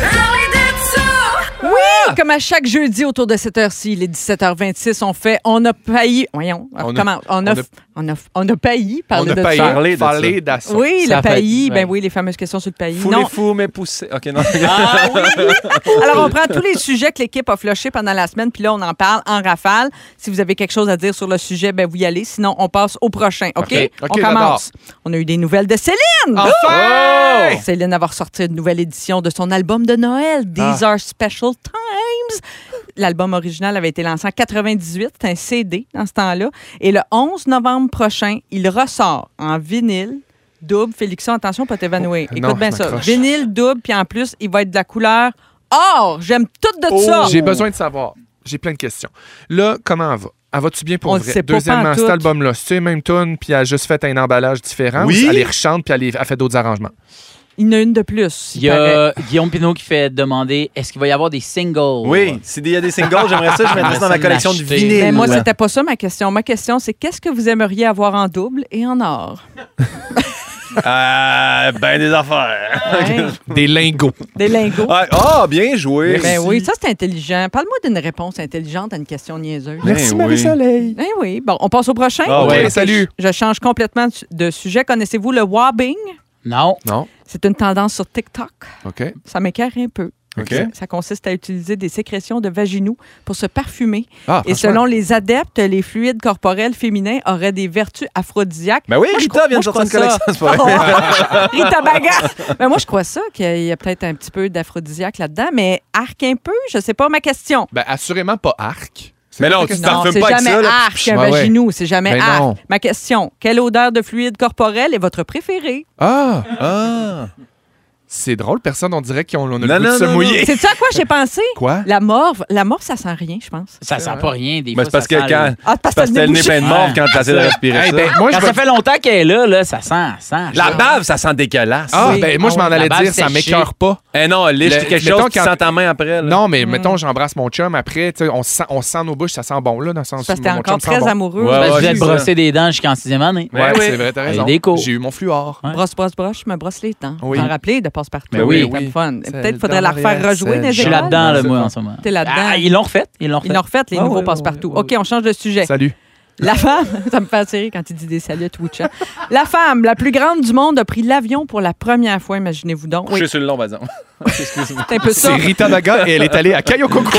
Speaker 5: Parler de ça.
Speaker 1: Oui, comme à chaque jeudi autour de cette heure-ci, il est 17h26, on fait, on a payé, voyons, on
Speaker 3: On a-
Speaker 1: recommence, on a,
Speaker 3: on a-
Speaker 1: on a, on a payé, parler
Speaker 3: On a
Speaker 1: de
Speaker 3: payé,
Speaker 1: ça.
Speaker 3: parler de Parler ça. d'assaut.
Speaker 1: Oui,
Speaker 3: Ça
Speaker 1: le
Speaker 3: fait-
Speaker 1: pays, ben
Speaker 3: ouais.
Speaker 1: oui, les fameuses questions sur le pays.
Speaker 4: Fou les
Speaker 1: non,
Speaker 4: fous, mais poussé. OK, non.
Speaker 2: Ah.
Speaker 1: Alors, on prend tous les sujets que l'équipe a flushés pendant la semaine, puis là, on en parle en rafale. Si vous avez quelque chose à dire sur le sujet, ben vous y allez. Sinon, on passe au prochain. OK?
Speaker 3: Parfait. OK,
Speaker 1: on commence. On a eu des nouvelles de Céline.
Speaker 3: Enfin!
Speaker 1: Oh! Céline a ressorti une nouvelle édition de son album de Noël, These
Speaker 3: Ah.
Speaker 1: Are Special Times. L'album original avait été lancé en 98, c'est un CD dans ce temps-là. Et le 11 novembre prochain, il ressort en vinyle. Double, Félixon, attention, pas t'évanouir.
Speaker 3: Oh, non,
Speaker 1: Écoute bien
Speaker 3: je
Speaker 1: ça.
Speaker 3: m'accroche.
Speaker 1: Vinyle double, puis en plus, il va être de la couleur or. J'aime tout de ça.
Speaker 3: Oh, J'ai besoin de savoir. J'ai plein de questions. Là, comment elle va? Elle va-tu bien pour
Speaker 1: On le
Speaker 3: vrai?
Speaker 1: sait pas, pas en
Speaker 3: Deuxièmement,
Speaker 1: tout.
Speaker 3: cet album-là, c'est même tune, puis elle a juste fait un emballage différent.
Speaker 2: Oui.
Speaker 3: ou Elle les rechante, puis elle, les- elle fait d'autres arrangements.
Speaker 1: Il y en a une de plus.
Speaker 2: Il y a Guillaume Pinot qui fait demander est-ce qu'il va y avoir des singles
Speaker 4: Oui, s'il y a des singles, j'aimerais ça, je
Speaker 2: Ah,
Speaker 4: mettrais ça dans ma collection de
Speaker 2: l'acheter.
Speaker 4: vinyles.
Speaker 1: Mais Ben, moi, c'était pas ça ma question. Ma question, c'est qu'est-ce que vous aimeriez avoir en double et en or?
Speaker 4: Euh, ben des affaires.
Speaker 3: Des lingots.
Speaker 1: Hein? Des lingots.
Speaker 4: Ah, ah, bien joué.
Speaker 1: Ben oui, ça, c'est intelligent. Parle-moi d'une réponse intelligente à une question niaiseuse.
Speaker 4: Merci, Ben oui. Marie-Soleil.
Speaker 1: Ben oui. Bon, on passe au prochain.
Speaker 4: Ah ouais. Ok,
Speaker 3: salut.
Speaker 1: Je change complètement de sujet. Connaissez-vous le wabbing?
Speaker 2: Non.
Speaker 3: Non.
Speaker 1: C'est une tendance sur TikTok.
Speaker 3: OK.
Speaker 1: Ça m'écœure un peu.
Speaker 3: OK.
Speaker 1: Ça, ça consiste à utiliser des sécrétions de vaginaux pour se parfumer.
Speaker 3: Ah,
Speaker 1: Et
Speaker 3: franchement.
Speaker 1: selon les adeptes, les fluides corporels féminins auraient des vertus aphrodisiaques.
Speaker 4: Ben oui,
Speaker 1: Moi, je
Speaker 4: Rita
Speaker 1: crois-
Speaker 4: vient de
Speaker 1: moi, je
Speaker 4: sortir une
Speaker 1: crois
Speaker 4: collection, c'est
Speaker 1: ça.
Speaker 4: pas vrai?
Speaker 1: Rita Baga. Mais moi, je crois ça, qu'il y a peut-être un petit peu d'aphrodisiaque là-dedans, mais arc un peu, je sais pas ma question.
Speaker 3: Ben, assurément pas arc.
Speaker 1: Oh.
Speaker 4: Mais non, tu t'en
Speaker 1: c'est
Speaker 4: fais pas avec
Speaker 1: jamais
Speaker 4: ça. là.
Speaker 1: arc, un
Speaker 3: Ouais, ouais.
Speaker 1: vaginou, c'est jamais
Speaker 3: Ben
Speaker 1: arc.
Speaker 3: non.
Speaker 1: Ma question, quelle odeur de fluide corporel est votre préférée?
Speaker 3: Ah! Ah! C'est drôle, personne, on dirait qu'on on a le
Speaker 4: Non,
Speaker 3: goût de
Speaker 4: non,
Speaker 3: se
Speaker 4: non,
Speaker 3: mouiller.
Speaker 1: C'est ça à quoi j'ai pensé?
Speaker 3: Quoi?
Speaker 1: La morve, la morve, ça sent rien, je pense.
Speaker 2: Ça sent pas rien des
Speaker 4: Ben,
Speaker 2: fois.
Speaker 4: c'est parce
Speaker 2: ça
Speaker 4: que
Speaker 2: sent
Speaker 4: quand-
Speaker 1: Ah, parce que
Speaker 4: parce que
Speaker 1: t'as
Speaker 4: le
Speaker 1: le
Speaker 4: nez
Speaker 1: bouché.
Speaker 4: plein de morve quand t'essaies de respirer
Speaker 3: Eh
Speaker 2: Hey,
Speaker 4: ça.
Speaker 2: ben, moi, je Quand vais- ça fait longtemps qu'elle est là, là, ça sent, ça sent.
Speaker 4: La bave, ça sent dégueulasse.
Speaker 3: Ah, ben moi, je m'en allais dire, ça m'écœure pas.
Speaker 4: Eh non, liche
Speaker 3: Le-
Speaker 4: quelque
Speaker 3: mettons
Speaker 4: chose, tu
Speaker 3: quand-
Speaker 4: sens ta main après. là.
Speaker 2: Mm.
Speaker 3: Non, mais mettons, j'embrasse mon chum après, tu sais, on sent, on sent nos bouches, ça sent bon, là, dans le sens
Speaker 1: Parce
Speaker 3: où
Speaker 1: que t'es
Speaker 3: mon
Speaker 1: encore
Speaker 3: chum sent
Speaker 1: très
Speaker 3: bon.
Speaker 1: amoureux.
Speaker 2: Parce que
Speaker 3: ouais,
Speaker 2: vous êtes
Speaker 3: c'est
Speaker 2: brossé des dents jusqu'en sixième année.
Speaker 3: Ouais, c'est vrai, t'as
Speaker 2: Hey,
Speaker 3: raison.
Speaker 2: des cours.
Speaker 3: J'ai eu mon fluor.
Speaker 1: Brosse, brosse, brosse, je me brosse les dents. Oui.
Speaker 3: Oui.
Speaker 1: T'en rappeler de passe-partout.
Speaker 2: Ben oui.
Speaker 1: C'est le fun.
Speaker 2: C'est
Speaker 1: Peut-être
Speaker 2: le
Speaker 1: faudrait la
Speaker 2: temps en
Speaker 1: refaire
Speaker 2: arrière,
Speaker 1: rejouer
Speaker 2: c'est
Speaker 1: les
Speaker 2: le- Je suis
Speaker 1: écoles.
Speaker 2: là-dedans, là, moi, en ce moment.
Speaker 1: T'es là-dedans.
Speaker 2: Ah, ils l'ont refait. Ils l'ont refait.
Speaker 1: Ils l'ont refait, les
Speaker 2: Ah,
Speaker 1: nouveaux
Speaker 2: ouais,
Speaker 1: passe-partout.
Speaker 2: ouais, ouais,
Speaker 1: OK, on change de sujet.
Speaker 3: Salut.
Speaker 1: La femme, ça me fait attirer quand il dit des saluts tout chat. La femme, la plus grande du monde, a pris l'avion pour la première fois, imaginez-vous donc.
Speaker 4: Couché sur le long, par exemple. excuse-moi.
Speaker 1: C'est un peu ça.
Speaker 3: C'est Rita Naga et elle est allée à Kayokoko.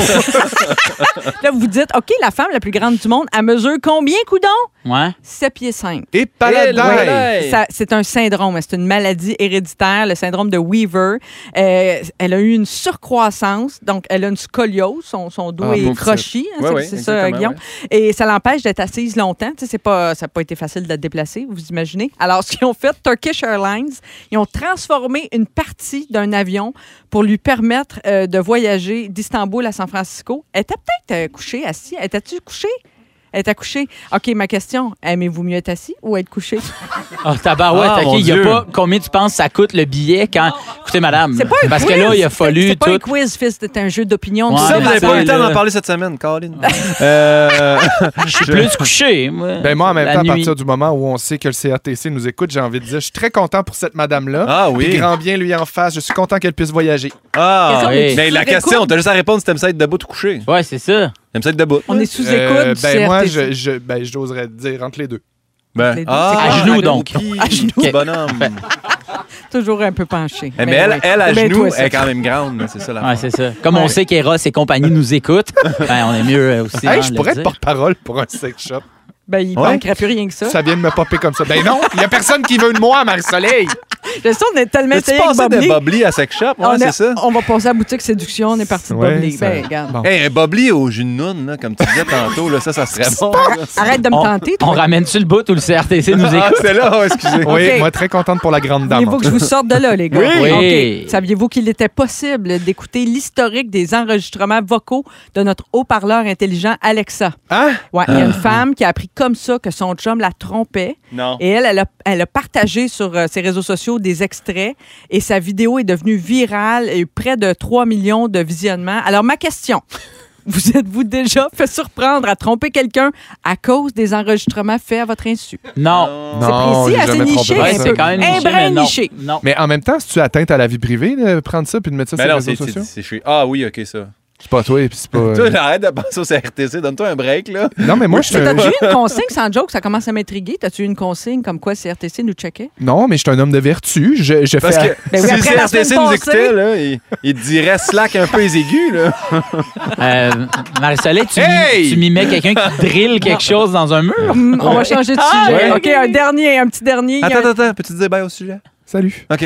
Speaker 1: Là, vous dites, OK, la femme la plus grande du monde, elle mesure combien, coudon?
Speaker 2: Ouais.
Speaker 1: 7 pieds 5.
Speaker 3: Et paladin.
Speaker 1: Ouais. Ça, C'est un syndrome, c'est une maladie héréditaire, le syndrome de Weaver. Euh, elle a eu une surcroissance, donc elle a une scoliose, son, son dos
Speaker 10: Ah,
Speaker 1: est
Speaker 10: bon,
Speaker 1: crochi,
Speaker 10: c'est- Ouais,
Speaker 1: hein, c'est
Speaker 10: ouais,
Speaker 1: c'est ça,
Speaker 10: exactement,
Speaker 1: Guillaume. Et ça l'empêche d'être assise longtemps. Tu sais, c'est pas, ça n'a pas été facile de la déplacer, vous imaginez. Alors, ce qu'ils ont fait, Turkish Airlines, ils ont transformé une partie d'un avion pour lui permettre euh, de voyager d'Istanbul à San Francisco. Elle était peut-être euh, couchée, assise. Étais-tu couchée? Elle était couchée. OK, ma question, aimez-vous mieux être assis ou être couché?
Speaker 2: Ah, tabarouette,
Speaker 1: Ah,
Speaker 2: OK,
Speaker 1: mon
Speaker 2: il y a
Speaker 1: Dieu.
Speaker 2: pas combien tu penses ça coûte le billet quand. Écoutez, madame.
Speaker 1: C'est pas un
Speaker 2: Parce
Speaker 1: quiz.
Speaker 2: que là, il a
Speaker 1: C'est-
Speaker 2: fallu
Speaker 1: C'est pas un
Speaker 2: tout.
Speaker 1: quiz, fils. C'est un jeu d'opinion.
Speaker 2: Ouais,
Speaker 4: ça, vous n'avez pas eu le temps
Speaker 2: là.
Speaker 4: d'en parler cette semaine, Colin. Euh,
Speaker 2: Je suis plus couché, moi.
Speaker 3: Ben moi, en même
Speaker 2: La
Speaker 3: temps, à
Speaker 2: nuit.
Speaker 3: partir du moment où on sait que le CRTC nous écoute, j'ai envie de dire, je suis très content pour cette madame-là.
Speaker 4: Ah oui.
Speaker 3: Puis grand bien lui en face. Je suis content qu'elle puisse voyager.
Speaker 4: Ah,
Speaker 3: Question, mais
Speaker 4: oui.
Speaker 3: tu
Speaker 4: Mais la
Speaker 3: réécoutes?
Speaker 4: question, t'as juste à répondre si t'aimes ça être debout ou couché.
Speaker 2: Ouais, c'est ça.
Speaker 4: T'aimes ça être debout.
Speaker 1: On est sous
Speaker 3: Euh,
Speaker 1: écoute.
Speaker 3: ben moi, je, je, ben, j'oserais dire entre les deux.
Speaker 4: Ben,
Speaker 2: à
Speaker 4: ah,
Speaker 2: genoux, donc.
Speaker 4: À genoux.
Speaker 2: Ok.
Speaker 4: bonhomme.
Speaker 1: Toujours un peu penché.
Speaker 4: Eh, Mais, elle, elle, à
Speaker 1: Ben,
Speaker 4: genoux,
Speaker 1: toi,
Speaker 4: elle est
Speaker 1: ça.
Speaker 4: quand même grande. là, C'est ça, la
Speaker 2: Ouais,
Speaker 4: fin.
Speaker 2: c'est ça. Comme on
Speaker 4: Ouais.
Speaker 2: sait qu'Eros et compagnie nous écoutent, ben, on est mieux euh, aussi.
Speaker 3: Hey,
Speaker 2: hein,
Speaker 3: je
Speaker 2: de le
Speaker 3: pourrais être
Speaker 2: dire.
Speaker 3: porte-parole pour un sex shop.
Speaker 1: Ben, il
Speaker 3: Ouais.
Speaker 1: manquerait plus rien que ça.
Speaker 3: Ça vient de me popper comme ça. Ben non, il n'y a personne qui veut de moi, Marie-Soleil.
Speaker 1: Je sais, on est tellement
Speaker 4: As-tu
Speaker 1: essayé avec
Speaker 4: passé de
Speaker 1: Bob Lee.
Speaker 4: Bobli à sex shop? Ouais,
Speaker 1: on, a-
Speaker 4: c'est ça.
Speaker 1: on va passer à la boutique séduction, on est parti de
Speaker 4: Ouais,
Speaker 1: Bob Lee.
Speaker 4: ça-
Speaker 1: Ben, regarde.
Speaker 4: Hey, un Bobli au jus de noun, là, comme tu disais tantôt, là, ça, ça serait bon.
Speaker 1: Arrête de me
Speaker 2: On-
Speaker 1: tenter.
Speaker 2: On
Speaker 1: toi.
Speaker 2: ramène-tu le bout ou le CRTC nous écoute?
Speaker 4: Ah, c'est là, oh, excusez.
Speaker 3: Oui,
Speaker 1: Ok.
Speaker 3: moi, très contente pour la grande dame.
Speaker 1: Voulez-vous que je vous sorte de là, les gars?
Speaker 3: Oui.
Speaker 2: Oui.
Speaker 1: OK. Saviez-vous qu'il était possible d'écouter l'historique des enregistrements vocaux de notre haut-parleur intelligent Alexa?
Speaker 3: Hein?
Speaker 1: Ouais, il y a une
Speaker 3: Ah.
Speaker 1: femme qui a appris comme ça que son chum la trompait.
Speaker 4: Non.
Speaker 1: Et elle, elle a, elle a partagé sur euh, ses réseaux sociaux des extraits et sa vidéo est devenue virale et près de 3 millions de visionnements. Alors, ma question. Vous êtes-vous déjà fait surprendre à tromper quelqu'un à cause des enregistrements faits à votre insu?
Speaker 2: Non.
Speaker 3: C'est Non, précis, on est assez jamais niché, trompé par un ça. peu.
Speaker 2: c'est quand même
Speaker 1: Un
Speaker 2: niché.
Speaker 1: brin
Speaker 2: mais non.
Speaker 1: niché.
Speaker 2: Non.
Speaker 3: Mais en même temps, si tu atteinte à la vie privée de prendre ça puis de mettre ça
Speaker 4: Ben
Speaker 3: sur les
Speaker 4: non,
Speaker 3: réseaux
Speaker 4: c'est- c'est
Speaker 3: sociaux?
Speaker 4: c'est chez- Ah oui, OK, ça.
Speaker 3: C'est pas toi, puis c'est pas... euh,
Speaker 4: Toi, là, arrête de penser au CRTC, donne-toi un break, là.
Speaker 3: Non, mais moi, je suis un...
Speaker 1: T'as-tu eu une consigne sans joke? Ça commence à m'intriguer. T'as-tu eu une consigne comme quoi CRTC nous checkait?
Speaker 3: Non, mais je suis un homme de vertu. Je, je
Speaker 4: Parce
Speaker 3: fais...
Speaker 4: que
Speaker 1: Ben oui,
Speaker 4: si le
Speaker 1: après la
Speaker 4: CRTC
Speaker 1: semaine
Speaker 4: nous
Speaker 1: passée-
Speaker 4: écoutait, là, il, il te dirait slack un peu les aigus, là.
Speaker 2: Euh, Marie-Soleil, tu,
Speaker 4: Hey!
Speaker 2: tu mimais quelqu'un qui drille quelque chose dans un mur?
Speaker 1: Hum, On va changer de
Speaker 2: Ah,
Speaker 1: sujet.
Speaker 2: ouais.
Speaker 1: OK, un dernier, un petit dernier. Il y a
Speaker 4: Attends,
Speaker 1: un-
Speaker 4: attends, attends, peux-tu dire bye au sujet?
Speaker 3: Salut.
Speaker 4: OK.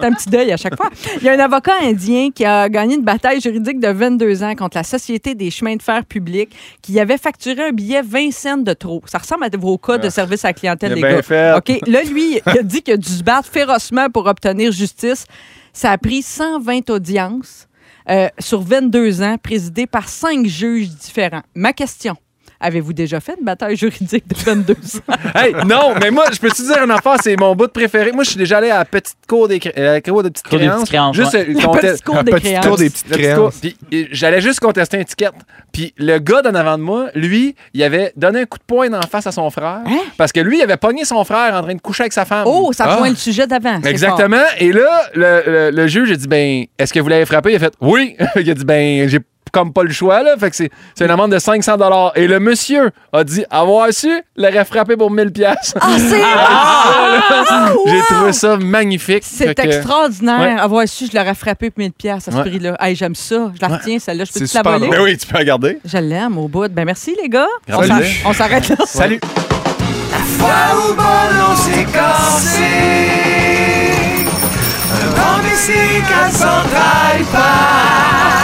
Speaker 1: C'est un petit deuil à chaque fois. Il y a un avocat indien qui a gagné une bataille juridique de 22 ans contre la Société des chemins de fer publics qui avait facturé un billet 20 cents de trop. Ça ressemble à vos cas de service à la clientèle,
Speaker 4: Ah. Il a
Speaker 1: les gars.
Speaker 4: bien fait.
Speaker 1: OK. Là, lui, il a dit qu'il a dû se battre férocement pour obtenir justice. Ça a pris 120 audiences euh, sur 22 ans, présidées par cinq juges différents. Ma question. Avez-vous déjà fait une bataille juridique de 22 ans?
Speaker 4: Hey, non, mais moi, je peux-tu dire un affaire, c'est mon bout de préféré. Moi, je suis déjà allé à la petite cour des, cré- euh, la cour des petites
Speaker 2: Cour des
Speaker 4: créances.
Speaker 2: petites créances,
Speaker 4: Juste
Speaker 2: ouais.
Speaker 4: euh,
Speaker 2: La
Speaker 4: conte-
Speaker 2: petite cour
Speaker 4: la
Speaker 2: des
Speaker 4: petite
Speaker 2: créances.
Speaker 4: cour des petites
Speaker 3: La petite
Speaker 4: créances.
Speaker 3: cour.
Speaker 4: Puis euh, j'allais juste contester une étiquette. Puis le gars d'en avant de moi, lui, il avait donné un coup de poing en face à son frère. Parce que lui, il avait pogné son frère en train de coucher avec sa femme.
Speaker 1: Hein? Oh, ça
Speaker 4: Ah.
Speaker 1: pointe le sujet d'avant. c'est
Speaker 4: Exactement. Et là, le, le- le juge a dit ben, est-ce que vous l'avez frappé Il a fait oui. il a dit ben, j'ai comme pas le choix là. Fait que c'est c'est une amende de 500 dollars. Et le monsieur a dit avoir su, l'aurait frappé pour 1000 pièces.
Speaker 1: Ah, c'est- Ah, wow!
Speaker 4: J'ai trouvé ça magnifique. Fait
Speaker 1: C'est
Speaker 4: que-
Speaker 1: extraordinaire.
Speaker 4: Ouais.
Speaker 1: Avoir su, je l'aurais frappé pour 1000 pièces à ce
Speaker 4: Ouais.
Speaker 1: prix-là. Hey, j'aime ça. Je la retiens, celle-là. Je peux te la voler?
Speaker 4: Ben oui, tu peux la garder.
Speaker 1: Je l'aime au bout. Ben merci, les gars.
Speaker 4: Grand
Speaker 1: On s'ar-
Speaker 4: plaisir.
Speaker 1: On s'arrête là.
Speaker 4: Salut.
Speaker 7: Waouh, ballon, c'est cassé. Un grand bicycle à Central Park.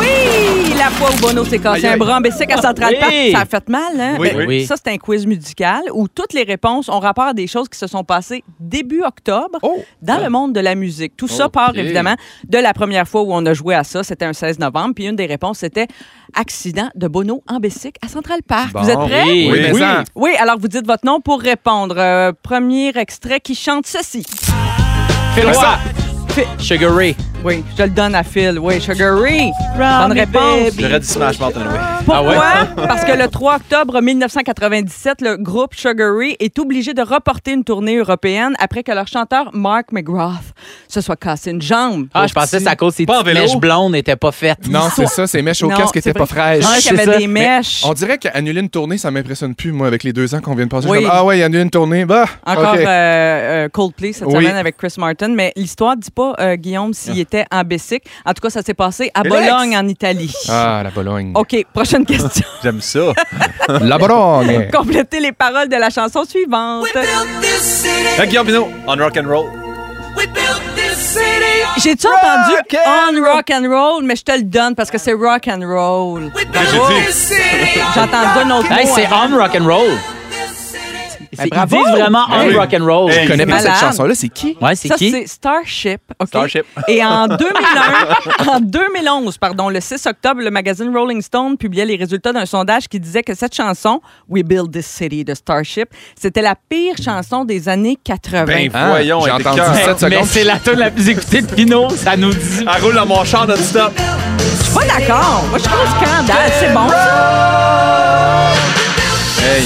Speaker 1: Oui! La fois où Bono s'est cassé
Speaker 7: Aïe,
Speaker 1: un
Speaker 7: aïe.
Speaker 1: bras en bicycle à Central
Speaker 7: Oui.
Speaker 1: Park, ça a fait mal, hein?
Speaker 7: Oui,
Speaker 1: Ben,
Speaker 7: oui.
Speaker 1: Ça, c'est un quiz musical où toutes les réponses ont rapport à des choses qui se sont passées début octobre dans le monde de la musique. Tout ça
Speaker 7: Oh. Ok.
Speaker 1: part évidemment de la première fois où on a joué à ça. C'était un 16 novembre. Puis une des réponses, c'était accident de Bono en bicycle à Central Park.
Speaker 7: Bon.
Speaker 1: Vous êtes prêts?
Speaker 7: Oui, Oui, mais
Speaker 1: oui.
Speaker 7: ça.
Speaker 1: Oui, alors vous dites votre nom pour répondre. Euh, premier extrait qui chante ceci.
Speaker 2: Fais le
Speaker 1: Ouais.
Speaker 2: ça.
Speaker 1: Fais-
Speaker 2: Sugar Ray.
Speaker 1: Oui, je te le donne à Phil. Oui, Sugary.
Speaker 4: Bonne
Speaker 1: Bonne réponse.
Speaker 4: J'aurais dit Smash Mouth anyway.
Speaker 1: Pourquoi? Parce que le 3 octobre 1997, le groupe Sugary est obligé de reporter une tournée européenne après que leur chanteur Mark McGrath se soit cassé une jambe.
Speaker 2: Ah, je pensais que c'est à cause que ses
Speaker 1: Pas en
Speaker 2: petites
Speaker 1: vélo.
Speaker 2: mèches blondes n'étaient pas faites.
Speaker 3: Non, c'est ça, ces mèches au
Speaker 1: Non,
Speaker 3: casque étaient
Speaker 1: c'est
Speaker 3: pas
Speaker 1: vrai.
Speaker 3: fraîches.
Speaker 1: Ouais,
Speaker 3: C'est
Speaker 1: qu'il y avait
Speaker 3: ça.
Speaker 1: des
Speaker 3: Mais
Speaker 1: mèches.
Speaker 3: On dirait qu'annuler une tournée, ça m'impressionne plus, moi, avec les deux ans qu'on vient de passer. Je
Speaker 1: Oui.
Speaker 3: suis comme, ah ouais, annuler une tournée, bah!
Speaker 1: Encore
Speaker 3: ok.
Speaker 1: euh, euh, Coldplay cette
Speaker 3: Oui.
Speaker 1: semaine avec Chris Martin, mais l'histoire dit pas, euh, Guillaume, s'il était en bicycle. En tout cas, ça s'est passé à
Speaker 3: Alex!
Speaker 1: Bologne, en Italie.
Speaker 3: Ah, la Bologne.
Speaker 1: OK, prochaine question.
Speaker 4: J'aime ça.
Speaker 3: la Bologne.
Speaker 1: Complétez les paroles de la chanson suivante.
Speaker 4: Fait que Guillaume Pinot, on rock and roll.
Speaker 1: J'ai-tu entendu on rock and roll, mais je te le donne parce que c'est rock and roll. J'ai entendu un autre
Speaker 2: Hey,
Speaker 1: mot
Speaker 2: c'est
Speaker 1: avant.
Speaker 2: on rock and roll.
Speaker 1: Ben,
Speaker 2: Ils
Speaker 1: bravo!
Speaker 2: disent vraiment on
Speaker 1: Ben oui.
Speaker 2: rock and roll.
Speaker 3: Je connais pas cette
Speaker 1: Malade.
Speaker 3: chanson-là, c'est qui?
Speaker 2: Ouais, c'est
Speaker 1: Ça,
Speaker 2: qui?
Speaker 1: c'est Starship. OK?
Speaker 2: Starship.
Speaker 1: Et en 2001, en 2011, pardon, le 6 octobre, le magazine Rolling Stone publiait les résultats d'un sondage qui disait que cette chanson, We Build This City de Starship, c'était la pire chanson des années 80.
Speaker 4: Ben voyons,
Speaker 3: Hein? j'ai
Speaker 4: elle était
Speaker 3: entendu
Speaker 4: cœur.
Speaker 3: sept secondes.
Speaker 2: Mais c'est la tune la plus écoutée de Pinot, ça nous dit.
Speaker 4: Elle roule dans mon char non-stop.
Speaker 1: Je suis pas d'accord. Moi, je trouve scandale. C'est bon, ça.
Speaker 4: Hey,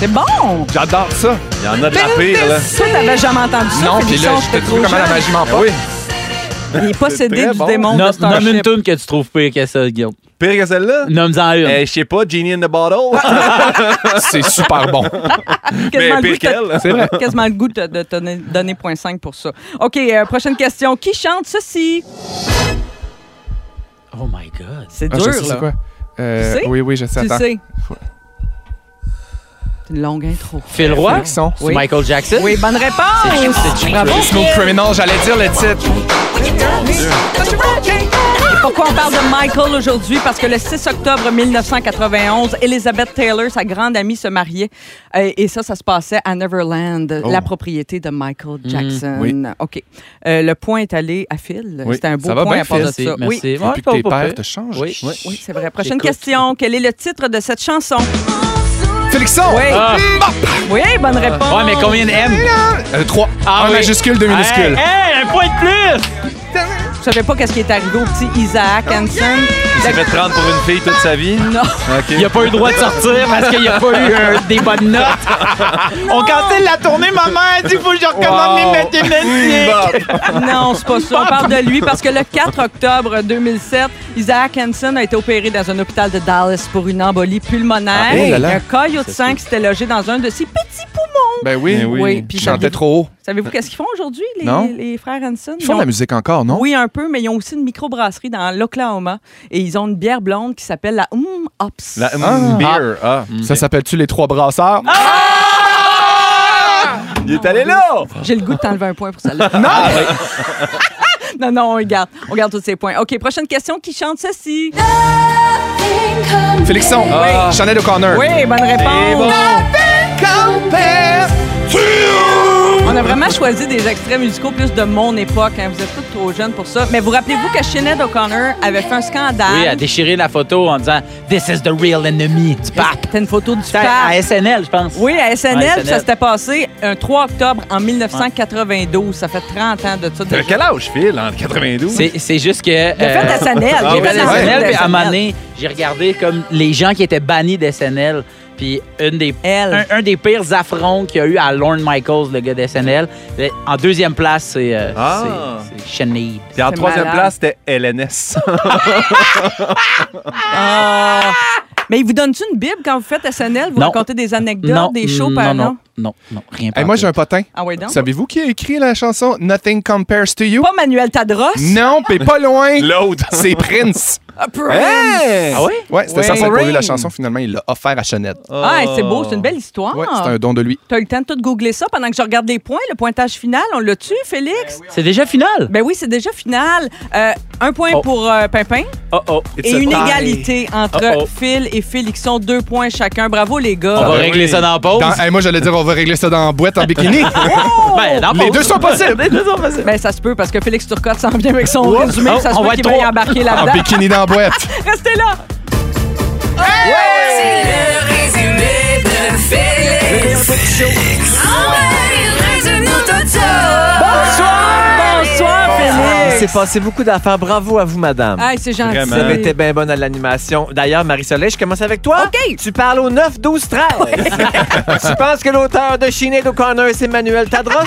Speaker 1: C'est bon.
Speaker 3: J'adore ça.
Speaker 4: il y en a de la pire, là.
Speaker 1: Ben, Ça, t'avais jamais entendu ça.
Speaker 3: Non, puis là,
Speaker 1: Félixon,
Speaker 3: je te
Speaker 1: j'étais
Speaker 3: dis
Speaker 1: trop
Speaker 3: comment la
Speaker 1: jeune.
Speaker 3: magie m'emporte.
Speaker 4: Ah oui.
Speaker 1: Il est possédé
Speaker 4: très
Speaker 1: du
Speaker 4: bon.
Speaker 1: démon de
Speaker 2: Nomme, nomme une
Speaker 1: Starship.
Speaker 2: tune que tu trouves pire que ça, Guillaume.
Speaker 4: Pire que celle-là?
Speaker 2: Nomme-en une.
Speaker 4: Eh, je sais pas, Genie in the Bottle.
Speaker 3: C'est super bon.
Speaker 1: Quasiment
Speaker 4: mais
Speaker 1: le goût de
Speaker 4: pire
Speaker 1: te-
Speaker 4: qu'elle.
Speaker 3: C'est vrai.
Speaker 1: Quasiment le goût de de te donner- donner 0.5 pour ça. OK, euh, prochaine question. Qui chante ceci?
Speaker 2: Oh my God.
Speaker 1: C'est
Speaker 3: Ah,
Speaker 1: dur,
Speaker 3: je sais c'est
Speaker 1: là.
Speaker 3: quoi. Euh,
Speaker 1: Tu sais?
Speaker 3: oui, oui, je sais.
Speaker 1: Tu
Speaker 3: Attends.
Speaker 1: sais.
Speaker 3: Faut-
Speaker 1: C'est une longue intro.
Speaker 2: Phil Roy?
Speaker 3: Félixon.
Speaker 2: C'est Michael Jackson?
Speaker 1: Oui, bonne réponse! Bravo!
Speaker 3: High School Criminal, j'allais dire le titre.
Speaker 1: Et Pourquoi on parle de Michael aujourd'hui? Parce que le 6 octobre 1991, Elizabeth Taylor, sa grande amie, se mariait. Euh, et ça, ça se passait à Neverland,
Speaker 3: Oh. Mm.
Speaker 1: la propriété de Michael Jackson.
Speaker 3: oui.
Speaker 1: OK. Euh, le point est allé à Phil.
Speaker 3: Oui,
Speaker 1: C'était un beau
Speaker 3: ça va
Speaker 1: point
Speaker 3: bien,
Speaker 1: à part de
Speaker 3: Phil.
Speaker 1: ça. Oui,
Speaker 2: Merci.
Speaker 3: Depuis que tes pères te changent.
Speaker 2: Oui.
Speaker 1: oui, c'est vrai. Prochaine
Speaker 2: J'écoute.
Speaker 1: question. Quel est le titre de cette chanson?
Speaker 3: Félixon!
Speaker 1: Oui.
Speaker 2: Ah.
Speaker 1: Oui,
Speaker 3: Ah.
Speaker 1: bonne réponse.
Speaker 2: Ouais, mais combien de M?
Speaker 4: Euh,
Speaker 3: 3.
Speaker 2: Ah,
Speaker 3: un
Speaker 2: oui.
Speaker 3: majuscule, deux minuscules.
Speaker 2: Hey, hey, un point de plus!
Speaker 1: Je savais pas qu'est-ce qui est arrivé au petit
Speaker 3: Oh,
Speaker 1: Isaac Hanson.
Speaker 4: Il s'est fait prendre pour une fille toute sa vie.
Speaker 1: Non.
Speaker 4: OK.
Speaker 2: Il n'y a pas eu le droit de sortir parce qu'il n'y a pas eu euh, des bonnes notes. On cancelle la tournée, maman. Elle dit faut que je recommande
Speaker 4: Wow.
Speaker 2: mes mathématiques.
Speaker 1: Non, c'est pas ça. On parle de lui parce que le 4 octobre 2007, Isaac Hansen a été opéré dans un hôpital de Dallas pour une embolie pulmonaire.
Speaker 3: Ah, oh là là.
Speaker 1: Un caillot de sang qui s'était logé dans un de ses petits poumons.
Speaker 3: Ben oui.
Speaker 4: Ben oui.
Speaker 1: Oui,
Speaker 3: Puis
Speaker 1: puis
Speaker 3: je chantais
Speaker 1: savez-vous-
Speaker 3: trop haut.
Speaker 1: Savez-vous qu'est-ce qu'ils font aujourd'hui, les,
Speaker 3: Non.
Speaker 1: les frères Hansen?
Speaker 3: Ils font de la musique encore, non?
Speaker 1: Oui, un peu, mais ils ont aussi une microbrasserie dans l'Oklahoma et ils ont une bière blonde qui s'appelle la Hum Hops.
Speaker 4: La mm,
Speaker 3: Ah.
Speaker 4: beer. Ah.
Speaker 3: Ça s'appelle-tu Les Trois Brasseurs?
Speaker 1: Ah
Speaker 4: Il est allé là!
Speaker 1: J'ai le goût de t'enlever un point pour celle-là. non! non, non, on le garde. On garde tous ces points. OK, prochaine question. Qui chante ceci?
Speaker 3: Félixon. Ah. Chanel O'Connor.
Speaker 1: Oui, bonne réponse. On a vraiment choisi des extraits musicaux plus de mon époque. hein. Vous êtes tous trop jeunes pour ça. Mais vous rappelez-vous que Sinead O'Connor avait fait un scandale.
Speaker 2: Oui, elle a déchiré la photo en disant This is the real enemy du pape.
Speaker 1: C'était une photo du
Speaker 2: C'était à
Speaker 1: pape.
Speaker 2: à SNL, je pense.
Speaker 1: Oui, à SNL,
Speaker 2: À SNL.
Speaker 1: ça s'était passé un 3 octobre en 1992. Ça fait 30 ans de ça.
Speaker 4: T'avais
Speaker 1: déjà.
Speaker 4: quel âge, Phil, en 92?
Speaker 2: C'est c'est juste que. euh,
Speaker 1: Il a fait SNL. Il a
Speaker 2: J'ai
Speaker 1: fait
Speaker 2: fait
Speaker 1: la
Speaker 2: SNL,
Speaker 1: SNL.
Speaker 2: puis à un moment donné, j'ai regardé comme les gens qui étaient bannis d'SNL. Puis une des,
Speaker 1: Elle.
Speaker 2: un, un des pires affronts qu'il y a eu à Lorne Michaels, le gars d'SNL. En deuxième place, c'est euh,
Speaker 4: Ah.
Speaker 2: c'est- c'est Sinead.
Speaker 4: Puis en
Speaker 1: C'est
Speaker 4: troisième
Speaker 1: malade.
Speaker 4: place, c'était LNS.
Speaker 1: Ah. Mais il vous donne-tu une Bible quand vous faites SNL? Vous
Speaker 2: Non.
Speaker 1: racontez des anecdotes, des shows par
Speaker 2: non, non, non, non, rien.
Speaker 3: Hey, moi, j'ai un potin.
Speaker 1: Ah oui, donc?
Speaker 3: Savez-vous qui a écrit la chanson Nothing Compares to You?
Speaker 1: Pas Manuel Tadros?
Speaker 3: Non, mais pas loin.
Speaker 4: L'autre.
Speaker 3: C'est Prince.
Speaker 1: Ah, Prince.
Speaker 2: Ah ouais?
Speaker 3: Ouais, c'était
Speaker 1: Oui.
Speaker 3: censé être pour lui la
Speaker 1: Rain.
Speaker 3: chanson. Finalement, il l'a offert à Chanel.
Speaker 1: Ah, c'est beau, c'est une belle histoire.
Speaker 3: Ouais, c'est un don de lui.
Speaker 1: T'as eu le temps de tout googler ça pendant que je regarde les points, le pointage final. On l'a tu, Félix?
Speaker 2: C'est déjà final.
Speaker 3: Ah,
Speaker 1: Ben oui, c'est déjà final. Euh, un point
Speaker 2: Oh.
Speaker 1: pour euh, Pimpin
Speaker 2: Oh, oh.
Speaker 4: It's
Speaker 1: et
Speaker 4: a
Speaker 1: une
Speaker 4: tie.
Speaker 1: égalité entre
Speaker 2: Oh, oh.
Speaker 1: Phil et Félixon. Deux points chacun. Bravo, les gars.
Speaker 2: On va
Speaker 4: ben
Speaker 2: régler
Speaker 4: oui.
Speaker 2: ça dans la pause.
Speaker 3: Dans- euh, hey, moi, j'allais dire, on va régler ça dans la boîte en bikini.
Speaker 2: Ben, dans la
Speaker 3: Les
Speaker 2: pause.
Speaker 3: deux sont possibles.
Speaker 2: Les deux sont possibles.
Speaker 1: Ben, ça se peut parce que Félix Turcotte s'en vient avec son résumé.
Speaker 2: Oh,
Speaker 1: ça se
Speaker 2: on
Speaker 1: peut
Speaker 2: va
Speaker 1: qu'il
Speaker 2: être
Speaker 1: veuille
Speaker 2: trois.
Speaker 1: embarquer
Speaker 3: En
Speaker 1: là-dedans.
Speaker 3: bikini dans la boîte.
Speaker 1: Restez là.
Speaker 5: Bonsoir,
Speaker 1: Bonsoir, Félix.
Speaker 3: s'est passé beaucoup d'affaires. Bravo à vous, madame.
Speaker 1: Aïe, c'est gentil.
Speaker 3: Vous avez été bien bonne à l'animation. D'ailleurs, Marie-Soleil, je commence avec toi. OK. Tu parles au 9, 12, 13. tu penses que l'auteur de Sinead O'Connor, c'est Manuel Tadros?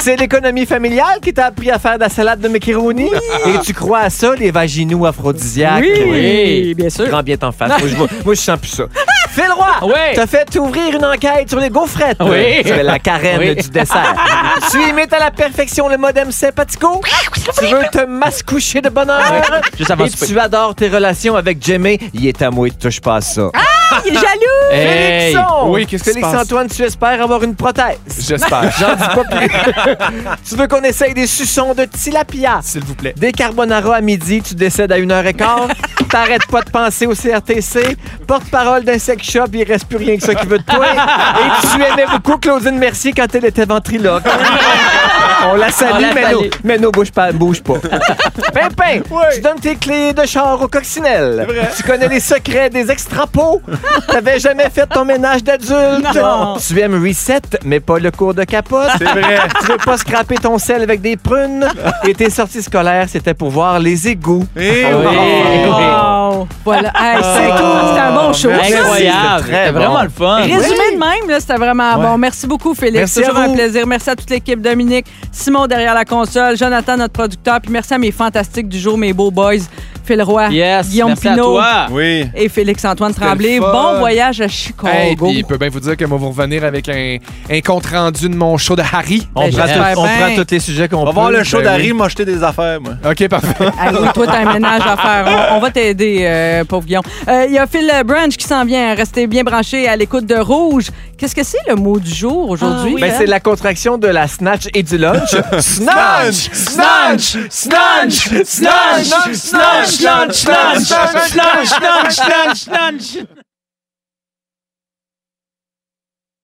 Speaker 3: c'est l'économie familiale qui t'a appris à faire de la salade de macaroni? Et tu crois à ça, les vaginous aphrodisiaques?
Speaker 1: Oui, bien sûr.
Speaker 3: Prends bien ton face. Moi, je, vois- moi, je sens plus ça. Ah Phil Roy,
Speaker 2: Ah Ouais.
Speaker 3: t'as fait ouvrir une enquête sur les gaufrettes.
Speaker 2: Oui.
Speaker 3: Tu es la carène
Speaker 2: Oui.
Speaker 3: du dessert. tu imites à la perfection le modem sympathico. tu veux te mascoucher de bonheur.
Speaker 2: Ouais. Juste avant
Speaker 3: Et
Speaker 2: le souper.
Speaker 3: tu adores tes relations avec Jimmy. Il est à moi, il te touche pas à ça.
Speaker 1: Ah, il est jaloux!
Speaker 3: Félixon!
Speaker 2: Oui, qu'est-ce qui se passe?
Speaker 3: Félix-Antoine, tu espères avoir une prothèse.
Speaker 2: J'espère.
Speaker 3: J'en dis pas plus. tu veux qu'on essaye des suçons de tilapia? S'il vous plaît. Des carbonara à midi, tu décèdes à 1h15. T'arrêtes pas de penser au CRTC. Porte-parole d'un sex shop, il reste plus rien que ça qui veut de toi. Et tu aimais beaucoup Claudine Mercier quand elle était ventriloque. On la salue,
Speaker 2: On la
Speaker 3: mais,
Speaker 2: salue.
Speaker 3: nos- mais nos bouge pas. Bouge pas. Pimpin, tu donnes tes clés de char au coccinelle. Tu connais les secrets des extrapos. T'avais jamais fait ton ménage d'adulte.
Speaker 2: Non.
Speaker 3: Tu aimes Reset, mais pas le cours de capote.
Speaker 2: C'est vrai.
Speaker 3: Tu veux pas scraper ton sel avec des prunes. Et tes sorties scolaires, c'était pour voir les égouts.
Speaker 2: oui.
Speaker 1: Wow. Voilà. Hey, c'est
Speaker 3: Oh,
Speaker 1: cool. C'était un bon show.
Speaker 3: merci. Incroyable.
Speaker 1: C'était
Speaker 3: C'était
Speaker 1: très
Speaker 3: vraiment le fun.
Speaker 1: Résumé
Speaker 3: Ah Oui.
Speaker 1: de même, là, c'était vraiment
Speaker 3: Ouais.
Speaker 1: bon. Merci beaucoup, Félix.
Speaker 3: Merci
Speaker 1: Toujours
Speaker 3: à
Speaker 1: un
Speaker 3: vous.
Speaker 1: plaisir. Merci à toute l'équipe. Dominique, Simon derrière la console, Jonathan, notre producteur. Puis merci à mes fantastiques du jour, mes beaux boys. Phil Roy,
Speaker 14: Yes,
Speaker 1: Guillaume
Speaker 14: merci à
Speaker 1: Pinot
Speaker 14: toi.
Speaker 4: Oui.
Speaker 1: et Félix-Antoine
Speaker 15: le
Speaker 1: Tremblay.
Speaker 15: fun.
Speaker 1: Bon voyage à Chicago. Ben,
Speaker 15: Hey, puis il peut bien vous dire que moi, vous revenir avec un, un compte-rendu de mon show de Harry.
Speaker 2: Ben,
Speaker 3: On prend tout- on prend tous les sujets qu'on Ben
Speaker 15: On
Speaker 4: On va voir le show d'Harry m'acheter des affaires, moi.
Speaker 15: OK, parfait.
Speaker 1: Ah oui, toi, t'as un ménage à faire. On, on va t'aider, euh, pauvre Guillaume. Euh, Il y a Phil Branch qui s'en vient. Restez bien branchés à l'écoute de Rouge. Qu'est-ce que c'est le mot du jour aujourd'hui?
Speaker 3: Ben,
Speaker 1: Phil?
Speaker 3: c'est la contraction de la snatch et du lunch. snatch! Snatch! Snatch! Snatch! Snatch! Snatch! Snatch! Snatch! Snatch!
Speaker 2: lunch, lunch, lunch, lunch.